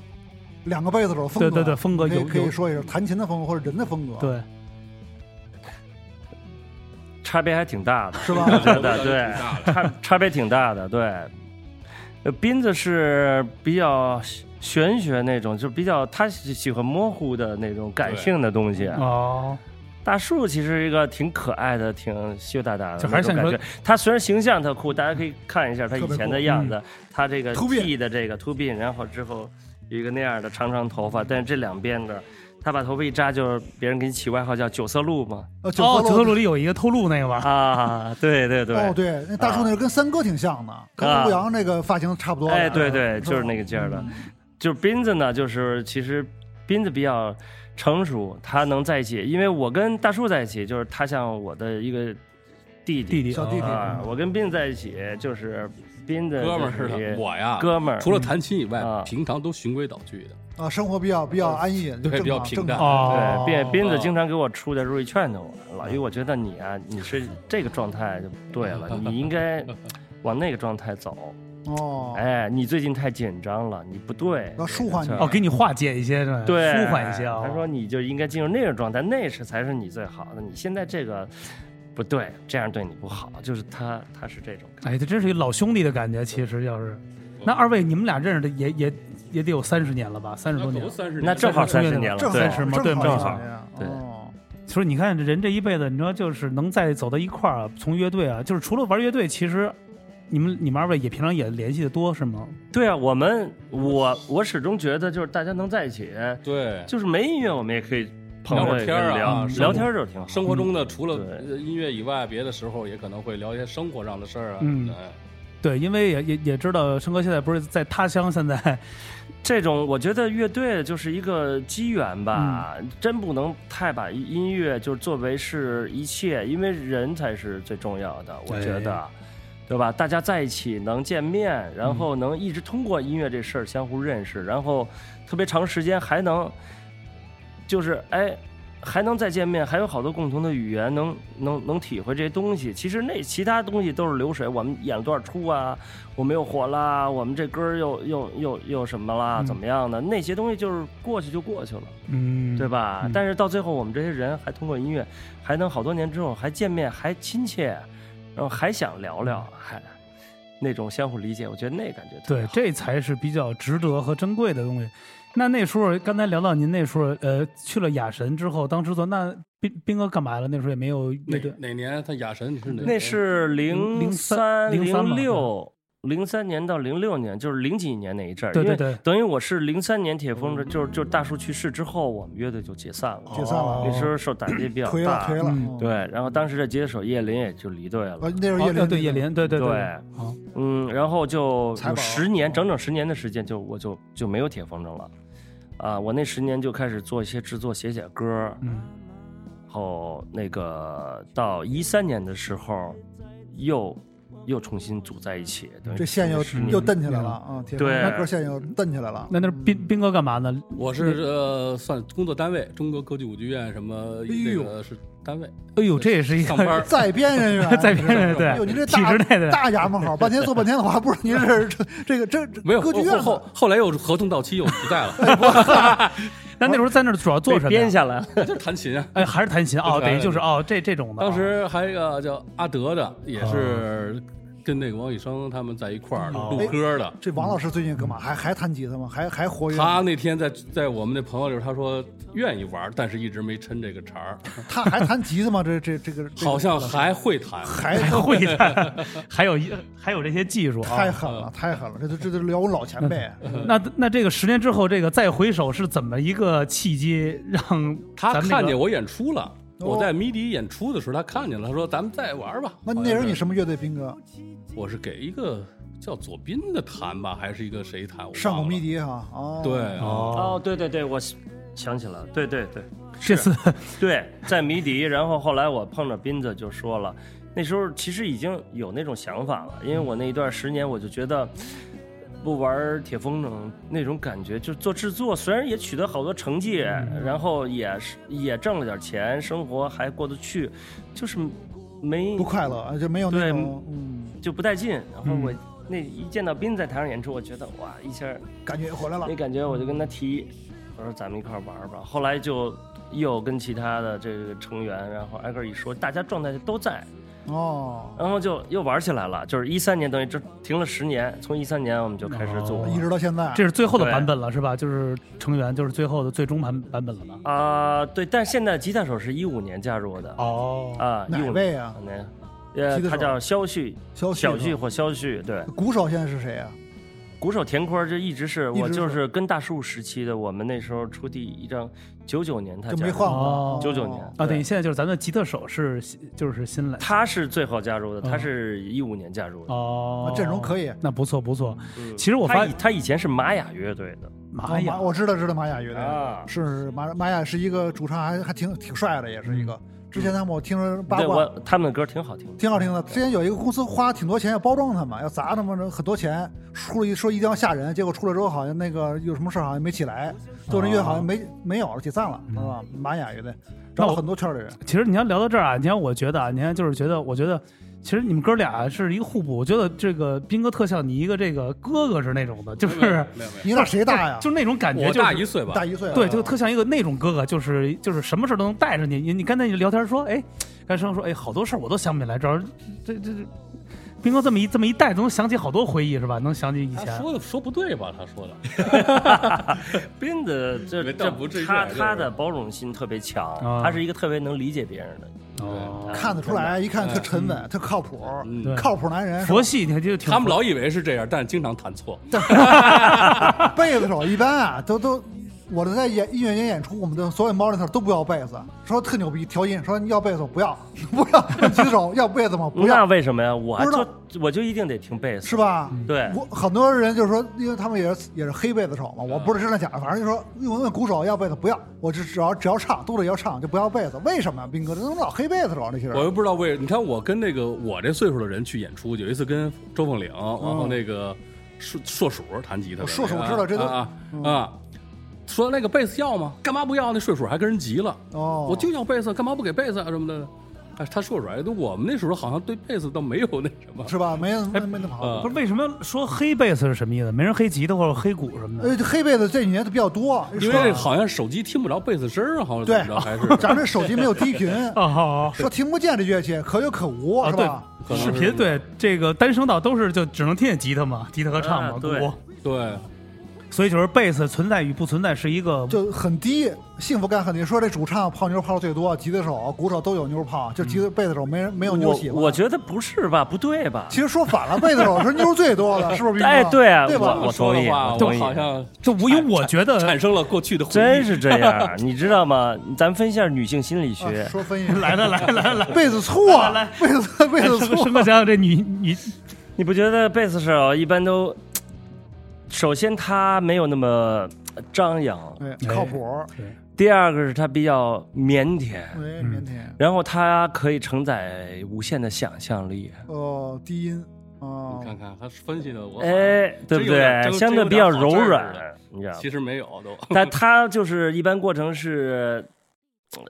Speaker 7: 两个贝斯手风
Speaker 3: 对
Speaker 7: 格，
Speaker 3: 对对，风格啊
Speaker 7: 可以
Speaker 3: 有
Speaker 7: 可以
Speaker 3: 有
Speaker 7: 说一下弹琴的风格或者人的风格，，
Speaker 3: 对
Speaker 5: 差别还挺大的，
Speaker 7: 是吧？
Speaker 5: 我觉得
Speaker 6: 挺
Speaker 5: 对，
Speaker 6: 大 的
Speaker 5: 差差别挺大的，对。呃，斌子是比较玄学那种，就比较他喜喜欢模糊的那种感性的东西。啊
Speaker 3: 哦，
Speaker 5: 大树其实一个挺可爱的，挺羞答答的，
Speaker 3: 就还是像
Speaker 5: 那种
Speaker 3: 你
Speaker 5: 感觉。他虽然形象特酷，大家可以看一下他
Speaker 7: 特
Speaker 5: 以
Speaker 7: 别
Speaker 5: 前
Speaker 7: 酷
Speaker 5: 的样
Speaker 3: 嗯
Speaker 5: 子，他这个
Speaker 7: 秃鬓
Speaker 5: T 的这个秃鬓，然后之后有一个那样的长长头发，但是这两边的，他把头发一扎，就是别人给你起外号叫九色鹿嘛。
Speaker 7: 呃，九
Speaker 3: 哦，
Speaker 7: 色
Speaker 3: 九色鹿里有一个偷录那个吧？
Speaker 5: 啊，对对对，
Speaker 7: 哦，对，那大树那是跟三哥挺像的，跟
Speaker 5: 啊
Speaker 7: 陆阳这个发型差不多。
Speaker 5: 哎，对对，
Speaker 7: 是吧
Speaker 5: 就是那个劲儿的。就是斌子呢，就是其实斌子比较成熟，他能在一起，因为我跟大叔在一起，就是他像我的一个弟
Speaker 3: 弟弟
Speaker 7: 小弟弟嗯
Speaker 5: 啊，我跟斌子在一起就是斌子
Speaker 6: 哥们儿
Speaker 5: 就是一
Speaker 6: 的，我呀，
Speaker 5: 哥们儿，
Speaker 6: 除了弹琴以外
Speaker 5: 啊，
Speaker 6: 平常都循规蹈矩的。
Speaker 7: 啊，生活比较比较安逸，就
Speaker 6: 对
Speaker 7: 正
Speaker 6: 比较
Speaker 7: 常
Speaker 6: 平
Speaker 7: 正
Speaker 6: 淡
Speaker 7: 常。
Speaker 3: 哦
Speaker 5: 对，，斌斌子经常给我出的时候，劝劝我，
Speaker 7: 嗯
Speaker 5: 老于，我觉得你啊，你是这个状态就不对了，你 应该往那个状态走。
Speaker 7: 哦，
Speaker 5: 哎，你最近太紧张了，你不对。
Speaker 7: 要舒缓你
Speaker 5: 这个事儿
Speaker 3: 哦，给你化解一些是吧？
Speaker 5: 对，
Speaker 3: 舒缓一些啊。
Speaker 5: 他说你就应该进入那个状态，那是才是你最好的。你现在这个不对，这样对你不好。就是他，他是这种感
Speaker 3: 哎，这真是一老兄弟的感觉。其实要是，那二位你们俩认识的也也也得有三十年了吧，三十多年了。
Speaker 6: 三十
Speaker 5: 觉，那正好三十年了，
Speaker 7: 正好
Speaker 5: 对
Speaker 3: 是吗对
Speaker 7: 正好
Speaker 3: 正
Speaker 5: 好对
Speaker 7: 哦
Speaker 3: 所以你看人这一辈子，你说就是能再走到一块儿啊，从乐队啊，就是除了玩乐队，其实你们你们二位也平常也联系的多是吗？
Speaker 5: 对啊，我们我我始终觉得就是大家能在一起，
Speaker 6: 对，
Speaker 5: 就是没音乐我们也可以碰
Speaker 6: 聊会
Speaker 5: 会
Speaker 6: 儿天儿啊
Speaker 5: 聊
Speaker 6: 生活
Speaker 5: 聊天儿就挺好。
Speaker 6: 生活中呢，除了
Speaker 5: 对
Speaker 6: 呃音乐以外，别的时候也可能会聊一些生活上的事儿啊。
Speaker 3: 嗯
Speaker 6: 哎
Speaker 3: 对，因为也也也知道生哥现在不是在他乡，现在
Speaker 5: 这种我觉得乐队就是一个机缘吧，真不能太把音乐就是作为是一切，因为人才是最重要的，我觉得，对吧？大家在一起能见面，然后能一直通过音乐这事儿相互认识，然后特别长时间还能，就是哎。还能再见面，还有好多共同的语言，能能能体会这些东西。其实那其他东西都是流水，我们演了多少出啊，我们又火啦，我们这歌儿又又又又什么啦，
Speaker 3: 嗯
Speaker 5: 怎么样的？那些东西就是过去就过去了，
Speaker 3: 嗯，
Speaker 5: 对？吧？
Speaker 3: 嗯
Speaker 5: 但是到最后，我们这些人还通过音乐，还能好多年之后还见面，还亲切，然后还想聊聊，
Speaker 3: 嗯
Speaker 5: 还那种相互理解，我觉得那感觉特别
Speaker 3: 对，
Speaker 5: 好
Speaker 3: 这才是比较值得和珍贵的东西。那那时候刚才聊到您那时候，呃，去了雅神之后当制作，那斌斌哥干嘛了？那时候也没有
Speaker 6: 哪
Speaker 3: 乐队。
Speaker 6: 哪年他雅神？你是哪年？
Speaker 5: 那是
Speaker 3: 零
Speaker 5: 零
Speaker 3: 零三
Speaker 5: 零
Speaker 3: 03嘛
Speaker 5: 六零三年到零六年，就是零几年那一阵儿。
Speaker 3: 对对
Speaker 5: 因为
Speaker 3: 对
Speaker 5: 等于我是零三年铁风筝，就是就是大叔去世之后，我们乐队就解散了。
Speaker 7: 解散了
Speaker 5: 那时候受打击哦 比较
Speaker 7: 颓哦了
Speaker 5: 大
Speaker 7: 颓，了。
Speaker 3: 嗯
Speaker 7: 哦，
Speaker 5: 对，然后当时的吉他手叶林也就离队了
Speaker 7: 啊，那时候叶
Speaker 3: 哦
Speaker 7: 林
Speaker 3: 对叶林，对对
Speaker 5: 对
Speaker 3: 好，
Speaker 5: 嗯，然后就
Speaker 7: 财
Speaker 5: 有
Speaker 7: 宝
Speaker 5: 十年，整整十年的时间就，我就就没有铁风筝了，啊，我那十年就开始做一些制作，写写歌，
Speaker 3: 嗯，
Speaker 5: 然后那个到一三年的时候，又又重新组在一起，等于
Speaker 7: 这线又
Speaker 5: 10年
Speaker 7: 又蹬起来了啊！铁
Speaker 5: 嗯对
Speaker 7: 那歌线又蹬起来了。嗯
Speaker 3: 那那斌斌哥干嘛呢？
Speaker 6: 我是呃，算工作单位，中国歌剧舞剧院什么？
Speaker 7: 哎呦
Speaker 6: 那个是单位
Speaker 3: 哎呦，这也是一
Speaker 6: 上
Speaker 3: 个
Speaker 6: 班儿。
Speaker 7: 在编人员，
Speaker 3: 在编 人对
Speaker 7: 哎呦您这
Speaker 3: 体
Speaker 7: 大
Speaker 3: 制内的
Speaker 7: 大衙门好，半天做半天的，我还不知道您是这这个这这
Speaker 6: 没有
Speaker 7: 歌剧院哎
Speaker 6: 后后
Speaker 7: 的
Speaker 6: 后来又合同到期又不在了，
Speaker 3: 那那时候在那儿主要做
Speaker 5: 被
Speaker 3: 什么呀？
Speaker 5: 编下来了。
Speaker 6: 就是弹琴啊。
Speaker 3: 哎，还是弹琴哦，
Speaker 6: 对
Speaker 3: 等于就是哦，这这种的。
Speaker 6: 当时还有一个叫阿德的，也是跟那个王宇生他们在一块儿录
Speaker 7: 哦
Speaker 6: 歌的。
Speaker 7: 这王老师最近干嘛？还还弹吉他吗？还还活跃吗？
Speaker 6: 他那天在在我们那朋友里边，他说愿意玩，但是一直没抻这个茬儿，
Speaker 7: 他还弹吉他吗？这这这个这个
Speaker 6: 好像还会弹。
Speaker 7: 还
Speaker 3: 哎还会 弹，还有一还有这些技术啊
Speaker 7: 太。狠了，太狠了！这都这都聊我老前辈，
Speaker 3: 那那这个十年之后，这个再回首是怎么一个契机让咱
Speaker 6: 他
Speaker 3: 们、那个、
Speaker 6: 看见我演出了，
Speaker 7: 哦
Speaker 6: 我在迷笛演出的时候，他看见了，他说咱们再玩吧。
Speaker 7: 那那时候你
Speaker 6: 是
Speaker 7: 什么乐队，斌哥？
Speaker 6: 我是给一个叫左斌的弹吧，还是一个谁弹？我忘了
Speaker 7: 上古迷。笛
Speaker 4: 啊
Speaker 7: 哈？哦，
Speaker 6: 对，，
Speaker 3: 哦，
Speaker 5: 哦，对对对，我想起来了，对对对
Speaker 3: 这次
Speaker 5: 对，在迷笛，然后后来我碰着斌子就说了，那时候其实已经有那种想法了，因为我那一段十年我就觉得。不玩铁风筝那种感觉，就做制作，虽然也取得好多成绩，然后也是也挣了点钱，生活还过得去，就是没
Speaker 4: 不快乐，啊，就没有那
Speaker 5: 对
Speaker 4: 种嗯
Speaker 5: 就不带劲。然后
Speaker 3: 嗯
Speaker 5: 我那一见到斌在台上演出，我觉得哇，一下
Speaker 4: 感觉回来了
Speaker 5: 那。感觉我就跟他提，我说咱们一块儿玩儿吧。后来就又跟其他的这个成员，然后挨个一说，大家状态都在，
Speaker 4: 哦，
Speaker 5: 然后就又玩起来了。就是一三年等于这停了十年，从一三年我们就开始做
Speaker 3: 哦
Speaker 4: 一直到现在，
Speaker 3: 这是最后的版本了，是吧？就是成员，就是最后的最终版版本了吧？
Speaker 5: 啊、对。但现在吉他手是一五年加入的
Speaker 3: 哦，
Speaker 5: 啊，一
Speaker 4: 哪
Speaker 5: 五
Speaker 4: 位啊？
Speaker 5: 年，呃
Speaker 4: 吉，他手
Speaker 5: 他叫肖旭，
Speaker 4: 小
Speaker 5: 小旭
Speaker 4: 旭
Speaker 5: 或肖旭，对。
Speaker 4: 鼓手现在是谁啊？
Speaker 5: 鼓手田坤儿这一直是
Speaker 4: 一直
Speaker 5: 我
Speaker 4: 是
Speaker 5: 就是跟大树时期的，我们那时候出第一张，九九年他
Speaker 4: 就
Speaker 5: 加
Speaker 4: 没
Speaker 5: 入
Speaker 4: 换
Speaker 5: 的
Speaker 4: 过
Speaker 3: 哦。
Speaker 5: 99年
Speaker 3: 啊，等于
Speaker 5: 对
Speaker 3: 现在就是咱们的吉他手是新就是新来
Speaker 5: 他是最后加入的，
Speaker 3: 哦
Speaker 5: 他是一五年加入的。
Speaker 3: 哦
Speaker 4: 啊，阵容可以。
Speaker 3: 那不错不错。
Speaker 5: 嗯
Speaker 3: 其实我
Speaker 5: 他
Speaker 3: 发
Speaker 5: 以他以前是玛雅乐队的
Speaker 3: 玛雅
Speaker 4: 哦，我知道知道玛雅乐队
Speaker 5: 啊
Speaker 4: 是是玛玛雅是一个主唱，还还挺挺帅的，也是一个。之前他们我听说八
Speaker 5: 嗯对
Speaker 4: 卦
Speaker 5: 我他们的歌挺好听的。
Speaker 4: 挺好听的。之前有一个公司花挺多钱要包装他们，要砸他们很多钱，出了一说一定要吓人，结果出来之后好像那个有什么事儿好像没起来，做这乐队好像没没有了，解散了，知道吧？玛雅乐队
Speaker 3: 哦嗯那
Speaker 4: 找
Speaker 3: 我
Speaker 4: 了很多圈里人，
Speaker 3: 其实你要聊到这儿啊，你看，我觉得啊，你看，就是觉得，我觉得，其实你们哥俩是一个互补。我觉得这个斌哥特像你一个这个哥哥是那种的，就
Speaker 6: 哦没有
Speaker 3: 是
Speaker 6: 没有没有
Speaker 4: 你俩谁大呀？
Speaker 3: 就是那种感觉，
Speaker 6: 我
Speaker 3: 就
Speaker 6: 大一
Speaker 3: 是
Speaker 6: 岁吧，
Speaker 4: 大一 岁啊，
Speaker 3: 对，就特像一个那种哥哥，就是就是什么事儿都能带着你。你你刚才你聊天说，哎，刚才生说，哎，好多事儿我都想不起来，主要是这这这，斌哥这么一这么一带，都能想起好多回忆是吧？能想起以
Speaker 6: 他
Speaker 3: 前。
Speaker 6: 说的说不对吧？他说的，
Speaker 5: 斌的这
Speaker 6: 没
Speaker 5: 这
Speaker 6: 倒不至于
Speaker 5: 他
Speaker 6: 就是
Speaker 5: 他的包容心特别强
Speaker 3: 啊，
Speaker 5: 他是一个特别能理解别人的。
Speaker 3: 哦，
Speaker 4: 看得出来，一看特沉稳，特靠谱，
Speaker 3: 对
Speaker 4: 靠谱男人。
Speaker 3: 嗯佛系，你看就挺
Speaker 6: 嗯他们老以为是这样，但是经常弹错。
Speaker 4: 贝斯手一般啊，都都，我都在演音乐节演出，我们的所有 monitor 都不要贝斯，说特牛逼，调音说你要贝斯不要，不要，吉他手要贝斯吗？不
Speaker 5: 那
Speaker 4: 要，
Speaker 5: 为什么呀？我
Speaker 4: 不知
Speaker 5: 就我就一定得听贝斯
Speaker 4: 是。吧？
Speaker 5: 对，
Speaker 4: 我很多人就是说，因为他们也是也是黑贝斯手
Speaker 5: 嗯
Speaker 4: 嘛，我不知道真的假的，反正就说问问鼓手要贝斯不要，我只只要只要唱，肚子也要唱，就不要贝斯，为什么呀？斌哥，这怎么老黑贝斯手那些
Speaker 6: 我
Speaker 4: 人？
Speaker 6: 又不知道为，你看我跟那个我这岁数的人去演出，有一次跟周凤岭，然后那个硕硕鼠弹吉他的那个，
Speaker 4: 嗯硕鼠知道嗯这都
Speaker 6: 啊啊啊，说那个贝斯要吗？干嘛不要？那硕鼠还跟人急了，
Speaker 4: 哦，
Speaker 6: 我就要贝斯，干嘛不给贝斯啊什么的？哎，他硕鼠，哎，我们那时候好像对贝斯倒没有那什么，
Speaker 4: 是吧？没没没那么
Speaker 5: 呃
Speaker 4: 好。
Speaker 6: 啊
Speaker 3: 不是为什么说黑贝斯是什么意思？没人黑吉他或者黑鼓什么的
Speaker 6: 哎
Speaker 4: 呃，黑贝斯这几年比较多，
Speaker 6: 因为好像手机听不着贝斯声儿，好像怎
Speaker 4: 对
Speaker 6: 么着还是
Speaker 4: 咱这手机没有低 频，
Speaker 5: 啊
Speaker 3: 哦好好。
Speaker 4: 说听不见这乐器可有可无，
Speaker 3: 啊
Speaker 4: 是吧？
Speaker 6: 可能
Speaker 3: 视
Speaker 6: 是
Speaker 3: 频对这个单声道都是就只能听见吉他嘛，吉他和唱嘛，
Speaker 5: 啊
Speaker 3: 鼓
Speaker 5: 对，
Speaker 6: 对，
Speaker 3: 所以就是贝斯存在与不存在是一个
Speaker 4: 就很低，幸福感很低。说这主唱泡妞泡的最多，吉他手、鼓手都有妞泡，就吉他贝斯手没人没有妞喜欢。
Speaker 5: 嗯我我觉得不是吧？不对吧？
Speaker 4: 其实说反了，贝斯手是妞最多 的，是不是？斌哥
Speaker 5: 哎，对啊，
Speaker 4: 对吧？
Speaker 5: 我我
Speaker 6: 说
Speaker 5: 同
Speaker 6: 的
Speaker 5: 意，
Speaker 6: 话，
Speaker 5: 同意。
Speaker 6: 好像
Speaker 3: 就无有我觉
Speaker 6: 产
Speaker 3: 得
Speaker 6: 生了过去的回忆
Speaker 5: 真是这 样，你知道吗？咱分一下女性心理
Speaker 4: 啊
Speaker 5: 学。
Speaker 4: 说分析
Speaker 3: 来了来了来哎了，
Speaker 4: 贝斯醋啊，贝斯贝斯
Speaker 3: 生
Speaker 4: 醋
Speaker 3: 生哥想想这女女
Speaker 5: 你不觉得贝斯手啊一般都，首先他没有那么张扬，
Speaker 4: 对，哎
Speaker 6: 哎
Speaker 4: 靠谱，
Speaker 5: 第二个是他比较腼腆，
Speaker 4: 哎，腼腆，
Speaker 5: 然后他可以承载无限的想象力，
Speaker 4: 呃，低音啊
Speaker 6: 嗯
Speaker 5: 哦
Speaker 6: 你，看看他分析的我，
Speaker 5: 哎，对不
Speaker 6: 真有点
Speaker 5: 对？
Speaker 6: 真
Speaker 5: 相对比较柔软，你知道吗
Speaker 6: 其？实 没有都。
Speaker 5: 但他就是一般过程是，呃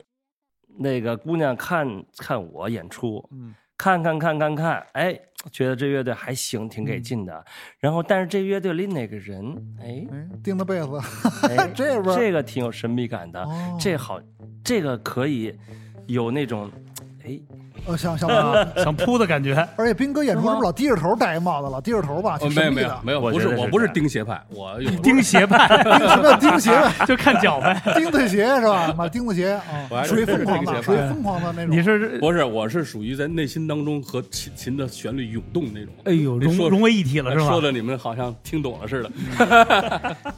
Speaker 5: 那个姑娘看看我演出，
Speaker 4: 嗯，
Speaker 5: 看看看看看，哎，觉得这乐队还行，挺
Speaker 6: 嗯
Speaker 5: 给劲的。然后，但是这乐队里哪个人，哎
Speaker 4: 哎，钉子贝斯，
Speaker 5: 哎
Speaker 4: 这味儿
Speaker 5: 这个挺有神秘感的，
Speaker 4: 哦
Speaker 5: 这好，这个可以有那种，哎，
Speaker 4: 呃，想想到 了。
Speaker 3: 想扑的感觉，
Speaker 4: 而且斌哥演出是不是老低着头戴一帽子，老低着头吧？
Speaker 6: 哦
Speaker 4: 挺
Speaker 6: 没有
Speaker 4: 神秘
Speaker 6: 没有
Speaker 4: 的，
Speaker 6: 没有，
Speaker 5: 我
Speaker 6: 不
Speaker 5: 觉
Speaker 6: 是
Speaker 5: 得是
Speaker 6: 我不是
Speaker 5: 这样
Speaker 6: 钉鞋派，我有
Speaker 3: 钉鞋 派
Speaker 4: 钉什么钉鞋呗？
Speaker 3: 就看脚呗。
Speaker 4: 钉子鞋是吧？买钉子鞋
Speaker 6: 我
Speaker 4: 啊，
Speaker 6: 还
Speaker 4: 属于
Speaker 6: 真
Speaker 4: 疯
Speaker 6: 是
Speaker 4: 狂
Speaker 6: 这
Speaker 4: 的，
Speaker 6: 个鞋
Speaker 4: 属于
Speaker 6: 吧
Speaker 4: 疯狂的那种。
Speaker 3: 你是
Speaker 6: 不是我是属于在内心当中和琴琴的旋律涌动那种。
Speaker 3: 哎呦
Speaker 6: 你
Speaker 3: 融
Speaker 6: 说
Speaker 3: 融为一体了是
Speaker 6: 说
Speaker 3: 吧？
Speaker 6: 的你们好像听懂了 似的，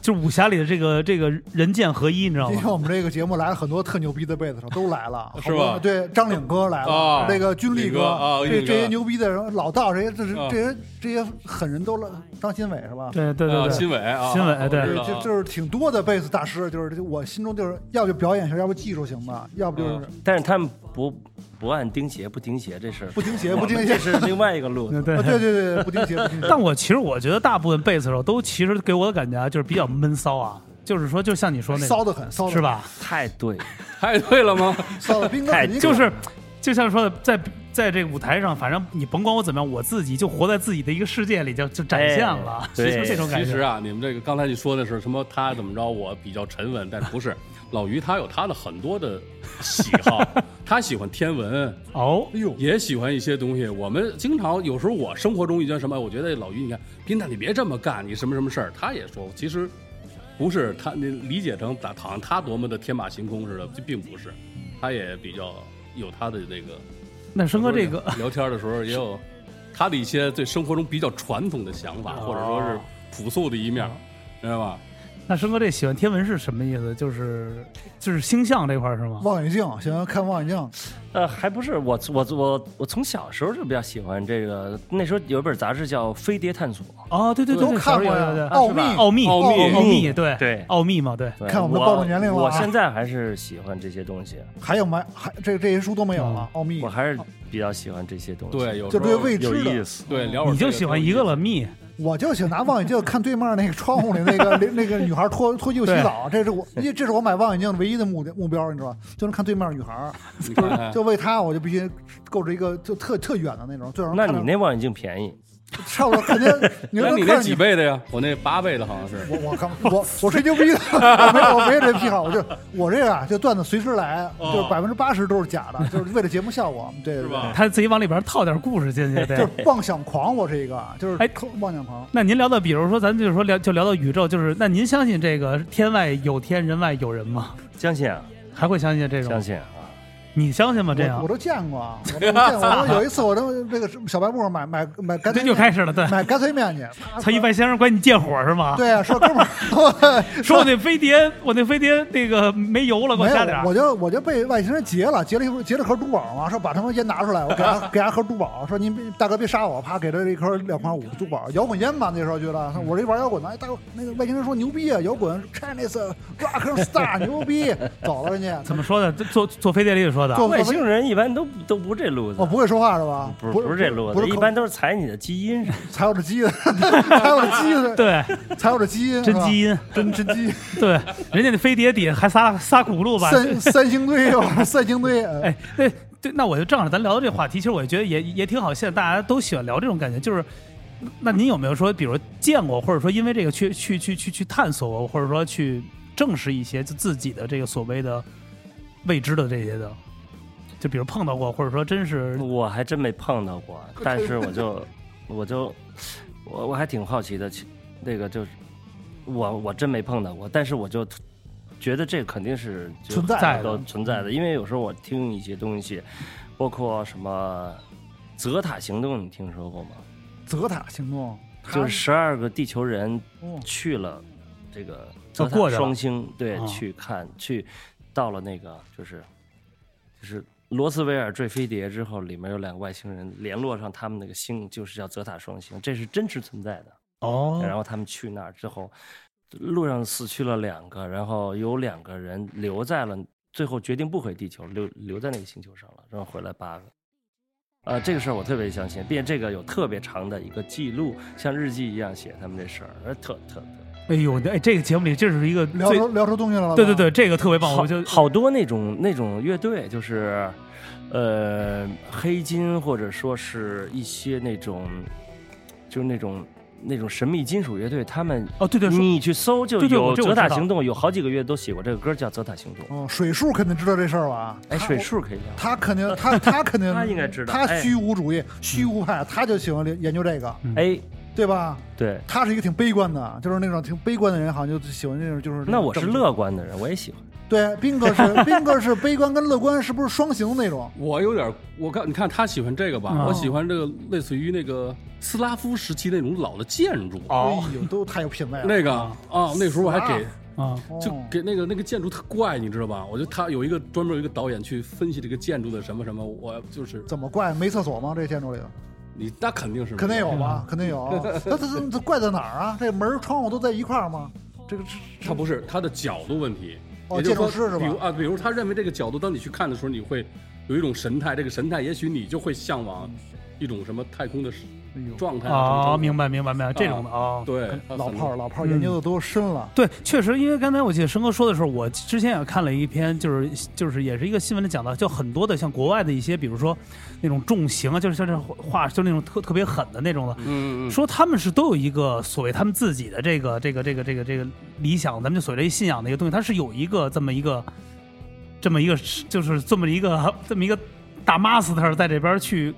Speaker 3: 就是武侠里的这个这个人剑合一，你知道
Speaker 4: 今天
Speaker 3: 吗？
Speaker 4: 我们这个节目来了很多特牛逼的贝斯手，都来了，
Speaker 6: 是
Speaker 4: 好多
Speaker 6: 吧
Speaker 4: 对，张岭哥来了
Speaker 6: 啊，
Speaker 4: 那个军力
Speaker 6: 力哥啊
Speaker 4: 这
Speaker 6: 力哥
Speaker 4: 这些牛逼的人老道，这些这是
Speaker 6: 啊
Speaker 4: 这些这些狠人都了当新伟是吧？
Speaker 3: 对对对
Speaker 6: 啊，
Speaker 3: 对，
Speaker 6: 新伟啊，
Speaker 3: 新伟
Speaker 6: 我
Speaker 3: 对
Speaker 6: 知
Speaker 4: 对，
Speaker 6: 道
Speaker 4: 就
Speaker 6: 啊
Speaker 4: 就是挺多的贝斯大师，就是我心中就是要不就表演型，要不技术型
Speaker 6: 啊
Speaker 4: 吧，要不 就是啊
Speaker 5: 但是他们不不按钉鞋不钉鞋这事儿，
Speaker 4: 不听鞋不听鞋
Speaker 5: 这。是另外一个 路子。
Speaker 3: 对
Speaker 4: 啊，对对对，对不听鞋不听鞋。
Speaker 3: 但我其实我觉得大部分贝斯手都其实给我的感觉啊，就是比较闷骚啊，就是说就像你说那
Speaker 4: 骚
Speaker 3: 种
Speaker 4: 的很，骚的
Speaker 3: 是？吧？
Speaker 5: 太对了，
Speaker 6: 太哎对了吗？
Speaker 4: 骚的兵哥
Speaker 5: 太
Speaker 4: 肯定
Speaker 3: 哎就是就像说的在在这个舞台上，反正你甭管我怎么样，我自己就活在自己的一个世界里就就展现了
Speaker 5: 哎，
Speaker 3: 就
Speaker 5: 对
Speaker 3: 这种 感
Speaker 6: 其实
Speaker 3: 觉。
Speaker 6: 啊，你们这个刚才你说的是什么？他怎么着？我比较沉稳，但不是老于，他有他的很多的喜 好，他喜欢天文，
Speaker 3: 哦，
Speaker 6: 也喜欢一些东西。我们经常有时候我生活中遇见什么，我觉得老于，你看，斌子你别这么干，你什么什么事儿，他也说，其实不是他，你理解成咋好像他多么的天马行空似的，这并不是，他也比较有他的那个。
Speaker 3: 那生哥这个
Speaker 6: 聊天的时候也有他的一些对生活中比较传统的想
Speaker 4: 哦
Speaker 6: 法，或者说是朴素的一面，知道吧？
Speaker 3: 那生哥这喜欢天文是什么意思？就是就是星象这块儿是吗？
Speaker 4: 望远镜，喜欢看望远镜，
Speaker 5: 呃，还不是我我我我从小时候就比较喜欢这个，那时候有一本杂志叫《飞碟探索》，
Speaker 3: 哦，对对对，
Speaker 4: 都
Speaker 3: 小
Speaker 4: 看过
Speaker 3: 时候
Speaker 4: 呀
Speaker 3: 有有有
Speaker 4: 奥秘
Speaker 3: 奥秘
Speaker 6: 奥秘
Speaker 3: 奥秘，对
Speaker 5: 对
Speaker 3: 奥秘嘛，对。
Speaker 5: 对
Speaker 4: 看我们暴露年龄了啊
Speaker 5: 我现在还是喜欢这些东西，
Speaker 4: 还有吗？还这这些书都没有了，奥秘
Speaker 5: 我。还是比较喜欢这些东西。
Speaker 6: 对，，有时
Speaker 4: 就
Speaker 6: 候
Speaker 4: 对未
Speaker 5: 有
Speaker 4: 知
Speaker 5: 意
Speaker 4: 的，
Speaker 5: 思。
Speaker 6: 对聊会儿
Speaker 3: 你
Speaker 6: 这
Speaker 3: 就
Speaker 6: 个
Speaker 3: 喜欢一个了，蜜
Speaker 4: 我就喜欢拿望远镜看对面那个窗户里那个 那个女孩脱脱衣服洗澡，这是我这是我买望远镜的唯一的目的目标，你知道吧？就是看对面女孩，
Speaker 6: 你看看
Speaker 4: 就为她我就必须购置一个就特特远的那种，最好
Speaker 5: 那
Speaker 4: 看
Speaker 5: 你
Speaker 4: 到
Speaker 5: 那望远镜便宜，
Speaker 4: 差不多肯定 你
Speaker 6: 那
Speaker 4: 能
Speaker 6: 你
Speaker 4: 看着
Speaker 6: 那几倍的呀？我那八倍的好像是。
Speaker 4: 我我刚我我吹牛逼的，我没有我没有这癖好，我就我这个啊，就段子随时来，
Speaker 6: 哦
Speaker 4: 就是百分之八十都是假的，就是为了节目效果，对对
Speaker 6: 是
Speaker 4: 对
Speaker 6: 吧？
Speaker 3: 他自己往里边套点故事进 去，
Speaker 4: 就
Speaker 3: 对
Speaker 4: 是。妄想狂，我是一个，啊就是
Speaker 3: 哎
Speaker 4: 妄想狂。
Speaker 3: 那您聊到，比如说，咱就是说聊，就聊到宇宙，就是那您相信这个天外有天，人外有人吗？
Speaker 5: 相信啊，
Speaker 3: 还会相信这
Speaker 5: 相
Speaker 3: 种？
Speaker 5: 信啊，
Speaker 3: 你相信吗？这
Speaker 4: 我
Speaker 3: 样
Speaker 4: 我都见过啊，我都见过。我有一次，我都那个小白布买买买干脆
Speaker 3: 这就开始了，对。
Speaker 4: 买干脆面去，
Speaker 3: 他一外星人管你借火是吗？，
Speaker 4: 对啊，说哥 们儿，
Speaker 3: 说我那飞碟，我那飞碟那个没油了，给我
Speaker 4: 没
Speaker 3: 加点
Speaker 4: 有，我
Speaker 3: 儿。
Speaker 4: 就我就被外星人劫了，劫了一盒劫了盒珠宝嘛，说把他们烟拿出来，我给他给他盒珠宝，说您别大哥别杀我，啪给了一颗两块五珠宝，摇滚烟嘛那时候觉得，我这玩摇滚的，哎大哥那个外星人说牛逼啊，摇滚 Chinese rock star 牛逼，走了人家，
Speaker 3: 怎么说的？这坐坐飞碟里说的。
Speaker 4: 做
Speaker 5: 外星人一般都都不这路子
Speaker 4: 我。不会说话是吧？
Speaker 5: 不是不是这路
Speaker 4: 不
Speaker 5: 子，
Speaker 4: 是
Speaker 5: 一
Speaker 4: 口
Speaker 5: 般都是踩你的基因上。
Speaker 4: 踩我这基因， 踩我这基因，
Speaker 3: 对，
Speaker 4: 踩我这基因，
Speaker 3: 真基
Speaker 4: 因，
Speaker 3: 因。
Speaker 4: 真真 基因，
Speaker 3: 对，人家那飞碟底下还撒撒轱辘吧？
Speaker 4: 三三星堆，我说三星堆，呃
Speaker 3: 哎，那对，那我就正好咱聊到这话题，其实我觉得也也挺好。现在大家都喜欢聊这种感觉，就是，那您有没有说，比如见过，或者说因为这个去去去去去探索过，或者说去证实一些就自己的这个所谓的未知的这些的，就比如碰到过，或者说真是
Speaker 5: 我还真没碰到过，但是我就我就我我还挺好奇的，其那个就是我我真没碰到过，但是我就觉得这肯定是就
Speaker 4: 存在的
Speaker 5: 都存在的，因为有时候我听一些东西，包括什么泽塔行动，你听说过吗？
Speaker 4: 泽塔行动，
Speaker 5: 就是十二个地球人
Speaker 4: 哦
Speaker 5: 去了这个
Speaker 3: 就
Speaker 5: 泽塔
Speaker 3: 过去了
Speaker 5: 双星，对，
Speaker 3: 啊
Speaker 5: 去看去到了那个就是就是罗斯威尔坠飞碟之后，里面有两个外星人联络上他们那个星，就是叫泽塔双星，这是真实存在的。
Speaker 3: 哦
Speaker 5: 然后他们去那儿之后，路上死去了两个，然后有两个人留在了，最后决定不回地球，留留在那个星球上了，然后回来八个。呃，这个事儿我特别相信，并且这个有特别长的一个记录，像日记一样写他们这事儿，呃特特特
Speaker 3: 哎呦，哎，这个节目里这是一个
Speaker 4: 聊
Speaker 3: 最
Speaker 4: 出聊出东西来了吧，
Speaker 3: 对对对，这个特别棒，
Speaker 5: 好
Speaker 3: 我就
Speaker 5: 好多那种那种乐队，就是呃黑金或者说是一些那种就是那种那种神秘金属乐队，他们
Speaker 3: 哦对对，说
Speaker 5: 你去搜就
Speaker 3: 对对我
Speaker 5: 有
Speaker 3: 这我
Speaker 5: 泽塔
Speaker 3: 知道
Speaker 5: 行动，有好几个月都写过这个歌叫《泽塔行动》。
Speaker 4: 哦，水树肯定知道这事儿吧？
Speaker 5: 哎，
Speaker 4: 他
Speaker 5: 水树可以聊。
Speaker 4: 他肯定，他他肯定，
Speaker 5: 他应该知道
Speaker 4: 他
Speaker 5: 哎
Speaker 4: 虚无主义、虚无派，他就喜欢研研究这
Speaker 3: 嗯
Speaker 4: 个，
Speaker 5: 哎，
Speaker 4: 对吧？
Speaker 5: 对，
Speaker 4: 他是一个挺悲观的，就是那种挺悲观的人，好像就喜欢那种就是。
Speaker 5: 那我是。乐观的人，我也喜欢。
Speaker 4: 对，斌哥是斌哥是悲观跟乐观是不是双行那种？
Speaker 6: 我有点，我看你看他喜欢这个吧，
Speaker 4: 啊
Speaker 3: 哦
Speaker 6: 我喜欢这个类似于那个斯拉夫时期那种老的建筑，
Speaker 3: 哦
Speaker 4: 哎呦，都太有品位了。哦
Speaker 6: 那个啊，那时候我还给
Speaker 3: 啊啊，
Speaker 6: 就给那个那个建筑特怪，你知道吧？我觉得他有一个专门有一个导演去分析这个建筑的什么什么，我就是
Speaker 4: 怎么怪？没厕所吗？这建筑里
Speaker 6: 你那肯定是
Speaker 4: 肯定有吧？肯定有。
Speaker 6: 嗯
Speaker 4: 那它它它怪在哪儿啊？这门儿窗户都在一块儿吗？这个这
Speaker 6: 他不是他的角度问题，
Speaker 4: 哦
Speaker 6: 也就是说
Speaker 4: 建筑师是吧
Speaker 6: 比如啊，比如他认为这个角度，当你去看的时候，你会有一种神态，这个神态也许你就会向往
Speaker 4: 嗯
Speaker 6: 一种什么太空的状态
Speaker 3: 啊，
Speaker 6: 明
Speaker 3: 明白明白明白，这种的啊。
Speaker 6: 对他
Speaker 4: 老
Speaker 6: 很
Speaker 4: 炮儿老
Speaker 3: 嗯
Speaker 4: 炮儿研究的多深了。
Speaker 3: 对，确实，因为刚才我记得申哥说的时候，我之前也看了一篇，就是就是也是一个新闻里讲到，就很多的像国外的一些，比如说那种重刑啊，就是像这画，就那种特特别狠的那种的，
Speaker 6: 嗯嗯嗯
Speaker 3: 说他们是都有一个所谓他们自己的这个这个这个这个这个理想，咱们就所谓的信仰的一个东西，它是有一个这么一个这么一个就是这么一个这么一个大 master 在这边去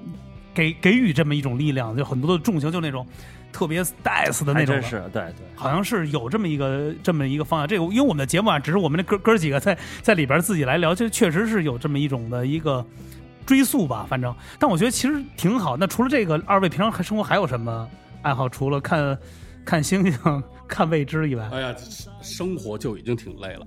Speaker 3: 给给予这么一种力量，就很多的重刑就那种特别 nice 的那
Speaker 5: 还
Speaker 3: 种
Speaker 5: 真
Speaker 3: 的。
Speaker 5: 是对对。
Speaker 3: 好像是有这么一个这么一个方向，这个因为我们的节目啊，只是我们这哥哥几个在在里边自己来聊，就确实是有这么一种的一个追溯吧，反正，但我觉得其实挺好。那除了这个，二位平常还生活还有什么爱好？除了看看星星、 看未知以外，
Speaker 6: 哎呀，生活就已经挺累 了。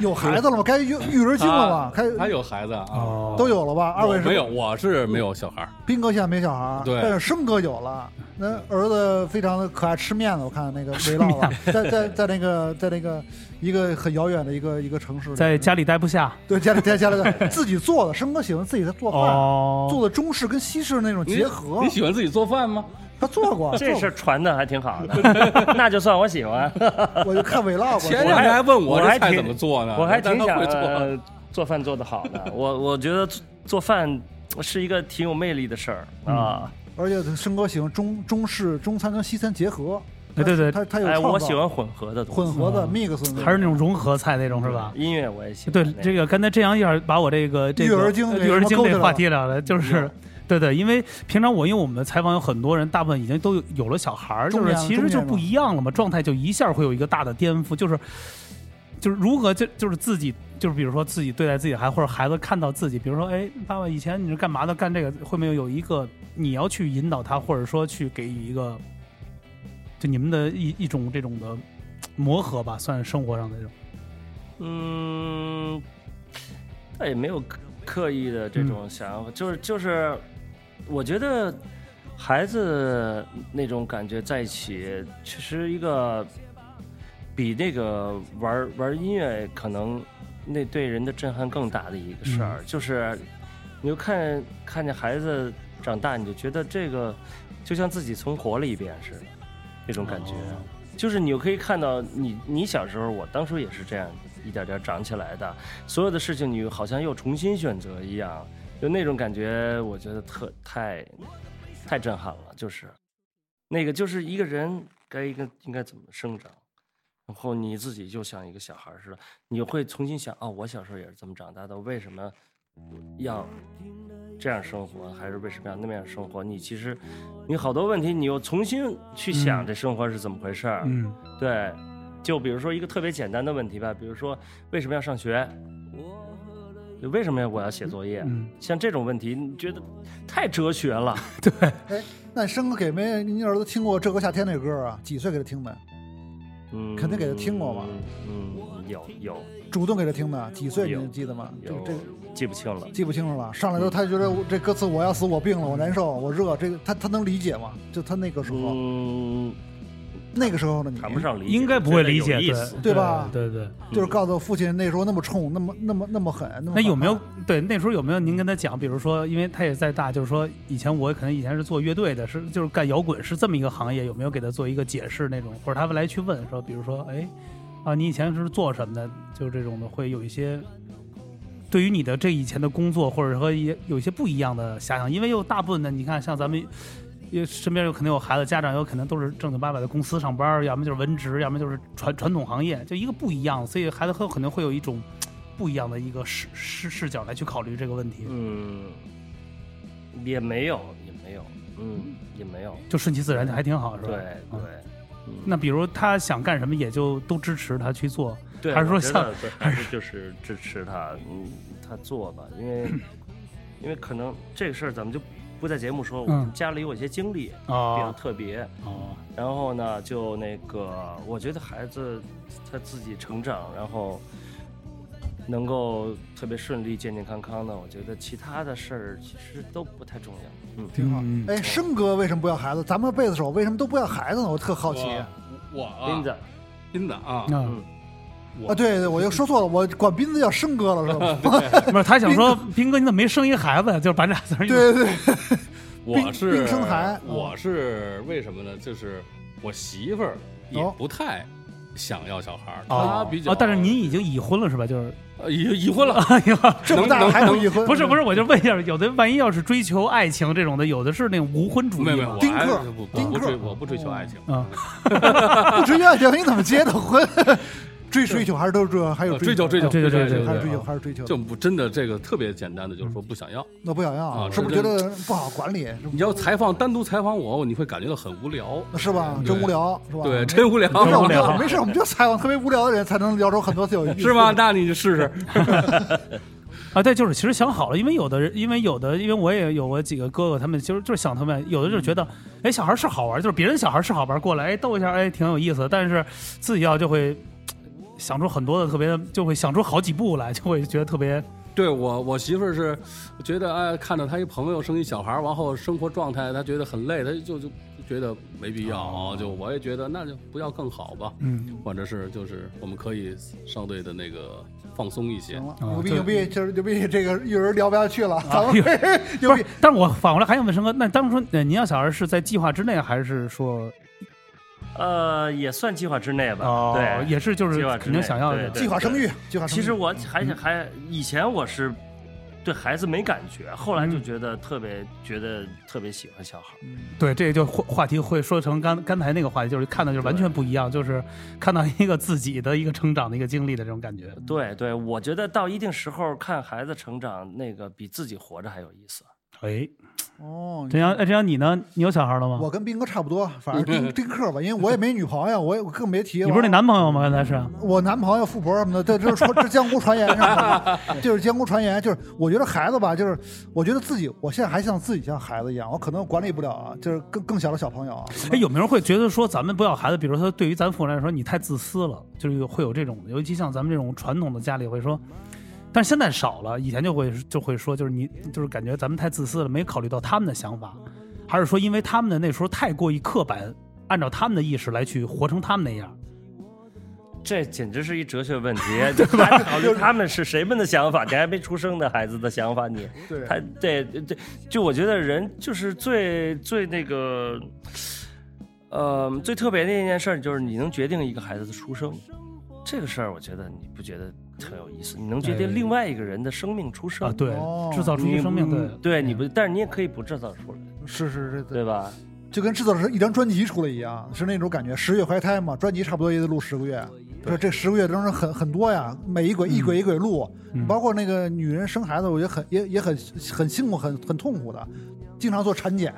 Speaker 4: 有孩子了吗？该育育儿经了吧？
Speaker 6: 他
Speaker 4: 该
Speaker 6: 他有孩子啊，
Speaker 3: 哦，
Speaker 4: 呃都有了吧？二位
Speaker 6: 我
Speaker 4: 是
Speaker 6: 没有，我是没有小孩儿。
Speaker 4: 斌哥现在没小孩儿，
Speaker 6: 对
Speaker 4: 但是生哥有了。那儿子非常的可爱，吃面子，我看那个围绕了，在在在那个在那个一个很遥远的一个一个城市里，
Speaker 3: 在家里待不下
Speaker 4: 对家里家家里自己做的，生哥喜欢自己在做饭，
Speaker 3: 哦。
Speaker 4: 做的中式跟西式那种
Speaker 6: 你
Speaker 4: 结合
Speaker 6: 你，喜欢自己做饭吗？
Speaker 4: 他做过，
Speaker 5: 这
Speaker 4: 做
Speaker 5: 事儿传的还挺好的， 那就算我喜欢。
Speaker 4: 过我就看 vlog，
Speaker 6: 前
Speaker 4: 我
Speaker 6: 两天还问我
Speaker 5: 我
Speaker 6: 这
Speaker 5: 还
Speaker 6: 菜
Speaker 5: 挺
Speaker 6: 怎么做呢，
Speaker 5: 我还挺
Speaker 6: 但他
Speaker 5: 想
Speaker 6: 啊会做。
Speaker 5: 呃做饭做得好的，我我觉得做做饭是一个挺有魅力的事儿啊。
Speaker 4: 而且生哥喜欢中中式中餐跟西餐结合，
Speaker 3: 哎对对嗯
Speaker 4: 他他嗯有
Speaker 5: 哎，
Speaker 4: 创造
Speaker 5: 我喜欢混合的东西，
Speaker 4: 混合的 mix，的
Speaker 3: 还是那种融合菜那种是吧？
Speaker 5: 音乐我也喜欢。
Speaker 3: 对
Speaker 5: 那，
Speaker 3: 这个刚才这样一下把我这个这个
Speaker 4: 育儿经
Speaker 3: 呃
Speaker 4: 给
Speaker 3: 育儿经
Speaker 4: 勾起来
Speaker 3: 这
Speaker 4: 了嗯
Speaker 3: 话题聊了，就是。对对，因为平常我因为我们采访有很多人，大部分已经都有有了小孩儿，
Speaker 4: 中
Speaker 3: 就是
Speaker 4: 年了
Speaker 3: 其实就
Speaker 4: 中年了
Speaker 3: 不一样了嘛，状态就一下会有一个大的颠覆，就是就是如何就就是自己就是比如说自己对待自己的孩子或者孩子看到自己，比如说哎，爸爸以前你是干嘛的，干这个会没有有一个你要去引导他，或者说去给予一个就你们的一一种这种的磨合吧，算是生活上的这种。
Speaker 5: 嗯，倒也没有刻刻意的这种想法，就是就是，我觉得孩子那种感觉在一起，其实一个比那个玩玩音乐可能那对人的震撼更大的一个事儿，就是你就看看见孩子长大，你就觉得这个就像自己重活了一遍似的，那种感觉。就是你可以看到你，你小时候，我当初也是这样一点点长起来的，所有的事情你好像又重新选择一样，就那种感觉，我觉得特太太震撼了，就是那个就是一个人该应该应该怎么生长，然后你自己就像一个小孩儿似的，你会重新想啊、我小时候也是这么长大的，为什么要这样生活，还是为什么要那么样生活？你其实你好多问题，你又重新去想
Speaker 3: 嗯
Speaker 5: 这生活是怎么回事儿，
Speaker 3: 嗯
Speaker 5: 对，就比如说一个特别简单的问题吧，比如说为什么要上学？就为什么要我要写作业？
Speaker 3: 嗯，
Speaker 5: 像这种问题，你觉得太哲学了。
Speaker 4: 哎，那生哥给没您儿子听过《这个夏天》那歌啊？几岁给他听的？
Speaker 5: 嗯，
Speaker 4: 肯定给他听过吧
Speaker 5: 嗯？嗯，有有
Speaker 4: 主动给他听的？几岁？
Speaker 5: 有
Speaker 4: 你记得吗？这
Speaker 5: 有
Speaker 4: 这，
Speaker 5: 记不清了。
Speaker 4: 记不清楚了。上来之后，他觉得我这歌词我要死，我病了，我难受，我热，这个他他能理解吗？就他那个时候，
Speaker 5: 嗯，
Speaker 4: 那个时候的你，
Speaker 5: 谈不上理解，
Speaker 3: 应该不会理解，
Speaker 5: 觉得有意思。
Speaker 4: 对吧嗯
Speaker 3: 对对。对
Speaker 4: 就是告诉父亲那时候那么冲，那么那么那么狠。啊那么
Speaker 3: 那
Speaker 4: 反
Speaker 3: 有没有
Speaker 4: 叛
Speaker 3: 对那时候有没有您跟他讲，比如说，因为他也在大，就是说以前我可能以前是做乐队的，是就是干摇滚是这么一个行业，有没有给他做一个解释那种，或者他们来去问说，比如说，哎，啊，你以前是做什么的？就是这种的，会有一些对于你的这以前的工作，或者说也有一些不一样的遐想，因为有大部分的你看，像咱们。因为身边有可能有孩子，家长有可能都是正经八百的公司上班，要么就是文职，要么就是传传统行业，就一个不一样，所以孩子很有可能会有一种嗯不一样的一个视视视角来去考虑这个问题，
Speaker 5: 嗯，也没有，也没有，嗯，也没有。
Speaker 3: 就顺其自然，还挺好，是吧？
Speaker 5: 对对
Speaker 3: 嗯。
Speaker 5: 嗯
Speaker 3: 那比如他想干什么，也就都支持他去做。
Speaker 5: 对，
Speaker 3: 还是说
Speaker 5: 我觉得 对
Speaker 3: 还
Speaker 5: 还是就是支持他，嗯，他做吧，因为因为可能这个事儿咱们就不在节目说，
Speaker 3: 嗯
Speaker 5: 我家里有一些经历比较
Speaker 3: 哦
Speaker 5: 特别。
Speaker 3: 哦，
Speaker 5: 然后呢，就那个，我觉得孩子他自己成长，然后能够特别顺利、健健康康的，我觉得其他的事儿其实都不太重要。嗯，
Speaker 4: 挺好
Speaker 3: 嗯。
Speaker 4: 哎，生哥为什么不要孩子？咱们贝斯手为什么都不要孩子呢？我特好奇。
Speaker 6: 我
Speaker 4: 啊，
Speaker 6: 我啊
Speaker 5: 斌子，
Speaker 6: 斌子啊，
Speaker 3: 那
Speaker 5: 嗯
Speaker 6: 我
Speaker 4: 啊对对，我又说错了，我管斌子叫生哥了是吧？
Speaker 3: 不是他想说， 斌哥你怎么没生一孩子呀？就是把这俩字儿一
Speaker 4: 对对对，
Speaker 6: 我是
Speaker 4: 冰生孩嗯
Speaker 6: 我是为什么呢？就是我媳妇儿也
Speaker 4: 哦
Speaker 6: 不太想要小孩儿，她
Speaker 3: 哦
Speaker 6: 比 较
Speaker 3: 哦，但是您已经已婚了是哦吧？就是
Speaker 6: 呃已已婚了，
Speaker 3: 哎呀，
Speaker 4: 这么
Speaker 6: 能
Speaker 4: 大
Speaker 6: 能
Speaker 4: 还能离婚？
Speaker 3: 不是不是，我就问一下，有的万一要是追求爱情这种的，有的是那种无婚主
Speaker 6: 没有
Speaker 3: 义
Speaker 6: 没有，
Speaker 3: 嘛
Speaker 6: 我。
Speaker 4: 丁
Speaker 6: 还
Speaker 4: 克
Speaker 6: 是不
Speaker 4: 丁
Speaker 6: 不不
Speaker 4: 克哦
Speaker 6: 追我不追求爱情，
Speaker 3: 啊，
Speaker 4: 不追求爱情，你怎么结的婚？ 追追求还是都是追，还有
Speaker 6: 呃追求追求
Speaker 3: 对对对
Speaker 6: 对
Speaker 3: 对
Speaker 4: 还是追求
Speaker 6: 求，
Speaker 4: 还嗯是追求，
Speaker 6: 就不真的这个特别简单的就是说不想要。
Speaker 4: 那不想要，
Speaker 6: 啊
Speaker 4: 是不是觉
Speaker 6: 这
Speaker 4: 得不好管理？是不
Speaker 6: 你要采访单独采访我，你会感觉到很无聊，
Speaker 4: 是吧？真无聊，是吧？
Speaker 6: 对，真无聊，
Speaker 4: 没事，
Speaker 3: 无
Speaker 4: 我 们
Speaker 3: 聊
Speaker 4: 就没事，我们就采访特别无聊的人，才能聊出很多有意思
Speaker 6: 是 吧？？那你试试，
Speaker 3: 啊，对，就是其实想好了，因为有的人，因为有的，因为我也有过几个哥哥，他们其实就是想他们，有的就是觉得，哎，小孩是好玩，就是别人小孩是好玩，过来哎逗一下，哎，挺有意思的，但是自己要就会嘖想出很多的特别，就会想出好几步来，就会觉得特别
Speaker 6: 对我，我媳妇儿是觉得哎，看着她一朋友生一小孩儿，完后生活状态她觉得很累，她就就觉得没必要，就我也觉得那就不要更好吧，
Speaker 3: 嗯，
Speaker 6: 或者是就是我们可以相对的那个放松一些
Speaker 4: 行。了，
Speaker 3: 啊
Speaker 4: 牛逼
Speaker 3: 对
Speaker 4: 牛逼，就是牛逼，这个有人聊不下去了，咱们
Speaker 3: 啊不
Speaker 4: 牛
Speaker 3: 是
Speaker 4: 逼。。
Speaker 3: 但是我反过来还想问生哥，那当初呃您要小孩是在计划之内，还是说
Speaker 5: 呃，也算计划之内吧。
Speaker 3: 哦，
Speaker 5: 对，
Speaker 3: 也是就是
Speaker 5: 计划之
Speaker 3: 肯定
Speaker 5: 内
Speaker 3: 想要
Speaker 5: 对
Speaker 3: 的
Speaker 5: 对
Speaker 4: 计划生育，计划生育。
Speaker 5: 其实我还是还以前我是对孩子没感觉，后来就
Speaker 3: 嗯
Speaker 5: 觉得特别觉得特别喜欢小孩儿。
Speaker 3: 对，这就话话题会说成刚刚才那个话题，就是看到就是完全不一样，就是看到一个自己的一个成长的一个经历的这种感觉。
Speaker 5: 对对，我觉得到一定时候看孩子成长，那个比自己活着还有意思。
Speaker 3: 哎，
Speaker 4: 哦，
Speaker 3: 陈阳，哎，陈阳，你呢？你有小孩了吗？
Speaker 4: 我跟斌哥差不多，反正丁丁克吧，因为我也没女朋友，我也我更别提。
Speaker 3: 你不是那男朋友吗？刚才是，
Speaker 4: 我男朋友、富婆什么的， 这这是传这是江湖传言，是吧？这是江湖传言，就是我觉得孩子吧，就是我觉得自己，我现在还像自己像孩子一样，我可能管理不了啊，就是更更小的小朋友啊。
Speaker 3: 哎，有没有人会觉得说咱们不要孩子？比如说，对于咱父母来说，你太自私了，就是有会有这种的，尤其像咱们这种传统的家里会说。但是现在少了，以前就会就会说，就是你就是感觉咱们太自私了，没考虑到他们的想法，还是说因为他们的那时候太过于刻板，按照他们的意识来去活成他们那样？
Speaker 5: 这简直是一哲学 问题，就还考虑他们是谁们的想法，你还没出生的孩子的想法，你
Speaker 4: 对
Speaker 5: 他对对，就我觉得人就是最最那个，呃，最特别的一件事儿就是你能决定一个孩子的出生，这个事儿我觉得你不觉得很有意思？你能决
Speaker 3: 哎
Speaker 5: 定另外一个人的生命出生
Speaker 3: 啊，对
Speaker 4: 哦，
Speaker 3: 制造出一个生命，对
Speaker 5: 你嗯对，你不，但是你也可以不制造出来，
Speaker 4: 是是是，
Speaker 5: 对吧？
Speaker 4: 就跟制作人一张专辑出来一样，是那种感觉，十月怀胎嘛，专辑差不多也得录十个月。就是这十个月当中很很多呀，每一轨一轨一轨录，
Speaker 3: 嗯
Speaker 4: 包括那个女人生孩子，我觉得很也也很很辛苦，很很痛苦的，经常做产检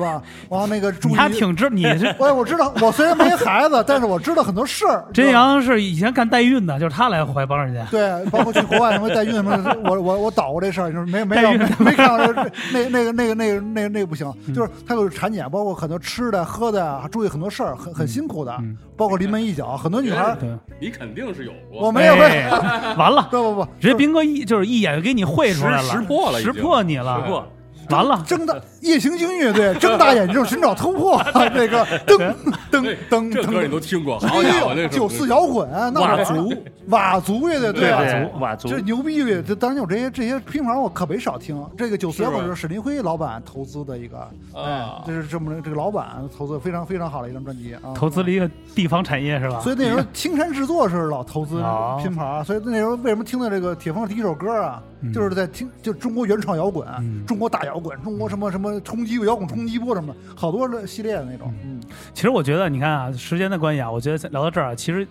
Speaker 4: 吧？然后那个注
Speaker 3: 你
Speaker 4: 意
Speaker 3: 还挺知，你 是
Speaker 4: 我我知道，我虽然没孩子，但是我知道很多事儿。
Speaker 3: 真阳是以前干代孕的，就是他来怀帮人家。
Speaker 4: 对，包括去国外什么代孕什么的，我我我捣过这事儿，就是没没
Speaker 3: 代
Speaker 4: 有
Speaker 3: 孕嗯
Speaker 4: 没没看到这那那个那个那个那个那个不行，就是他有产检，包括很多吃的喝的啊，注意很多事儿，很很辛苦的，包括临门一脚，很多女孩儿
Speaker 3: 嗯对，
Speaker 6: 你肯定是有过，
Speaker 4: 我没有，
Speaker 3: 哎
Speaker 4: 不
Speaker 3: 完了，
Speaker 4: 不不，
Speaker 3: 人家斌哥一就是一眼就给你会出来了，
Speaker 6: 识识破了已
Speaker 3: 识
Speaker 6: 经
Speaker 3: 破你了，
Speaker 6: 识破
Speaker 3: 完了，
Speaker 4: 睁大夜行军乐队睁大眼睛寻找突破， 这个噔
Speaker 6: 哎
Speaker 4: 噔噔
Speaker 6: 这歌你
Speaker 4: 噔
Speaker 6: 都。听过，好家伙，
Speaker 4: 哎
Speaker 6: 那
Speaker 4: 呦，
Speaker 6: 是
Speaker 4: 九四摇滚，啊那
Speaker 5: 佤
Speaker 4: 我
Speaker 5: 族，
Speaker 4: 佤族乐队，对
Speaker 5: 对
Speaker 4: 啊，
Speaker 5: 对，佤族
Speaker 4: 这牛逼乐，这当然有这些这些拼盘，我可没少听。这个九四摇滚是史林辉老板投资的一个，哎
Speaker 6: 啊，
Speaker 4: 这是这么这个老板投资非常非常好的一张专辑啊，
Speaker 3: 投资了一个地方产业是吧？
Speaker 4: 所以那时候青山制作是老投资
Speaker 3: 哦
Speaker 4: 拼盘儿，所以那时候为什么听到这个铁峰的第一首歌啊，就是在听就中国原创摇滚、中国大摇滚、中国什么什么冲击摇滚冲击波什么的，好多的系列的那种。嗯，
Speaker 3: 其实我觉得，你看啊，时间的关系啊，我觉得聊到这儿啊，其实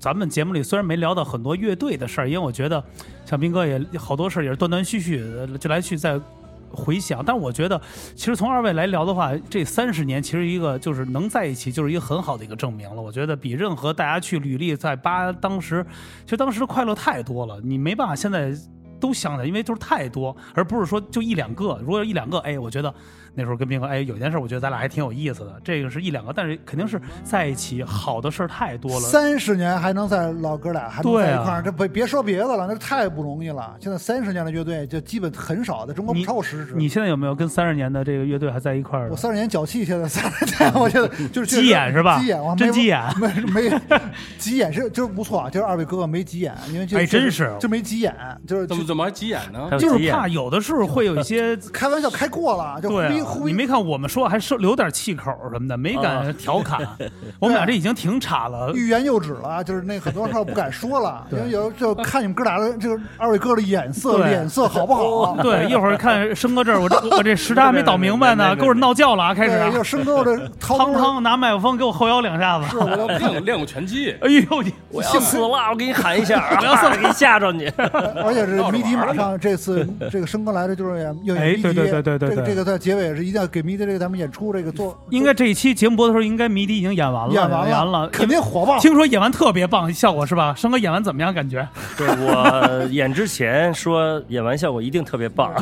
Speaker 3: 咱们节目里虽然没聊到很多乐队的事儿，因为我觉得像斌哥也好多事儿也是断断续续的就来去在回想，但我觉得其实从二位来聊的话，这三十年其实一个就是能在一起，就是一个很好的一个证明了。我觉得比任何大家去履历在扒当时，其实当时的快乐太多了，你没办法现在。都想起来，因为就是太多，而不是说就一两个。如果有一两个，哎，我觉得那时候跟斌哥，哎，有件事我觉得咱俩还挺有意思的。这个是一两个，但是肯定是在一起好的事儿太多了。
Speaker 4: 三十年还能在老哥俩还能
Speaker 3: 对
Speaker 4: 在
Speaker 3: 啊
Speaker 4: 一块儿，这别别说别的了，那太不容易了。现在三十年的乐队就基本很少，在中国不
Speaker 3: 你
Speaker 4: 超过十支。
Speaker 3: 你现在有没有跟三十年的这个乐队还在一块儿的
Speaker 4: 我？三十年脚气，现在三十年， 我觉得就是
Speaker 3: 急眼是吧
Speaker 4: 急眼，我还
Speaker 3: 真
Speaker 4: 没
Speaker 3: 急眼
Speaker 4: 没没急眼是就是不错，就是二位哥哥没急眼，因为就
Speaker 3: 哎真是
Speaker 4: 就没急眼，就是
Speaker 6: 怎
Speaker 4: 就
Speaker 6: 么怎么还急眼 呢
Speaker 5: 还？有
Speaker 3: 就是
Speaker 5: 急眼
Speaker 3: 怕有的时候会有一些
Speaker 4: 开玩笑开过了，就忽
Speaker 3: 对
Speaker 4: 逼
Speaker 3: 啊
Speaker 4: 忽，
Speaker 3: 你
Speaker 4: 逼
Speaker 3: 没看我们说还是留点气口什么的，没敢调侃。 我们俩这已经挺差了，
Speaker 4: 欲言又止了，就是那很多事儿不敢 说了，因为有就看你们哥俩的就是二位哥的眼色
Speaker 3: 对
Speaker 4: 脸色好不好？啊
Speaker 3: 对，一会儿看生哥这儿，我 这我这时差还啊没倒明白呢，
Speaker 5: 对对对对对
Speaker 3: 跟我闹觉了啊，开始啊
Speaker 4: 对，就生 哥的掏
Speaker 3: 汤
Speaker 4: 兜儿
Speaker 3: 汤拿麦克风给我后腰两下子，
Speaker 4: 我都
Speaker 6: 练过练过拳击，
Speaker 3: 哎呦你，
Speaker 5: 我要死了，我给你喊 一下，我要死了，给你吓着你。
Speaker 4: 而且是谜底马上这次这个生哥来的就是演要
Speaker 3: 哎
Speaker 4: 演谜
Speaker 3: 对
Speaker 4: 底，
Speaker 3: 对对对对
Speaker 4: 这个
Speaker 3: 对
Speaker 4: 这个在结尾是一定要给谜底这个咱们演出这个做
Speaker 3: 应该这一期节目播的时候，应该谜底已经演完了，
Speaker 4: 演
Speaker 3: 完
Speaker 4: 完了肯定火爆。
Speaker 3: 听说演完特别棒，效果是吧？生哥演完怎么样？感觉
Speaker 5: 对我演之前说演完效果一定特 别棒，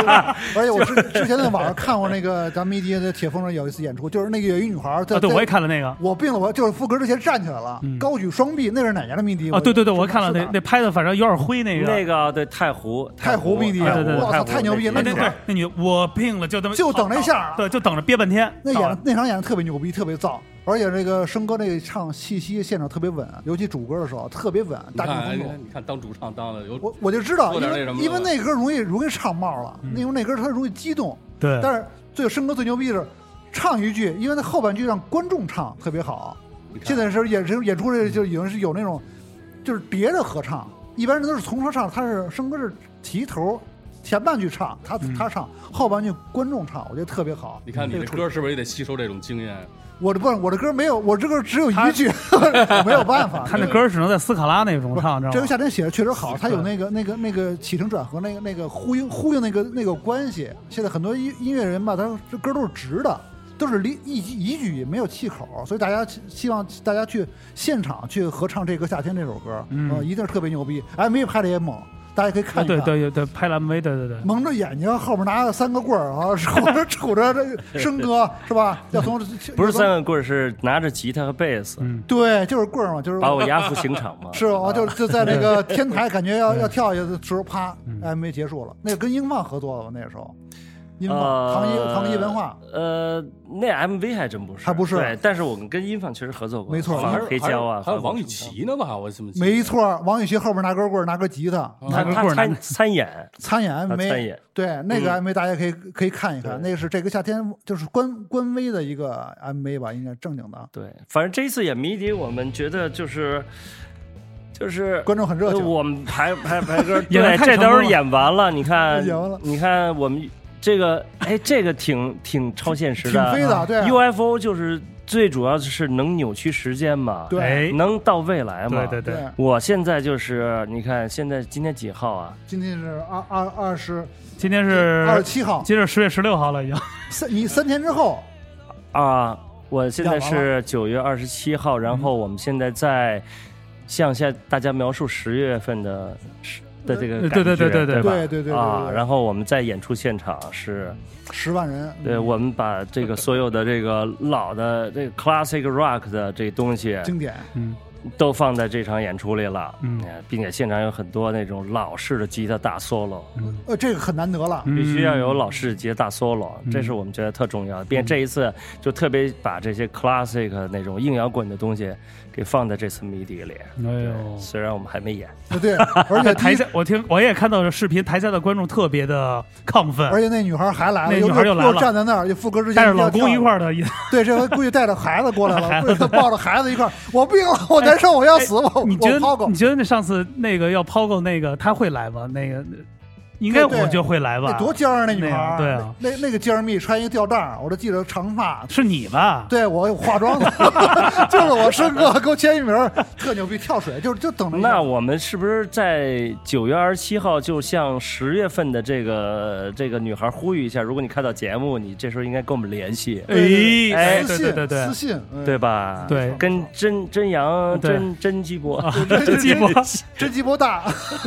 Speaker 4: 而且我 之之前在网上看过那个咱们迷笛的铁风筝有一次演出，就是那个有一女孩儿 在，
Speaker 3: 啊，对
Speaker 4: 在
Speaker 3: 我也看了那个
Speaker 4: 我病了，我就是副歌之前站起来了，高举双臂，那是哪家的迷笛
Speaker 3: 啊，对对对， 我看了那
Speaker 4: 那
Speaker 3: 那拍的，反正有点灰那个，
Speaker 5: 那个对太湖
Speaker 4: 太湖迷笛，
Speaker 5: 太湖
Speaker 3: 对对对
Speaker 4: 我操，
Speaker 5: 湖
Speaker 4: 太牛逼了！
Speaker 3: 啊
Speaker 4: 那
Speaker 3: 对
Speaker 4: 女
Speaker 3: 对
Speaker 4: 孩，
Speaker 3: 那女我病了就这么
Speaker 4: 就等那下儿
Speaker 3: 对，就等着憋半天，
Speaker 4: 那
Speaker 3: 到
Speaker 4: 演
Speaker 3: 了
Speaker 4: 的那场演的特别牛逼，特别燥。而且这个生哥那个唱气息现场特别稳，尤其主歌的时候特别稳，
Speaker 6: 你
Speaker 4: 大
Speaker 6: 看
Speaker 4: 众
Speaker 6: 哎
Speaker 4: 风
Speaker 6: 你
Speaker 4: 度。
Speaker 6: 看你看当主唱当的有
Speaker 4: 我我就知道，因
Speaker 6: 做点
Speaker 4: 为
Speaker 6: 那什么嗯
Speaker 4: 因为那歌容易容易唱冒了，因为那歌它容易激动。
Speaker 3: 对，
Speaker 4: 但是最生哥最牛逼的是唱一句，因为他后半句让观众唱特别好。
Speaker 6: 你看
Speaker 4: 现在是演出演出这就已经是有那种就是叠着合唱，一般人都是从头唱，他是生哥是提头。前半句唱他他唱，后半句观众唱，我觉得特别好。
Speaker 6: 嗯你看你
Speaker 4: 这个
Speaker 6: 的
Speaker 4: 处理
Speaker 6: 歌是不是也得吸收这种经验？
Speaker 4: 我这不，我这歌没有，我这歌只有一句， 我没有 办法。
Speaker 3: 他那歌只能在斯卡拉那种唱，知
Speaker 4: 这
Speaker 3: 道
Speaker 4: 个
Speaker 3: 吗？嗯
Speaker 4: 夏天写的确实好，它有那个那个那个起承转合，那个那个呼应呼应那个那个关系。现在很多音音乐人吧，他这歌都是直的，都是离一句一句没有气口，所以大家希希望大家去现场去合唱这个夏天这首歌，
Speaker 3: 嗯
Speaker 4: 呃一定是特别牛逼。MV 拍的也猛，大家可以看
Speaker 3: 啊，
Speaker 4: 一看。
Speaker 3: 对对对对，拍了 MV，对对对。
Speaker 4: 蒙着眼睛，后面拿着三个棍儿啊，杵着 杵着这生哥是吧？要从
Speaker 5: 不是
Speaker 4: 要从
Speaker 5: 三个棍儿，是拿着吉他和贝斯，
Speaker 3: 嗯
Speaker 4: 对，就是棍儿嘛，就是
Speaker 5: 把我押赴刑场嘛。
Speaker 4: 是啊，就就在那 个天台，感觉
Speaker 5: 嗯
Speaker 4: 要要跳下去的时候，啪，MV 结束了。那跟英镑合作了吧？那时候，英镑
Speaker 5: 呃
Speaker 4: 唐一唐一文化，
Speaker 5: 呃，那 MV 还真不是，
Speaker 4: 还不是啊
Speaker 5: 对，但是我们跟音放确实合作过，
Speaker 4: 没错
Speaker 5: 反而黑胶啊，
Speaker 6: 还有还有
Speaker 5: 反而
Speaker 6: 王雨琦呢吧？我怎么记得
Speaker 4: 没，错。王雨绮后面拿根棍儿，拿根吉他，
Speaker 5: 他
Speaker 3: 拿根棍
Speaker 5: 他
Speaker 3: 儿拿
Speaker 5: 参参演，
Speaker 4: 参演
Speaker 5: 嗯他
Speaker 4: MV，
Speaker 5: 参演，嗯
Speaker 4: 对那个 MV 大家可以可以看一看，
Speaker 5: 对
Speaker 4: 那个是这个夏天就是官官微的一个 MV 吧，应该正经的，
Speaker 5: 对，反正这一次演迷笛，我们觉得就是就是
Speaker 4: 观众很热
Speaker 5: 呃
Speaker 4: 情。
Speaker 5: 我们排排 排歌，
Speaker 3: 演得
Speaker 5: 对，
Speaker 3: 太
Speaker 5: 这
Speaker 3: 成功
Speaker 5: 都
Speaker 3: 了
Speaker 5: 是演完了。你看，
Speaker 4: 演完了
Speaker 5: 你看我们这个，哎，这个挺挺超现实
Speaker 4: 挺
Speaker 5: 的。啊
Speaker 4: 飞的，对，
Speaker 5: UFO 就是最主要就是能扭曲时间嘛，
Speaker 4: 对
Speaker 3: 哎，
Speaker 5: 能到未来嘛。
Speaker 3: 对对对，
Speaker 4: 对，
Speaker 5: 我现在就是，你看现在今天几号啊？
Speaker 4: 今天是二二二十
Speaker 3: 今天
Speaker 4: 二十
Speaker 3: 是
Speaker 4: 七号，
Speaker 3: 今天是十月十六号了，已经。
Speaker 4: 三你三天之后，
Speaker 5: 啊，我现在
Speaker 4: 演完
Speaker 5: 是九月二十七号，
Speaker 3: 嗯
Speaker 5: 然后我们现在在向下大家描述十月份的的这个
Speaker 3: 对
Speaker 5: 感
Speaker 3: 对
Speaker 5: 觉，
Speaker 3: 对对对
Speaker 4: 对
Speaker 5: 吧
Speaker 4: 对对对
Speaker 5: 啊，
Speaker 4: 对
Speaker 5: 然后我们在演出现场是。
Speaker 4: 十万人，
Speaker 5: 对，我们把这个所有的这个老的这个 classic rock 的这东西
Speaker 4: 经典，
Speaker 3: 嗯，
Speaker 5: 都放在这场演出里了，
Speaker 3: 嗯
Speaker 5: 呃，并且现场有很多那种老式的吉他大 solo，
Speaker 4: 呃，这个很难得
Speaker 3: 嗯
Speaker 4: 了，
Speaker 5: 必须要有老式吉他大 solo，这是我们觉得特重要的，并且这一次就特别把这些 classic 那种硬摇滚的东西给放在这次谜底里。
Speaker 3: 哎
Speaker 5: 对
Speaker 3: 呦
Speaker 5: 虽然我们还没演，
Speaker 4: 对，而且
Speaker 3: 在
Speaker 4: 第一
Speaker 3: 台下，我听我也看到了视频，台下的观众特别的亢奋，
Speaker 4: 而且那女孩还来了，
Speaker 3: 那
Speaker 4: 又
Speaker 3: 女孩又来了
Speaker 4: 站在那儿，就副歌之前
Speaker 3: 带着老公一块
Speaker 4: 儿，
Speaker 3: 儿的，也
Speaker 4: 对，这回估计带着孩子过 来了，估计抱着孩子一块儿，我病了，我难受，我要死，我
Speaker 3: 哎你觉
Speaker 4: 我抛
Speaker 3: 得
Speaker 4: 狗
Speaker 3: 你，觉得那上次那个要抛 o 那个他会来吗？那个应该
Speaker 4: 对对
Speaker 3: 我就会来吧。
Speaker 4: 那多尖儿啊那女孩儿，
Speaker 3: 那样
Speaker 4: 那那个尖儿蜜穿一个吊带儿，我都记得长发。
Speaker 3: 是你吧？
Speaker 4: 对我有化妆的， 就是我申哥给我签一名儿，特牛逼，跳水就是就等着
Speaker 5: 那我们是不是在九月二十七号就向十月份的这个这个女孩呼吁一下？如果你看到节目，你这时候应该跟我们联系，
Speaker 3: 对哎，
Speaker 4: 私
Speaker 3: 对
Speaker 4: 信
Speaker 3: 对对对
Speaker 4: 私，信，嗯
Speaker 5: 对吧？
Speaker 3: 对
Speaker 5: 跟真真阳、
Speaker 3: 对
Speaker 5: 真 真鸡博，
Speaker 4: 啊
Speaker 3: 真鸡 博，
Speaker 4: 真鸡巴大！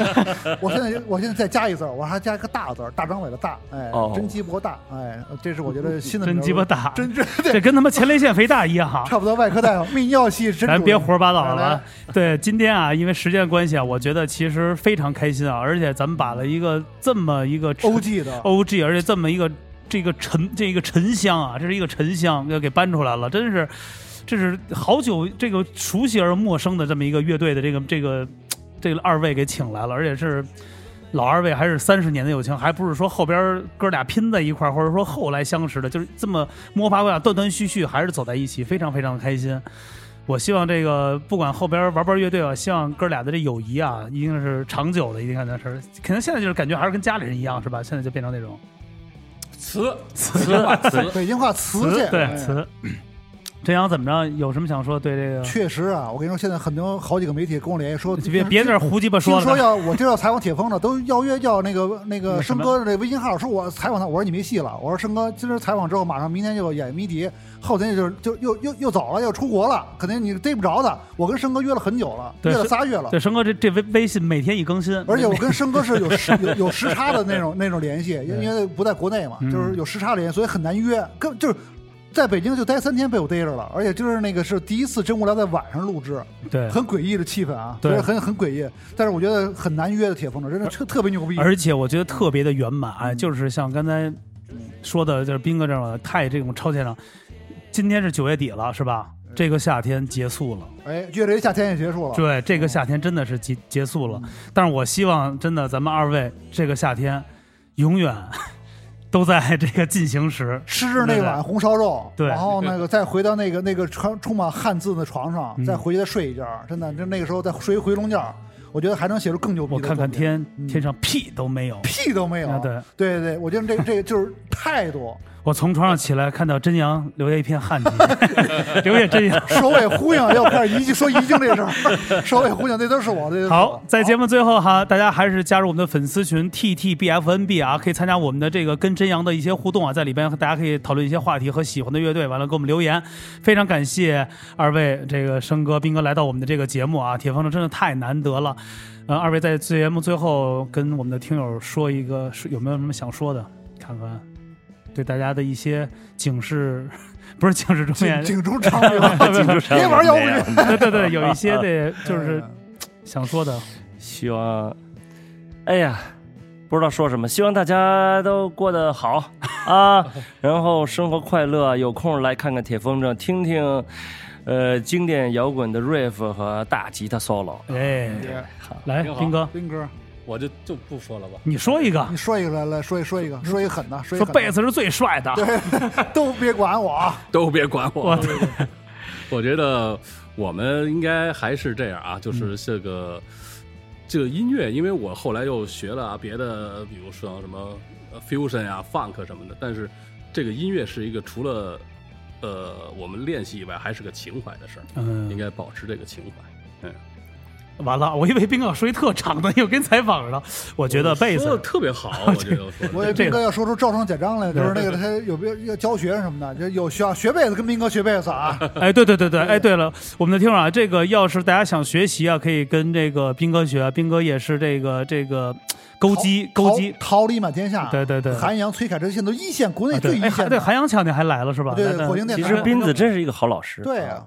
Speaker 4: 我现在我现在再加一字儿，我还加一个大字儿，大张伟的大，哎
Speaker 5: 哦，
Speaker 4: 真鸡巴大，哎，这是我觉得新的名
Speaker 3: 真
Speaker 4: 字
Speaker 3: 鸡巴，大，
Speaker 4: 真真
Speaker 3: 这跟他妈前列腺肥大一样。
Speaker 4: 差不多外科大夫，泌尿系真主任
Speaker 3: 咱别胡说八道了啊
Speaker 4: 来
Speaker 3: 吧？ 对，今天啊，因为时间关系啊，我觉得其实非常开心啊，而且咱们把了一个这么一个
Speaker 4: OG 的，
Speaker 3: OG，而且哦这么一个这个沉这个沉香啊，这是一个沉香，要给搬出来了，真是，这是好久这个熟悉而陌生的这么一个乐队的这个这个这个二位给请来了，而且是老二位还是三十年的友情，还不是说后边哥俩拼在一块儿，或者说后来相识的，就是这么摸爬滚打、断断续续，还是走在一起，非常非常的开心。我希望这个不管后边玩不玩乐队啊，希望哥俩的这友谊啊，一定是长久的，一定看的是，可能现在就是感觉还是跟家里人一样，是吧？现在就变成那种
Speaker 6: 词
Speaker 3: 词
Speaker 6: 词
Speaker 4: 北京话瓷
Speaker 3: 词
Speaker 4: 去，
Speaker 3: 对
Speaker 4: 哎
Speaker 3: 词。 真阳怎么着？有什么想说？对这个，
Speaker 4: 确实啊，我跟你说，现在很多好几个媒体跟我联系说，
Speaker 3: 就别别在这儿胡鸡巴
Speaker 4: 听
Speaker 3: 说
Speaker 4: 说
Speaker 3: 了。
Speaker 4: 要我就要采访铁峰了，都邀约要那个那
Speaker 3: 那
Speaker 4: 个
Speaker 3: 什
Speaker 4: 生
Speaker 3: 么
Speaker 4: 哥的微信号，说我采访他，我说你没戏了，我说生哥今儿采访之后，马上明天就演迷笛，后天就就又又又走了，要出国了，肯定你逮不着他。我跟生哥约了很久了，
Speaker 3: 对
Speaker 4: 约了
Speaker 3: 是
Speaker 4: 仨月了，
Speaker 3: 对，生哥这这微微信每天一更新，
Speaker 4: 而且我跟生哥是有时有有时差的那种那种联系，因为因为不在国内嘛，
Speaker 3: 嗯
Speaker 4: 就是有时差联系，所以很难约，跟就是。在北京就待三天被我逮着了，而且就是那个是第一次真无聊在晚上录制，
Speaker 3: 对，
Speaker 4: 很诡异的气氛啊，
Speaker 3: 对
Speaker 4: 所以很很诡异。但是我觉得很难约的铁风筝，真的特特别牛逼。
Speaker 3: 而且我觉得特别的圆满，哎
Speaker 4: 嗯
Speaker 3: 就是像刚才说的，就是斌哥这种的太这种超现场。今天是九月底了，是吧？这个夏天结束了，
Speaker 4: 哎，乐队夏天也结束了，
Speaker 3: 对，这个夏天真的是结结束
Speaker 4: 嗯
Speaker 3: 了。但是我希望真的咱们二位这个夏天永远 都在这个进行时，
Speaker 4: 吃着那碗红烧肉，
Speaker 3: 对
Speaker 4: 然后那个再回到那个那个床充满汉字的床上，
Speaker 3: 嗯
Speaker 4: 再回去再睡一觉，真的，就那个时候再睡一回笼觉，我觉得还能写出更牛逼
Speaker 3: 我
Speaker 4: 的作
Speaker 3: 看
Speaker 4: 品。
Speaker 3: 看天，
Speaker 4: 嗯
Speaker 3: 天上屁都没有。
Speaker 4: 屁都没有
Speaker 3: 啊，对
Speaker 4: 对对，我觉得这这个就是态度，
Speaker 3: 我从床上起来，看到真阳留下一片汗迹， 留下真阳。
Speaker 4: 首尾呼应，要开始一句说一经这事 儿，首尾呼应，这都是我的。
Speaker 3: 好，在节目最后哈，大家还是加入我们的粉丝群 T T B F N B 啊，可以参加我们的这个跟真阳的一些互动啊，在里边大家可以讨论一些话题和喜欢的乐队，完了给我们留言。非常感谢二位这个生哥、斌哥来到我们的这个节目啊，铁风筝真的太难得了。呃，二位在节目最后跟我们的听友说一个，说有没有什么想说的？看看对大家的一些警示，呃不是警示忠
Speaker 4: 警
Speaker 3: 言，
Speaker 4: 警钟 长鸣，
Speaker 5: 进入 上
Speaker 4: 别玩摇滚
Speaker 5: 面
Speaker 4: 乐哎
Speaker 5: 啊，
Speaker 3: 对对对，有一些的就是想说的。
Speaker 5: 希望，哎呀，不知道说什么，希望大家都过 得好啊，然后生活快乐，有空来看看铁风筝，听听，呃，经典摇滚的 riff 和大吉他 solo。
Speaker 3: 哎，来，
Speaker 6: 挺好
Speaker 3: 斌哥，
Speaker 4: 斌哥，
Speaker 6: 我就就不说了吧。
Speaker 3: 你说一个
Speaker 4: 你，说一个来来说一说一个，说一个狠的，说一
Speaker 3: 说
Speaker 4: 个
Speaker 3: 贝
Speaker 4: 狠的
Speaker 3: 斯是最帅的，
Speaker 4: 都别管 我啊，
Speaker 6: 都别管
Speaker 3: 我
Speaker 6: 我。 我觉得我们应该还是这样啊，就是这个、这个音乐，因为我后来又学了啊别的，比如说什么呃 fusion 啊、funk 什么的，但是这个音乐是一个除了呃我们练习以外，还是个情怀的事儿，应
Speaker 3: 嗯，
Speaker 6: 该保持这个情怀。
Speaker 3: 完了，我以为斌哥要说一特长的，又跟采访似的。我觉得贝
Speaker 6: 说得
Speaker 3: 斯，
Speaker 6: 特 别好，我觉得我说的
Speaker 4: 我也斌哥要说出照双假章来，就是那个他有没有要教学什么的，就有需要学贝斯跟斌哥学贝 斯啊，
Speaker 3: 哎，对对对对，哎，对了，我们的听众啊，这个要是大家想学习啊，可以跟这个斌哥学，斌哥也是这个这个勾机勾机，
Speaker 4: 桃桃李满天下，啊
Speaker 3: 对对对
Speaker 4: 韩阳、崔凯这些都一线，国内
Speaker 3: 啊
Speaker 4: 最
Speaker 3: 对，
Speaker 4: 一
Speaker 3: 哎，
Speaker 4: 线
Speaker 3: 还对
Speaker 4: 的，
Speaker 3: 韩阳强你还来了是吧？
Speaker 4: 对对
Speaker 3: 那 那
Speaker 4: 火星电
Speaker 3: 其
Speaker 4: 台
Speaker 5: 其实
Speaker 3: 实
Speaker 5: 斌子真是一个好老师，
Speaker 4: 对啊，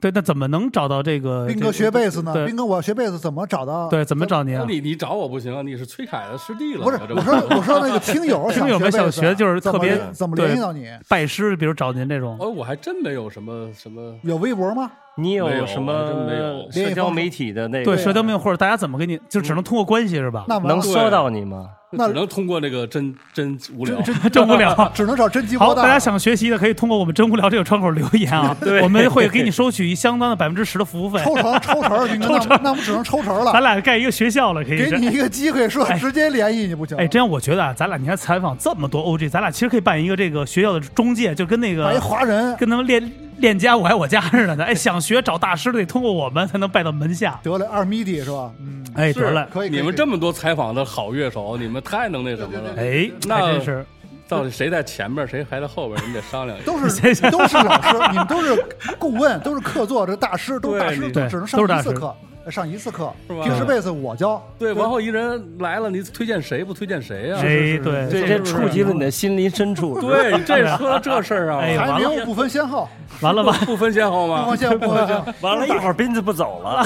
Speaker 3: 对，那怎么能找到这个
Speaker 4: 斌哥学贝斯呢？
Speaker 3: 对
Speaker 4: 斌哥，我要学贝斯怎么找到？
Speaker 3: 对，怎么找您
Speaker 6: 那
Speaker 3: 啊？
Speaker 6: 你你找我不行啊，你是崔凯的师弟了。
Speaker 4: 不是，
Speaker 6: 你知道
Speaker 4: 我
Speaker 6: 吗
Speaker 4: 说我说那个听友
Speaker 3: 听友们
Speaker 4: 想
Speaker 3: 想学就是
Speaker 4: 啊怎
Speaker 3: 特
Speaker 4: 么
Speaker 3: 别
Speaker 4: 联怎么
Speaker 3: 对
Speaker 4: 联系到你？
Speaker 3: 拜师，比如找您这种，
Speaker 6: 哦，我还真没有什么什么。
Speaker 4: 有微博吗？
Speaker 5: 你有
Speaker 6: 没有
Speaker 5: 什
Speaker 6: 我真没有
Speaker 5: 么社交媒体的那个
Speaker 4: 啊
Speaker 3: 对，社交命或者大家怎么跟你，就只能通过关系是吧？
Speaker 4: 那完
Speaker 5: 能
Speaker 4: 了，
Speaker 5: 搜到你吗？
Speaker 4: 那
Speaker 6: 只能通过这个真 真无聊。
Speaker 3: 真无聊。
Speaker 4: 只能找真鸡
Speaker 3: 好，
Speaker 4: 窝蛋。
Speaker 3: 大家想学习的可以通过我们“真无聊”这个窗口留言 啊，我们会给你收取相当的百分之十的服务费。
Speaker 4: 抽成抽 成，军哥，那我们那我们只能抽成
Speaker 3: 咱
Speaker 4: 了。
Speaker 3: 俩盖一个学校了，可以
Speaker 4: 给
Speaker 3: 是。
Speaker 4: 你一个机会，说
Speaker 3: 哎
Speaker 4: 直接联系你不行？
Speaker 3: 哎，这样我觉得啊，咱俩你看采访这么多 OG，咱俩其实可以办一个这个学校的中介，就跟那
Speaker 4: 把一
Speaker 3: 个
Speaker 4: 华人
Speaker 3: 跟他们练练家我爱我家似的。哎，想学找大师得通过我们才能拜到门下。
Speaker 4: 得了二米底是吧？嗯，
Speaker 3: 哎，
Speaker 6: 是
Speaker 3: 得嘞，
Speaker 4: 可以。
Speaker 6: 你
Speaker 4: 可
Speaker 6: 们
Speaker 4: 以
Speaker 6: 这么多采访的好乐手，你们太能那什么了。
Speaker 3: 哎，
Speaker 6: 那
Speaker 3: 还真是。
Speaker 6: 到底谁在前面，谁排在后边，你得商量一 下。
Speaker 4: 都是都是老师， 你们都是顾问，都是客座，这大师都是大师，
Speaker 6: 对
Speaker 3: 对
Speaker 4: 只能上
Speaker 3: 都是大
Speaker 4: 一次
Speaker 3: 师
Speaker 4: 课，哎上一次课。
Speaker 6: 是吧
Speaker 4: 平时贝斯我教，
Speaker 6: 对，往后一人来了，你推荐谁不推荐谁呀、
Speaker 3: 哎，对，
Speaker 5: 这这触及了你的心灵深处。
Speaker 6: 对，这说到这事儿啊，
Speaker 3: 哎呀
Speaker 4: 排
Speaker 3: 完了啊
Speaker 4: 名不分先后，
Speaker 3: 完了吧？
Speaker 6: 不分先后
Speaker 4: 不
Speaker 6: 吗
Speaker 4: 分？先后，不分 先后，
Speaker 5: 完了，一会儿斌子不走了，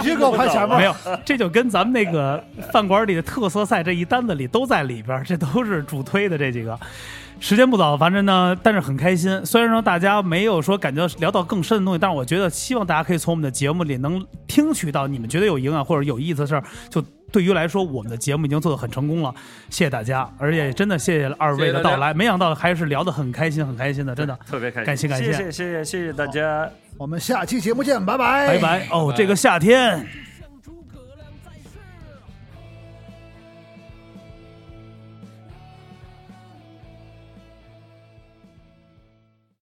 Speaker 4: 必须给我排前 面。
Speaker 3: 没有，这就跟咱们那个饭馆里的特色菜这一单子里都在里边儿，这都是主推的这几个。时间不早，反正呢，但是很开心。虽然说大家没有说感觉聊到更深的东西，但是我觉得希望大家可以从我们的节目里能听取到你们觉得有营养或者有意思的事儿。就对于来说，我们的节目已经做得很成功了，谢谢大家，而且真的谢谢二位
Speaker 6: 谢
Speaker 3: 的
Speaker 6: 谢大家
Speaker 3: 到来。没想到还是聊得很开心，很开心的，真的。
Speaker 5: 特别开
Speaker 3: 感谢感谢
Speaker 5: 谢谢谢谢谢谢大家。
Speaker 4: 我们下期节目见，拜
Speaker 3: 拜拜哦，这个夏天。